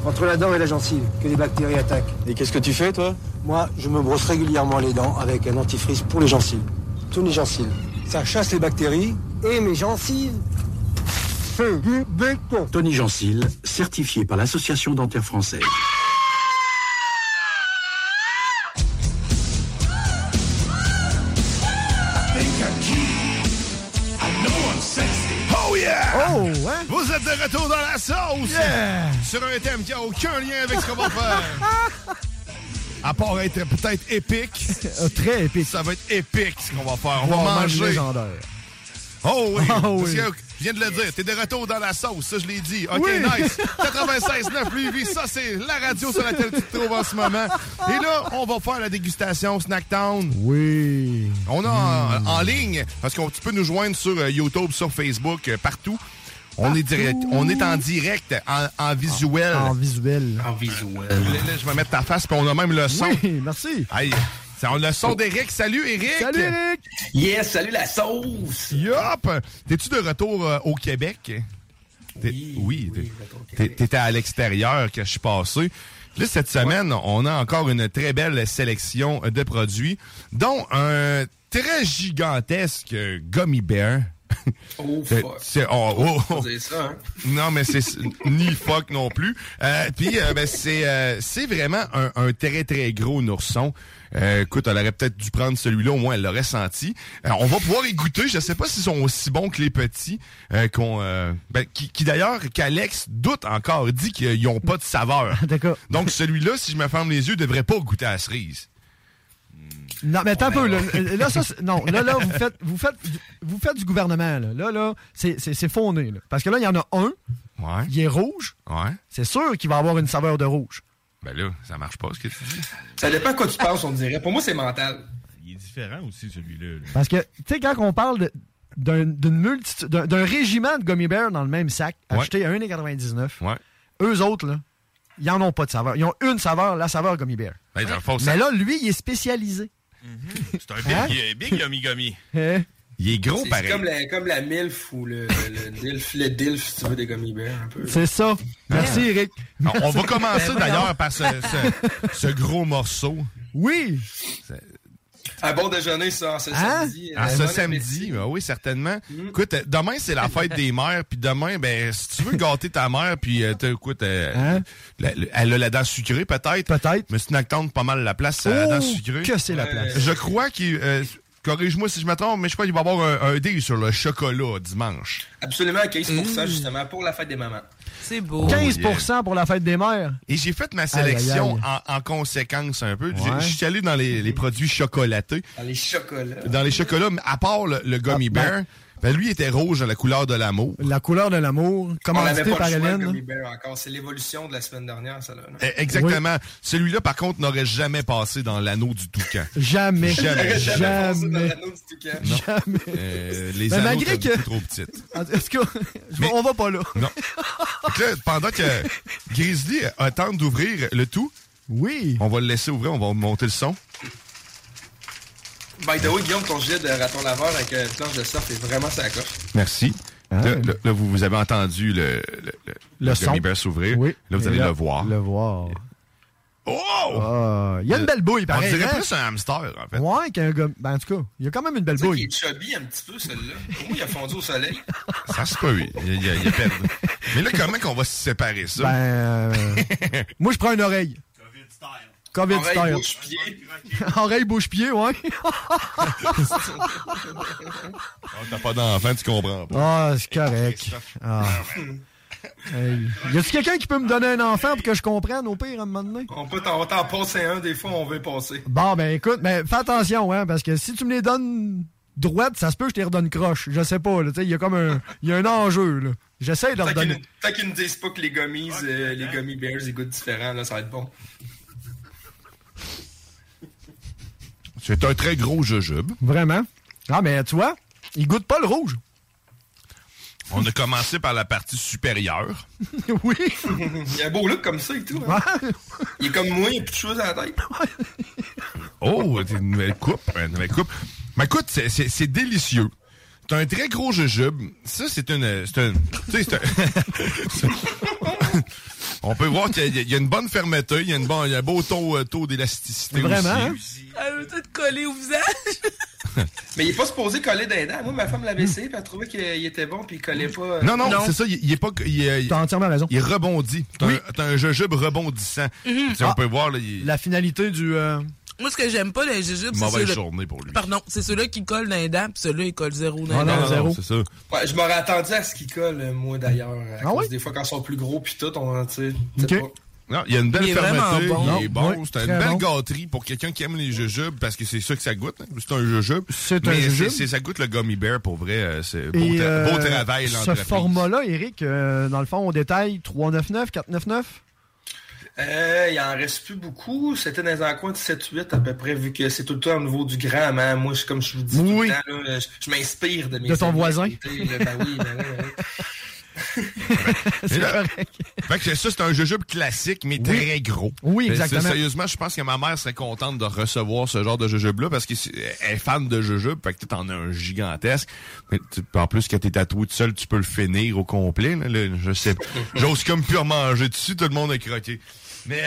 entre la dent et la gencive, que les bactéries attaquent. Et qu'est-ce que tu fais, toi Moi, je me brosse régulièrement les dents avec un antifrice pour les gencives. Tous les gencives. Ça chasse les bactéries et mes gencives. C'est du béton.
Tony Gencil, certifié par l'Association dentaire française.
Oh
Ah!
yeah!
Oh, ouais!
Vous êtes de retour dans la sauce!
Yeah!
Sur un thème qui n'a aucun lien avec ce qu'on va faire. À part être peut-être épique.
Euh,
Très épique.
Ça va être épique ce qu'on va faire. On, va
mange
manger.
légendaire.
Oh oui!
Ah oui.
Parce que, je viens de le dire, t'es de retour dans la sauce, ça je l'ai dit. Ok,
Oui.
nice! 96.9 Lévis, ça c'est la radio sur laquelle tu te trouves en ce moment. Et là, on va faire la dégustation Snacktown.
Oui. Mm.
On a en, en ligne, parce qu'on tu peux nous joindre sur euh, YouTube, sur Facebook, euh, partout. On est, direct, on est en direct, en, en visuel.
En visuel.
En visuel. je vais mettre ta face, puis on a même le son.
Oui, merci.
Aïe. C'est on a le son d'Eric. Salut, Eric.
Salut, Eric.
Yes, salut la sauce. Yup. Oh, T'es-tu de retour euh, au Québec? T'es- oui. t'es- t'es- T'étais à l'extérieur que je suis passé. Là, cette semaine, on a encore une très belle sélection de produits, dont un très gigantesque euh, gummy bear.
Oh,
Euh,
fuck.
c'est- oh, oh, oh.
C'est ça, hein?
Non, mais c'est ni fuck non plus. Euh, Puis euh, ben, c'est euh, c'est vraiment un, un très très gros ourson. Euh, écoute, elle aurait peut-être dû prendre celui-là, au moins elle l'aurait senti. Euh, on va pouvoir y goûter. Je sais pas s'ils sont aussi bons que les petits, euh, qu'on euh, ben, qui, qui d'ailleurs qu'Alex doute encore, dit qu'ils ont pas de saveur.
D'accord.
Donc celui-là, si je me ferme les yeux, devrait pas goûter à la cerise.
Non, mais attends un peu. Là, là, ça, c'est- non, là, là, vous faites, vous faites, vous faites du gouvernement. Là, là, là c'est, c'est, c'est fondé. là. Parce que là, il y en a un. Il est rouge.
Ouais.
C'est sûr qu'il va avoir une saveur de rouge.
Ben là, ça marche pas ce que tu dis.
Ça dépend à quoi tu penses, on dirait. Pour moi, c'est mental.
Il est différent aussi, celui-là.
Parce que, tu sais, quand on parle de. d'un d'une multitude- d'un- d'un régiment de gummy bears dans le même sac, acheté à 1,99. Eux autres, là, ils en ont pas de saveur. Ils ont une saveur, la saveur gummy bear.
Ben, dans le fond, ça-
Mais là, lui, il est spécialisé.
C'est un big,
Hein?
euh, big yummy gummy.
Hein?
Il est
C'est- C'est comme la, comme la MILF ou le, le, DILF, le DILF, si tu veux, des gummy bears, un peu.
C'est ça. Merci, Eric.
Ah. On- On va commencer
Ben, voyons.
d'ailleurs par ce, ce- ce gros morceau.
Oui.
Un bon déjeuner, ça, en ce
Hein?
samedi. euh, Mm.
Ah,
Un
ce
bon
samedi, ben oui, certainement. Écoute, euh, demain, c'est la fête des mères, puis demain, ben, si tu veux gâter ta mère, puis, euh, t'as- écoute, euh, la- la- elle a la dent sucrée, peut-être.
Hein? Peut-être.
Mais Snacktown, pas mal la place, euh,
Oh,
la dent sucrée.
que c'est la Ouais. place.
Je crois qu'il, euh, corrige-moi si je me trompe, mais je crois qu'il va y avoir un, un deal sur le chocolat dimanche.
Absolument 15 justement, pour la fête des mamans.
C'est beau.
15 Mmh. pour la fête des mères.
Et j'ai fait ma
Aïe, aïe, aïe.
Oh, sélection En, en conséquence un peu. J'ai-
Ouais.
Je suis allé dans les, les produits chocolatés.
Dans les chocolats.
Dans les chocolats, mais à part le, le gummy
Ah,
bear, ben lui il était rouge à la couleur de l'amour.
La couleur de l'amour,
On n'avait
commandité
pas
par
le choix, le
Hélène.
gummy bear encore. C'est l'évolution de la semaine dernière, ça, là. non?
Eh, Exactement. Celui-là, par contre, n'aurait jamais passé dans l'anneau du toucan.
Jamais.
Jamais.
Jamais.
Non.
Jamais.
Euh, les
Ben,
anneaux
malgré
étaient
que-
beaucoup trop petites.
En tout cas, je- on va pas là.
Non. Donc là, pendant que Grizzly attend d'ouvrir le tout,
oui.
on va le laisser ouvrir, on va monter le son.
By the way, Guillaume, ton gilet de raton laveur avec euh, une planche de surf est vraiment sa coche.
Merci. Là, là- là, vous, vous avez entendu le, le, le,
Le
le
son.
gummy bear s'ouvrir.
Oui.
Là, vous
Et
allez
là,
le voir.
Le voir. Ah,
Oh!
Il y a une belle bouille,
On
pareil.
dirait
hein?
plus un hamster, en fait.
Ouais, qu'un gars. Ben, en tout cas, il y a quand même une belle
Tu sais
bouille.
qu'il est chubby un petit peu, celui-là. Pour moi, il a fondu au soleil.
Ça se peut, oui. Il y a, il y a perdu. Mais là, comment qu'on va se séparer ça?
Ben, euh, moi, je prends une oreille. Covid style.
Oreille,
Covid
bouche,
style.
pied.
Oreille, bouche, pied, ouais.
Ah, T'as pas d'enfant, tu comprends pas.
Ah, c'est correct. Ah. Hey. Y a-tu quelqu'un qui peut me donner un enfant pour que je comprenne, au pire, à un moment donné?
On peut t'en, on t'en passer un, des fois, on veut passer.
Bon, ben écoute, mais fais attention, hein, parce que si tu me les donnes droites, ça se peut que je te les redonne croche. Je sais pas, là, tu sais, il y a comme un, y a un enjeu, là. J'essaie de leur
Tant qu'ils,
donner.
nous- tant qu'ils nous disent pas que les gummies,
Ah,
euh, les gummy bears, ils goûtent différents, là, ça va être bon.
C'est un très gros jujube.
Vraiment? Ah, mais tu vois, ils goûtent pas le rouge.
On a commencé par la partie supérieure.
oui.
il a un beau look comme ça et tout. hein. Il est comme moi, il a plus de choses à la tête.
Oh, c'est une nouvelle coupe. Une nouvelle coupe. Mais écoute, c'est- c'est c'est délicieux. C'est un très gros jujube. Ça, c'est une. C'est un. Tu sais, c'est un. On peut voir qu'il y a- il y a une bonne fermeté, il y a, une bonne, il y a un beau taux, euh, taux d'élasticité aussi.
Vraiment, hein.
Elle veut tout coller au visage.
Mais il est pas supposé coller des dents. Moi, ma femme l'avait essayé, puis elle trouvait qu'il était bon, puis il collait pas. euh,
Non, non, c'est ça, il, il est pas. Il, est- il-
hein? T'as entièrement raison.
il rebondit. T'as un, jujube rebondissant.
Mhm.
Tu sais, On
Ah.
peut voir, là, il-
La finalité du. euh,
Moi, ce que j'aime pas, les jujubes, c'est
mauvaise
ceux-là-
journée pour lui.
Pardon, c'est ceux-là qui collent dans les dents, puis ceux-là, ils collent zéro dans
Ah
les dents.
c'est ça.
Ouais, je m'aurais attendu à ce qu'il colle, euh, moi d'ailleurs.
Ah
à cause Des fois, quand ils sont plus gros puis tout, on en tire.
Non, il y a une belle
Il est
fermeté,
vraiment bon.
il
Non,
est bon,
oui,
c'est une
très
belle
bon.
gâterie pour quelqu'un qui aime les jujubes parce que c'est ça que ça goûte. hein. C'est un jujube.
C'est
Mais
un jujube.
c'est- ça goûte le gummy bear pour vrai. euh, C'est beau,
Et,
tra-
euh,
beau travail
Ce
l'entreprise.
format-là, Eric, euh, dans le fond, on détaille 399, 499.
Euh, il en reste plus beaucoup. C'était dans un coin de 7-8 à peu près, vu que c'est tout le temps au niveau du grand. mais Moi, je, comme je vous dis tout le temps, là, je, je m'inspire de mes
De ton
amis
voisin.
à côté, là. Ben oui, ben oui, ben oui.
Et là- Fait que ça, c'est un jujube classique, mais très gros.
Oui,
Mais
exactement.
c'est- Sérieusement, je pense que ma mère serait contente de recevoir ce genre de jujube-là parce qu'elle est fan de jujube. Fait que t'en as un gigantesque. Mais tu- en plus, quand t'es tatoué tout seul, tu peux le finir au complet. là, le- je sais J'ose comme pur manger dessus. Tout le monde est croqué. Mais...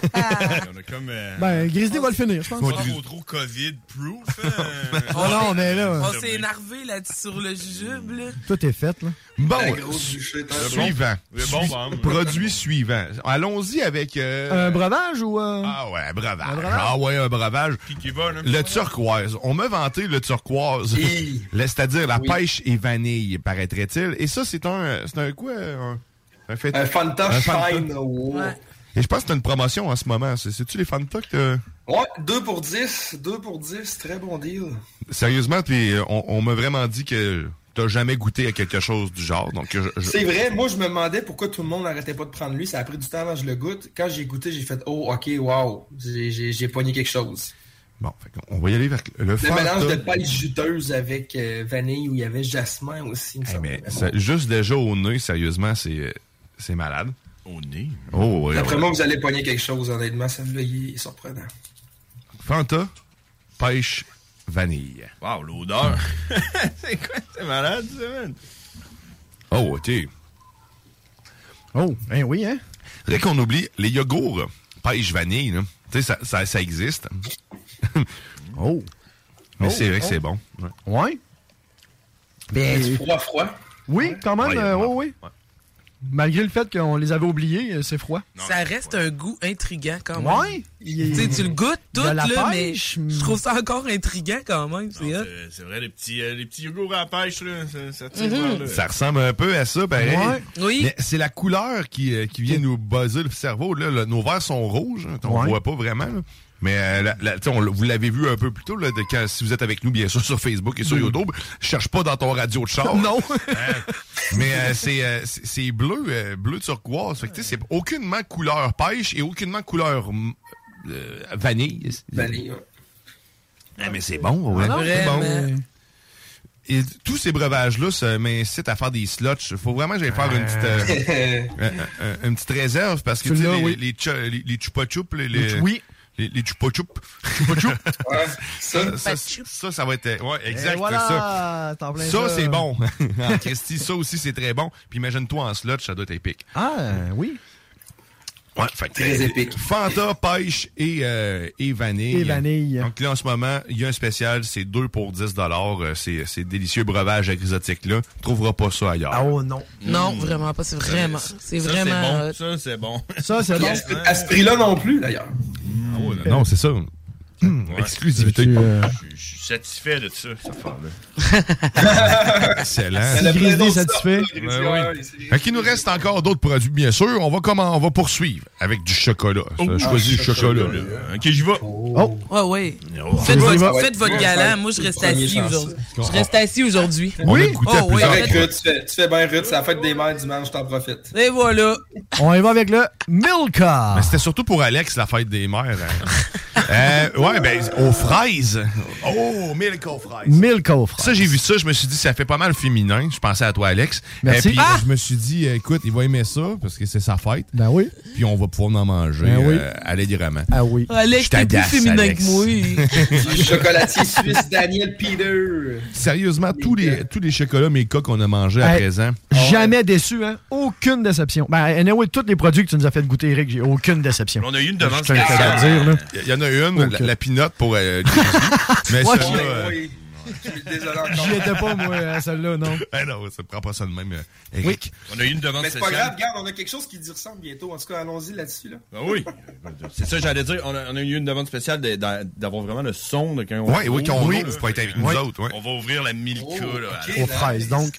On a comme. euh,
Ben, Grizzly va le finir, je pense.
on est trop COVID-proof. hein.
Oh non, mais là.
Euh, On s'est énervé là sur le jujube, là.
Tout est fait, là.
Bon,
La grosse
su-
bûchette, hein.
suivant.
Le bon
Sui-
bam.
Produit suivant. Allons-y avec... euh,
Un breuvage ou. euh,
Ah ouais, un breuvage. Ah ouais, un breuvage. Le turquoise. On m'a vanté le turquoise.
Hi.
Là, C'est-à-dire la pêche et vanille, paraîtrait-il. Et ça, c'est un... C'est un quoi? Un, un, fait-
Un Fanta
un
Shine. wow.
Et je pense que t'as une promotion en ce moment. C'est- C'est-tu les Fanta que t'as-
Ouais, 2 pour 10. 2 pour 10. Très bon deal.
Sérieusement, puis euh, on, on m'a vraiment dit que t'as jamais goûté à quelque chose du genre. Donc, je- je-
C'est vrai, moi je me demandais pourquoi tout le monde n'arrêtait pas de prendre lui. Ça a pris du temps avant que je le goûte. Quand j'ai goûté, j'ai fait Oh, ok, wow, j'ai- j'ai j'ai pogné quelque chose.
Bon, on va y aller vers le
Le
fantôme.
mélange de paille juteuse avec euh, vanille où il y avait jasmin aussi. il me semble.
Ça, juste déjà au nez, sérieusement, c'est euh, c'est malade. Au nez? Oh, ouais,
D'après
ouais.
moi, vous allez pogner quelque chose, honnêtement. Celle-là, il est surprenant.
Fanta, pêche, vanille.
Ah,
Wow, l'odeur. c'est quoi? C'est malade, ça, man.
Oh, OK.
Oh, ben oui, hein?
Dès qu'on oublie, les yogourts, pêche, vanille, là, tu sais, ça, ça, ça existe.
oh.
Mais
Oh,
c'est vrai que
oh.
c'est bon. Ouais.
Ouais. Ben,
C'est froid, froid.
Oui, quand même, euh, ouais, oui. Malgré le fait qu'on les avait oubliés, euh, c'est froid.
ça reste un goût intriguant quand même.
Ouais.
Tu sais, tu le goûtes
Il
tout,
y a
là,
la
mais
pêche,
je trouve ça encore intriguant quand même. C'est hot.
Euh, C'est vrai, les petits, euh, les petits yogourts à la pêche, là, ça, ça tire
Mhm.
vers le-
Ça ressemble un peu à ça, pareil.
Ouais. Oui.
Mais c'est la couleur qui, euh, qui vient nous buzzer le cerveau. Là, Le- nos verres sont rouges, hein, on
Ouais.
voit pas vraiment. là. Mais euh, la- la- tu sais, on l- vous l'avez vu un peu plus tôt, là, de quand- si vous êtes avec nous, bien sûr, sur Facebook et
Mhm.
sur YouTube. Cherche pas dans ton radio de char.
Nou.
Non.
Hein. Mais euh, c'est euh, c'est- c'est bleu, euh, bleu turquoise. Fait que, tu sais, c'est aucunement couleur pêche et aucunement couleur mm, euh, vanille.
Vanille,
Ah, mais c'est bon, ouais.
Ah non,
C'est bon.
vraiment.
Et tous ces breuvages-là ça m'incite à faire des slotches. Faut vraiment que j'aille faire une petite, euh, euh, euh, une petite réserve parce que tu sais,
Celui-là,
les,
oui.
les, chu- les, les chupa chups, les,
Les
les,
chu- oui.
les, les chupa chups. ça, ça, ça, ça va être, ouais, exact,
Et voilà, t'en plein
ça.
ça.
Ça, c'est bon. en Christy, ça aussi, c'est très bon. Puis imagine-toi en slotch, ça doit être épique.
Ah, oui.
Ouais, fait que,
Très
euh,
épique.
Fanta, pêche et, euh, et vanille.
Et vanille.
Donc là, en ce moment, il y a un spécial, c'est 2 pour 10 dollars. euh, Ces, ces délicieux breuvages exotiques-là. Tu trouveras pas ça ailleurs.
Ah, oh non.
Non, vraiment pas. C'est vraiment. C'est
Ça,
vraiment.
c'est bon. Ça, c'est bon.
Ça, c'est
Puis
bon.
à ce-
À ce prix-là non plus, d'ailleurs.
Ah, Non, c'est ça. Hum, Exclusivité.
Je suis satisfait de ça, cette affaire-là.
Excellent.
Elle a pris
Grizzly
d'autres
satisfait.
sortes de grizzly, ouais, ouais,
il nous reste encore d'autres produits, bien sûr. On va comment on va poursuivre avec du chocolat. Ça,
Oh,
je choisis
ah,
du chocolat.
chocolat, là. Ok, j'y vais.
Oh.
Ouais, ouais.
Oh.
Faites,
Ça
votre,
va être-
faites votre
Ouais,
galant.
ça-
Moi, je reste
premier
assis
chanceux.
aujourd'hui. Je reste assis aujourd'hui.
On a goûté à
Oh, ouais.
plusieurs-
en
Avec
fait,
Ah, Ruth, tu fais, tu fais bien Ruth, c'est la fête des mères dimanche, t'en profites.
Et voilà.
On y va avec le Milka.
Mais c'était surtout pour Alex, la fête des mères. hein. Euh, ouais, ben, aux fraises. Oh, Milka aux fraises.
Milka aux fraises.
Ça, j'ai vu ça, je me suis dit, ça fait pas mal féminin. Je pensais à toi, Alex.
Merci.
Et puis,
Ah!
je me suis dit, écoute, il va aimer ça parce que c'est sa fête.
Ben oui.
Puis, on va pouvoir en manger
Ben oui.
euh, allègrement.
Ah oui.
Je
Alex, t'es plus
t'agace,
féminin
Alex.
que moi.
Du chocolatier suisse Daniel Peter.
Sérieusement, tous les, tous les chocolats Milka qu'on a mangés à
Hey,
présent.
Jamais déçu, hein? Aucune déception. Ben, anyway, tous les produits que tu nous as fait goûter, Eric, j'ai aucune déception.
On a eu une
demande Je tiens à le spéciale. dire, là.
Il y en a une, la, la pinotte pour. euh, mais
Ouais,
celle-là,
je-
euh,
J'y étais pas, moi, à celle-là, non.
eh non, ça prend pas ça de même, euh, Eric.
On a eu une demande
Mais c'est pas
spéciale.
grave, regarde, on a quelque chose qui dit ressemble bientôt. En tout cas, allons-y là-dessus. Là.
Ah oui. C'est ça, j'allais dire. On a, on a eu une demande spéciale de- d'a- d'avoir vraiment le son de quand on.
Ouais, oui, qu'on
Oui.
ouvre, vous pouvez être avec nous autres, ouais.
On va ouvrir la Milka,
Oh,
là.
Aux fraises, donc.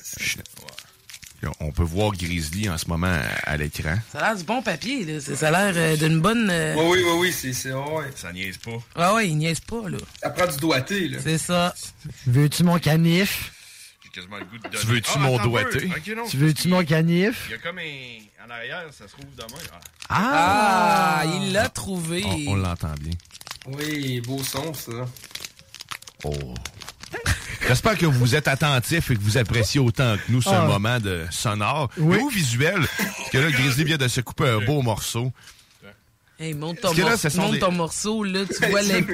On peut voir Grizzly en ce moment à- à l'écran.
Ça a l'air du bon papier, là. C'est- Ça a l'air euh, d'une bonne. euh,
Oui, oui, oui, oui, c'est. c'est oh, ouais.
Ça niaise pas.
Ah ouais, il niaise pas, là.
Ça prend du doigté, là.
C'est ça.
Veux-tu mon canif?
J'ai quasiment le goût de
Tu veux-tu
Ah,
mon
attends un peu.
doigté?
Ok, non.
Tu veux-tu mon canif?
Il y a comme un. En arrière, ça se trouve demain.
Ah, il l'a trouvé.
On, on l'entend bien.
Oui, beau son, ça.
Oh. J'espère que vous êtes attentifs et que vous appréciez autant que nous ce
Ah.
moment de sonore et ou visuel. Parce que là, Grizzly vient de se couper un beau morceau.
Hey, monte ton,
Parce que là,
mor-
ce sont
monte
des-
ton morceau, là. Tu vois les.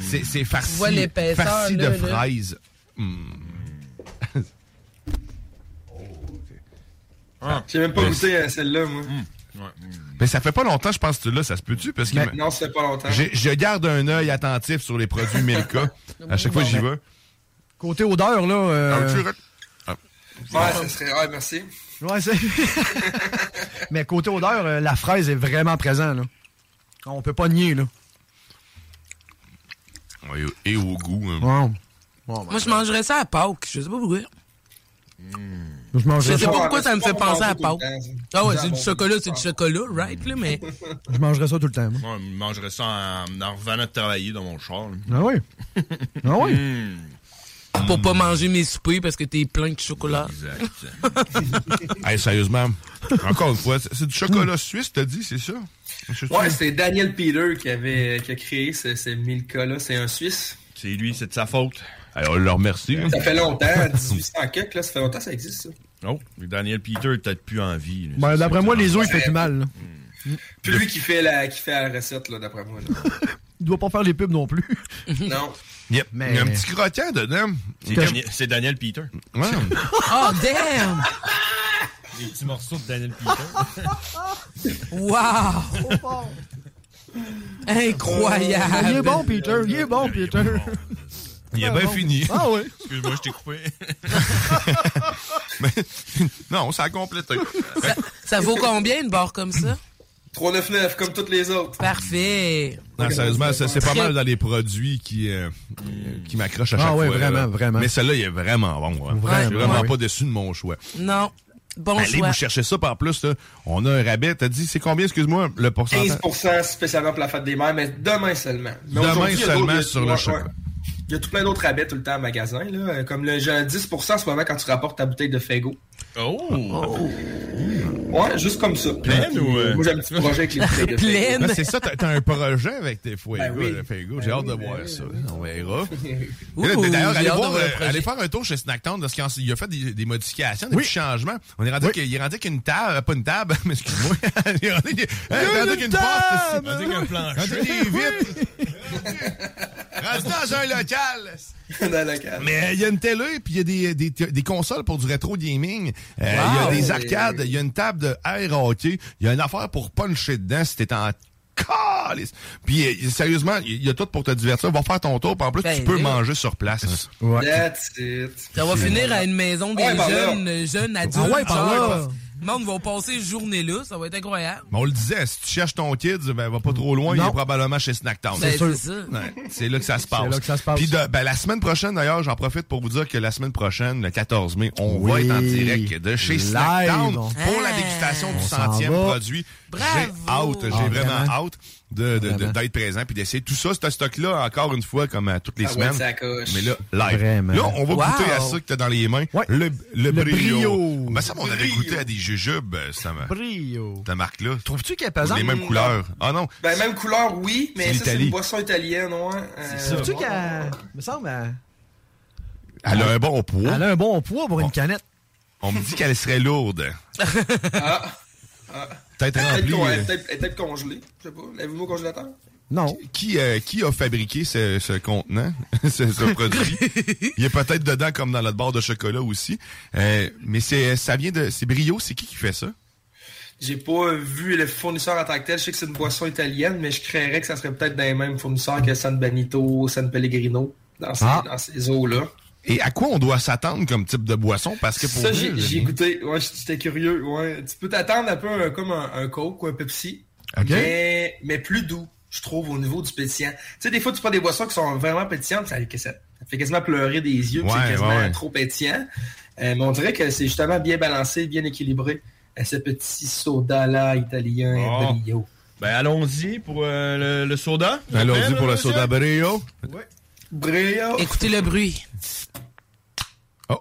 C'est, c'est farci,
vois l'épaisseur,
farci
là,
de
là.
fraises. Hmm. Ah.
J'ai même pas
Mais-
goûté à celle-là, moi.
Hmm. Mais ça fait pas longtemps, je pense, que tu l'as, ça se peut-tu? Parce que
Mais- Ben, Non, ça fait pas longtemps.
j'ai- je garde un œil attentif sur les produits Milka. à chaque fois que j'y
ben.
vais.
Côté odeur, là. euh,
Ah, tu- Ah.
Ouais, ça serait. Ouais, merci.
ouais, c'est- Mais côté odeur, euh, la fraise est vraiment présente, là. On peut pas nier, là.
Ouais, Et au goût. hein.
Wow.
Moi, je mangerais ça à Pâques. Je sais pas pourquoi.
Je mangerais
Je sais
ça.
pas pourquoi ça me fait
C'est Ah, pas
penser à
tout le
Pâques.
temps, ça.
Ah ouais,
Ça,
c'est du
bon,
chocolat, c'est du chocolat, right, là, mais.
Je mangerais ça tout le temps. moi.
Moi, je mangerais ça en, en revenant de travailler dans mon char. là.
Ah oui. Ah oui.
Hmm. Pour pas manger mes soupers parce que t'es plein de chocolat.
Exact.
Hey, sérieusement, Encore une fois, c'est c'est du chocolat suisse, t'as dit, c'est ça? Je-
Ouais, c'est Daniel Peter qui, avait, qui a créé ce, ce Milka-là. C'est un Suisse.
C'est lui, c'est de sa faute.
Alors, on le remercie.
hein.
Ça fait longtemps, 1800 quelques, là, ça fait longtemps que ça existe, ça.
Oh, Daniel Peter est peut-être plus en vie. là.
Ben, D'après moi, les os, il fait du mal. là.
Puis lui qui fait la, qui fait la recette, là, d'après moi. là.
Il doit pas faire les pubs non plus.
non.
Yep.
Mais-
Il y a un petit crottin dedans.
C'est Daniel- C'est Daniel Peter.
Ouais.
Oh, damn!
Des petits morceaux de Daniel Peter.
Wow! Incroyable!
Il est bon, Peter. Il est bon, Peter.
Il a bien fini.
Ah oui.
Excuse-moi, je t'ai coupé. Mais- non, ça a complété.
Ça vaut combien une barre comme ça?
399, comme toutes les autres.
Parfait!
Non, sérieusement, c'est c'est pas
Très-
mal dans les produits qui, euh, qui m'accrochent à
Ah
chaque
ouais,
fois.
vraiment,
là.
vraiment.
Mais celle-là, il est vraiment bon. hein.
Vraiment,
Je suis vraiment
ouais.
pas déçu de mon choix.
Non. Bon
Allez,
choix.
vous cherchez ça, par plus, là, on a un rabais. T'as dit, c'est combien, excuse-moi, le pourcentage?
15% spécialement pour la fête des mères, mais demain seulement. Mais
Demain
aujourd'hui, il y a
seulement
d'autres- il y a-
sur le
ouais,
chocolat.
ouais. Il y a tout plein d'autres rabais tout le temps en magasin, là. Comme le j'ai un 10% en ce moment quand tu rapportes ta bouteille de Fego.
Oh!
Ouais, juste comme ça.
Pleine ou, euh?
Moi, j'ai un petit projet avec les bouteilles de Fego.
Ah, c'est ça, t'as t'as un projet avec tes fouets.
Ben oui. ben
là, Fego. J'ai hâte de voir ça. On verra.
Ouh,
Et là, D'ailleurs,
j'ai
allez,
hâte de
voir,
voir le
euh,
projet.
allez faire un tour chez Snacktown parce qu'il a fait des, des modifications, des petits changements. On est rendu qu'il est rendu qu'une table, pas une table, mais excuse-moi. Il est rendu qu'il- hein, il est rendu qu'une porte.
table!
Il est rendu qu'un plancher. Rendu des vitres. Rendu dans un local. Mais euh, il y a une télé, puis il y a des, des, des consoles pour du rétro gaming. Euh, Il y a
Wow!
des arcades, il y a une table de air hockey, il y a une affaire pour puncher dedans si t'es en calice. Puis euh, sérieusement, il y a tout pour te divertir. Va faire ton tour, puis en plus,
Ben,
tu peux
là.
manger sur place. hein.
That's it.
Ça va finir à une maison des
Ouais, par là.
jeunes, euh, jeunes adultes.
Ah ouais, par là.
parce- Le monde va passer journée là, ça va être incroyable.
Mais on le disait, si tu cherches ton kid, ben va pas trop loin, il est probablement chez Snacktown.
Ben, C'est sûr. c'est ça.
Ouais, c'est là que ça se passe.
C'est là que ça se passe.
Puis de- ben, la semaine prochaine, d'ailleurs, j'en profite pour vous dire que la semaine prochaine, le 14 mai, on va être en direct de chez
Live,
Snacktown
on-
pour la dégustation du
On s'en
centième
va.
produit. J'ai hâte, j'ai
Ah,
vraiment
vraiment?
hâte de- de- de- d'être présent puis d'essayer tout ça, ce stock-là, encore une fois, comme à toutes les
Ah ouais,
semaines.
ça coche.
Mais là, live.
Vraiment.
Là, on va
Wow.
goûter à ça que t'as dans les mains. Le, le,
Le
brio.
brio.
Ben, ça, on avait goûté à des jujubes, euh, ça m'a...
Brio.
Ta marque-là. Trouves-tu qu'elle
pesante?
Les mêmes couleurs. Ah non.
Ben, même couleur, oui,
C'est
mais ça, c'est
l'Italie.
une boisson italienne, ouais. Euh,
Trouves-tu
ouais.
qu'elle. me semble. elle-
Elle a un bon poids.
Elle a un bon poids pour une canette.
On me dit qu'elle serait lourde.
Ah.
Peut-être
Peut-être
remplie.
qu'on-
euh,
elle peut-être- elle est peut-être congelée. Je sais pas. L'avez-vous au congélateur?
Non.
Qui, euh, qui a fabriqué ce, ce contenant, ce, ce produit? Il est peut-être dedans comme dans notre barre de chocolat aussi. Euh, mais c'est, ça vient de, c'est Brio, c'est qui qui fait ça?
J'ai pas vu le fournisseur en tant que tel. Je sais que c'est une boisson italienne, mais je craindrais que ça serait peut-être dans les mêmes fournisseurs que San Benito, San Pellegrino, dans ces,
Ah.
dans ces eaux-là.
Et à quoi on doit s'attendre comme type de boisson? Parce que pour
Ça,
vrai,
j'ai
là,
j'ai goûté. Ouais, j'étais curieux. Ouais. Tu peux t'attendre un peu un- comme un, un Coke ou un Pepsi,
Ok.
mais, mais plus doux, je trouve, au niveau du pétillant. Tu sais, des fois, tu prends des boissons qui sont vraiment pétillantes, ça, ça fait quasiment pleurer des yeux, puis
Ouais,
c'est quasiment
ouais, ouais.
trop pétillant. Euh, mais on dirait que c'est justement bien balancé, bien équilibré. euh, ce petit soda-là italien,
Bon.
brio.
Ben, allons-y pour euh, le, le soda.
Ben, Allons-y pour le soda Brio.
Brio.
Écoutez le bruit.
Oh,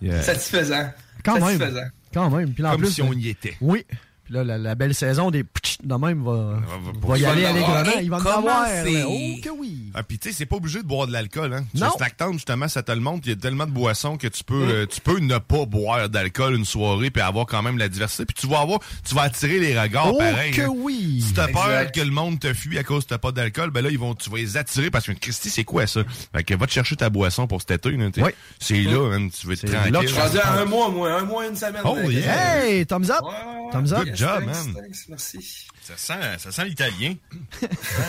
Yeah.
Satisfaisant.
Quand
Satisfaisant.
même. Ah. Quand même. Puis là, en
Comme
plus,
si on y était.
Oui. Puis là, la, la belle saison des ptsch de même va, va y
Il va
aller
en avoir.
allègrement. Il va en avoir. là. Oh, que oui.
Ah, puis tu sais, c'est pas obligé de boire de l'alcool, hein.
Non.
Chez Snacktown, justement, ça te le montre. Il y a tellement de boissons que tu peux, euh, tu peux ne pas boire d'alcool une soirée puis avoir quand même la diversité. Puis tu vas avoir, tu vas attirer les regards
Oh,
pareil.
que
hein.
oui.
Si t'as peur
Exact.
que le monde te fuit à cause que t'as pas d'alcool, ben là, ils vont, tu vas les attirer parce que Christy, c'est quoi ça? Fait que va te chercher ta boisson pour cet été, là, t'sais.
Oui.
C'est là, hein, tu veux être
là que
tranquille.
Je suis rendu à un mois, moi. Un mois, une semaine.
Oh,
Euh,
yeah.
Hey, thumbs up. Thumbs up.
Good job, man.
thanks, Merci.
Ça sent, ça sent l'italien.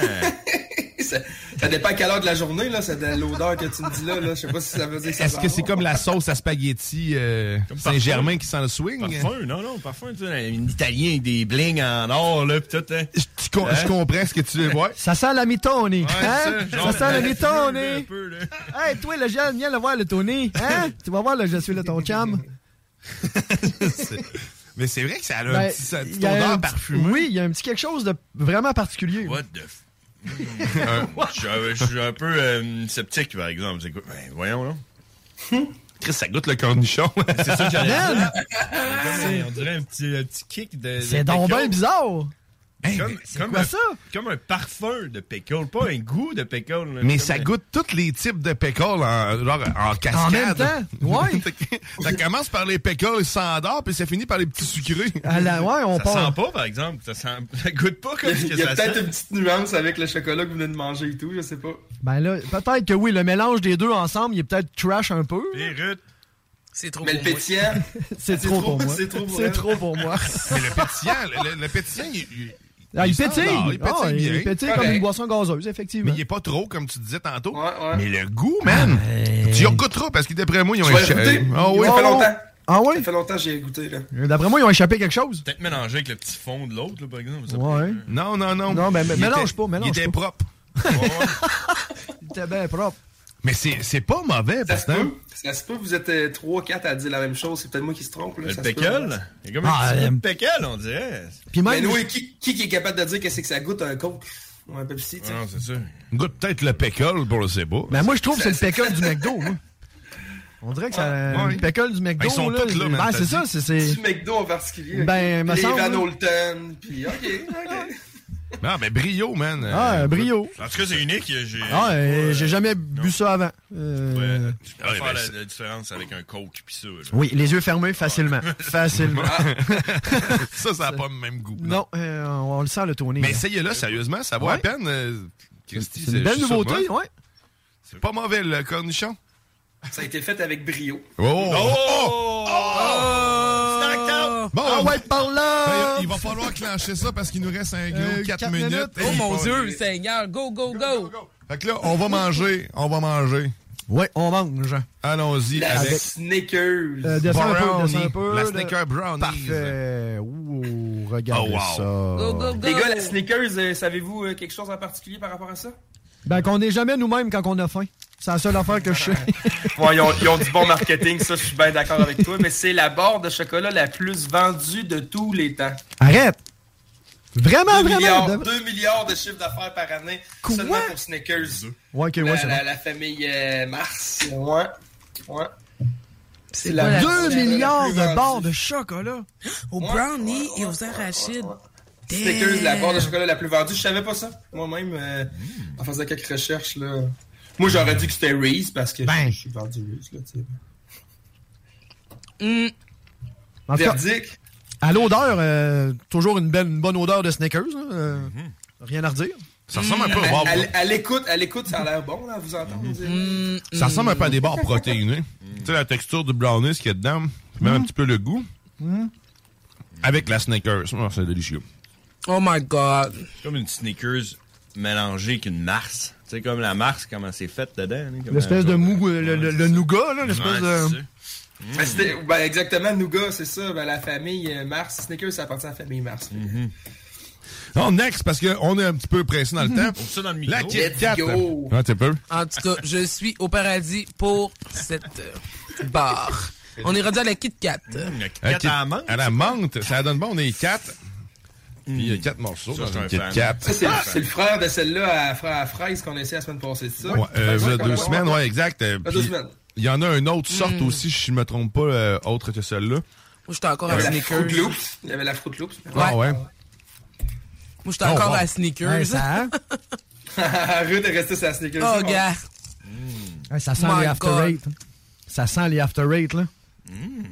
ça, ça dépend à quelle heure de la journée, là, c'est de l'odeur que tu me dis là, là. Je sais pas si ça veut dire que ça
Est-ce
sent
que c'est
bon.
comme la sauce à spaghetti euh,
parfum.
Saint-Germain qui sent le swing?
Parfum, non, non, parfum. Tu sais, un italien avec des blings en or, là, pis tout. Hein.
Tu com- Je comprends ce que tu veux voir.
Ça sent la mitone. hein?
c'est ça,
Ça,
genre,
sent la
la
mitone.
fumée,
hein?
un
hey, toi, le jeune, viens le voir, le Tony. Hein? tu vas voir, le je suis le ton chum.
Mais c'est vrai que ça a un
Ben,
petit, ça- petite
il y a un
odeur
petit-
parfumée.
Oui, il y a un petit quelque chose de vraiment particulier.
What the f... Euh, Je je suis un peu euh, sceptique, par exemple. C'est quoi? Ben, voyons, là.
Chris, ça goûte le cornichon.
C'est ça que j'allais
Man!
dire. C'est- On dirait un petit, un petit kick de.
C'est
de
donc
pickle.
bien bizarre.
comme, comme
quoi
un,
ça?
Comme un parfum de pickle, pas un goût de pickle. là.
Mais
Comme
ça
un-
goûte tous les types de pickles en, genre, en cascade.
En même temps,
ouais.
ça commence par les pickles sans dard, puis ça finit par les petits sucrés.
À la- Ah, ouais, on
ça
part.
sent pas, par exemple. Ça, sent... ça goûte pas comme ce que
Il y a
ça
peut-être
sent.
une petite nuance avec le chocolat que vous venez de manger et tout, je sais pas.
Ben là, peut-être que oui, le mélange des deux ensemble, il est peut-être trash un peu.
C'est
Mais le pétillant,
C'est trop pour moi.
C'est trop pour
C'est
elle.
trop pour moi.
Mais le pétillant, le, le- le pétillant, il, il-
Ah, il
est
pétille.
standard, Il pétille
Ah, il
bien.
pétille comme
Correct.
une boisson gazeuse, effectivement.
Mais il est pas trop, comme tu disais tantôt. Mais le goût, man.
Ah,
Tu y trop parce que d'après moi, ils ont
Je vais
échappé.
goûter.
Ah oui,
Ça fait
longtemps.
Ah ouais?
Ça fait longtemps que j'ai goûté, là.
D'après moi, ils ont échappé quelque chose.
Peut-être mélangé avec le petit fond de l'autre, là, par exemple. ça
Ouais.
Non, non, non. ben,
Non, mais
Il
mélange
était-
pas, mélange
Il était
pas.
propre.
Il était bien propre.
Mais c'est c'est pas mauvais, parce que.
Ça se peut, vous êtes 3-4 à dire la même chose, c'est peut-être moi qui se trompe. Là,
Le
ça se peut.
pickle? Il y a comme un
Ah,
petit
euh,
goût de pickle, on dirait.
Puis
Mais
même-
oui, qui, qui qui est capable de dire que c'est que ça goûte un coke ou un Pepsi, tu sais?
Non, c'est sûr.
Goûte peut-être le pickle pour le sebo.
Ben moi, je trouve que c'est le pickle du McDo. moi. On dirait que c'est
Ouais.
le pickle du McDo.
Ben, ils sont tous là,
ben,
man,
c'est
t'as
ça,
dit.
c'est- c'est...
Du McDo en particulier.
Ben,
ok.
me
Puis
semble,
Les
là.
Van Holten, puis OK, OK.
Ah, mais brio, man.
Ah,
Euh,
brio.
En tout cas, c'est unique. J'ai
Ah, euh, j'ai jamais bu ça avant. Euh,
je
Ah
peux faire la, la différence avec un coke pis ça. là.
Oui, les yeux fermés, facilement. Facilement.
ça, ça n'a pas le même goût.
non, euh, on on le sent, le Tony.
Ah.
là.
Mais essayez-le, sérieusement, ça vaut
Ouais.
à peine. euh, Christy,
C'est une belle
je suis sûr,
nouveauté,
moi.
ouais.
C'est pas mauvais, le cornichon.
Ça a été fait avec brio.
Oh!
Oh!
Bon, Ben,
Ah ouais, par là!
Il va falloir clencher ça parce qu'il nous reste un gros
Euh,
4
quatre
minutes.
minutes. Oh, mon Dieu, Seigneur, go, go, go!
Fait que là, on va manger, on va manger.
Ouais, on mange.
Allons-y
La
avec...
Snickers.
Euh, descends un peu,
Brownie.
descends un peu.
La
là.
Snicker Brownies.
Parfait. Euh, Ouh, regardez
Oh, wow.
ça.
Les gars, la Snickers, euh, savez-vous euh, quelque chose en particulier par rapport à ça?
Ben qu'on n'est jamais nous-mêmes quand on a faim. C'est la seule affaire que je sais.
Ouais, ils, ont, ils ont du bon marketing, ça, je suis bien d'accord avec toi, mais c'est la barre de chocolat la plus vendue de tous les temps.
Arrête! Vraiment,
2 milliards,
vraiment! de-
2 milliards de chiffres d'affaires par année seulement pour Snickers.
Ouais, ok,
la,
ouais, c'est
la-
bon.
la famille euh, Mars. Ouais. Ouais. C'est
2
la-
milliards
la plus
de barres
vendue.
de chocolat.
Au brownie et aux arachides.
Snickers, la barre de chocolat la plus vendue. Je savais pas ça. Moi-même, euh, en faisant quelques recherches, là. Moi, j'aurais dit que c'était Reese parce que
Ben.
je- je suis vendu Reese, là, tu sais.
Mm.
En tout cas,
Verdict.
à l'odeur, euh, toujours une, belle, une bonne odeur de Snickers. hein, euh, Rien à redire.
Ça ressemble un peu
à,
au
à- à l'écoute, à l'écoute, ça a l'air bon, là, vous entendre. vous dire. Mm.
Ça ressemble un peu à des
Mm-hmm.
barres protéinées. Tu sais, la texture du brownies qu'il y a dedans, puis même un petit peu le goût. Avec la Snickers. Oh, c'est délicieux.
Oh my god.
C'est comme une sneakers mélangée avec une Mars. Tu sais, comme la Mars, comment c'est fait dedans. hein, comme
L'espèce
un-
de mou, euh, le, le- le nougat, là, l'espèce
Ouais,
de...
c'est ça.
Mm.
Ben, c'était- ben, exactement, Nougat, c'est ça. Ben, la famille euh, Mars, Snickers, ça appartient à la famille Mars.
Non, Oh, next, parce qu'on est un petit peu pressé dans le temps.
On ça dans le micro.
La Kit
Let's
Kat.
go.
Ah, t'es peu.
En tout cas, je suis au paradis pour cette euh, barre. On est rendu à la Kit Kat.
Ah, Kit- À la menthe. Ça donne bon, on est quatre. Puis il y a quatre morceaux
Ça,
dans
c'est
une
un
Kit
fan.
Kat.
Ça, c'est, c'est le frère de celle-là à, fra- à fraise qu'on a essayé la semaine passée, c'est ça?
Ouais,
Fait que
euh, v'là
ça,
deux
comment-
semaines, ouais, exact. Euh,
V'là deux
puis
semaines.
Il y en a une autre sorte aussi, si je me trompe pas, euh, autre que celle-là.
Moi, j'étais encore
Il y
à
avait la
Snickers.
Fruit Loops. Il y avait la Fruit Loops.
Ah ouais.
Moi, j'étais encore
Oh, wow.
à Sneakers.
Ouais, ça,
hein?
Ruth est restée sur la Sneakers.
oh, gars.
Ouais, ça sent
My
les after
God.
eight. hein. Ça sent les after eight, là.
Mm.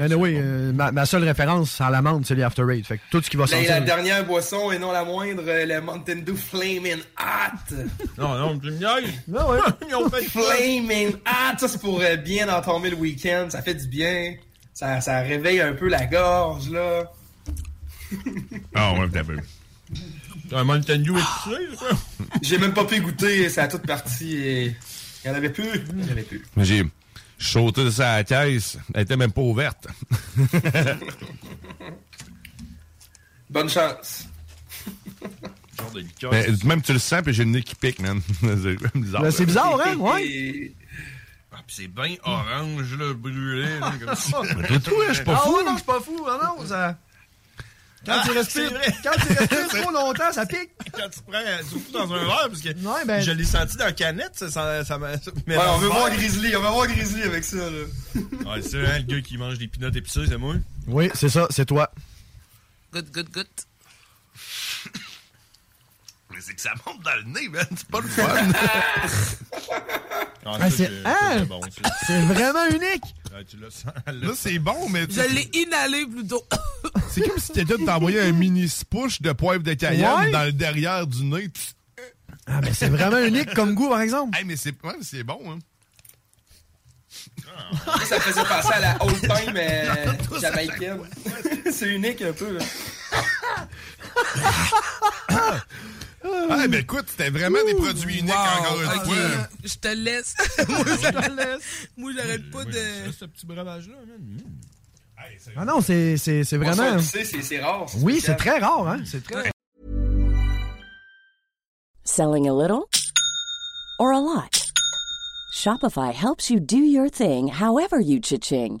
Anyway, euh, ma, ma seule référence à la menthe, c'est les after eight. Fait que tout ce qui va
La, la
sentir...
dernière boisson, et non la moindre, euh, le Mountain Dew Flaming Hot.
Non, non, tu me niaises.
Non, ouais.
Ils ont fait ça.
Flaming Hot. Ça, c'est pour euh, bien entomber le week-end. Ça fait du bien. Ça, ça réveille un peu la gorge, là.
Ah ouais, t'as peu.
Un Mountain Dew épicé, quoi.
Ah! J'ai même pas pu goûter. Ça a toute partie. Et... Il y en avait plus.
Hmm.
Il y en avait plus.
Mais J'ai sauté ça à la caisse. Elle était même pas ouverte.
Bonne chance.
Genre de liqueur.
Mais, même tu le sens, puis j'ai le nez qui pique, man. c'est bizarre.
Ben, c'est bizarre, hein?
Ouais.
Ah, pis c'est bien orange, là, brûlé. là, comme ça.
Mais toi, je suis pas
ah
fou.
ouais, non, je suis pas fou. Ah non, ça... Quand
Ah,
tu respires,
c'est vrai.
quand tu respires trop longtemps, ça pique.
Quand tu prends, euh, surtout dans un verre, parce que
ben-
je l'ai senti dans la canette, ça, ça, ça m'a. mais
Ouais,
dans
on veut
le
voir
verre-
Grizzly, on veut voir Grizzly avec ça, là.
Ouais, c'est hein, le gars qui mange des pinottes épicées, c'est moi.
Oui, c'est ça, c'est toi.
Good, good, good.
Mais c'est que ça monte dans le nez, man. C'est pas le fun.
Ah,
Ah,
ça,
c'est- hein?
bon, ça.
C'est vraiment unique.
Ouais, tu l'as
Là, c'est bon, mais. tu-
Je l'ai inhalé plutôt.
C'est comme si quelqu'un t'envoyait un mini push de poivre de cayenne
Ouais.
dans le derrière du nez.
Ah, mais c'est vraiment unique comme goût, par exemple.
mais c'est ouais, mais c'est bon, hein.
Ça faisait penser à la old time euh, jamaïcaine. C'est unique un peu. hein. là.
Ah, ben écoute, c'était vraiment des produits uniques, encore une fois.
Je te laisse.
Ah,
Moi, je te laisse. Moi, j'arrête pas de.
Euh, Ce petit breuvage-là, man.
Ah non, c'est c'est- c'est vraiment.
Moi, ça, tu sais, c'est- c'est rare.
Oui, c'est
spécial.
très rare, hein? C'est très
Selling a little or a lot? Shopify helps you do your thing however you cha-ching.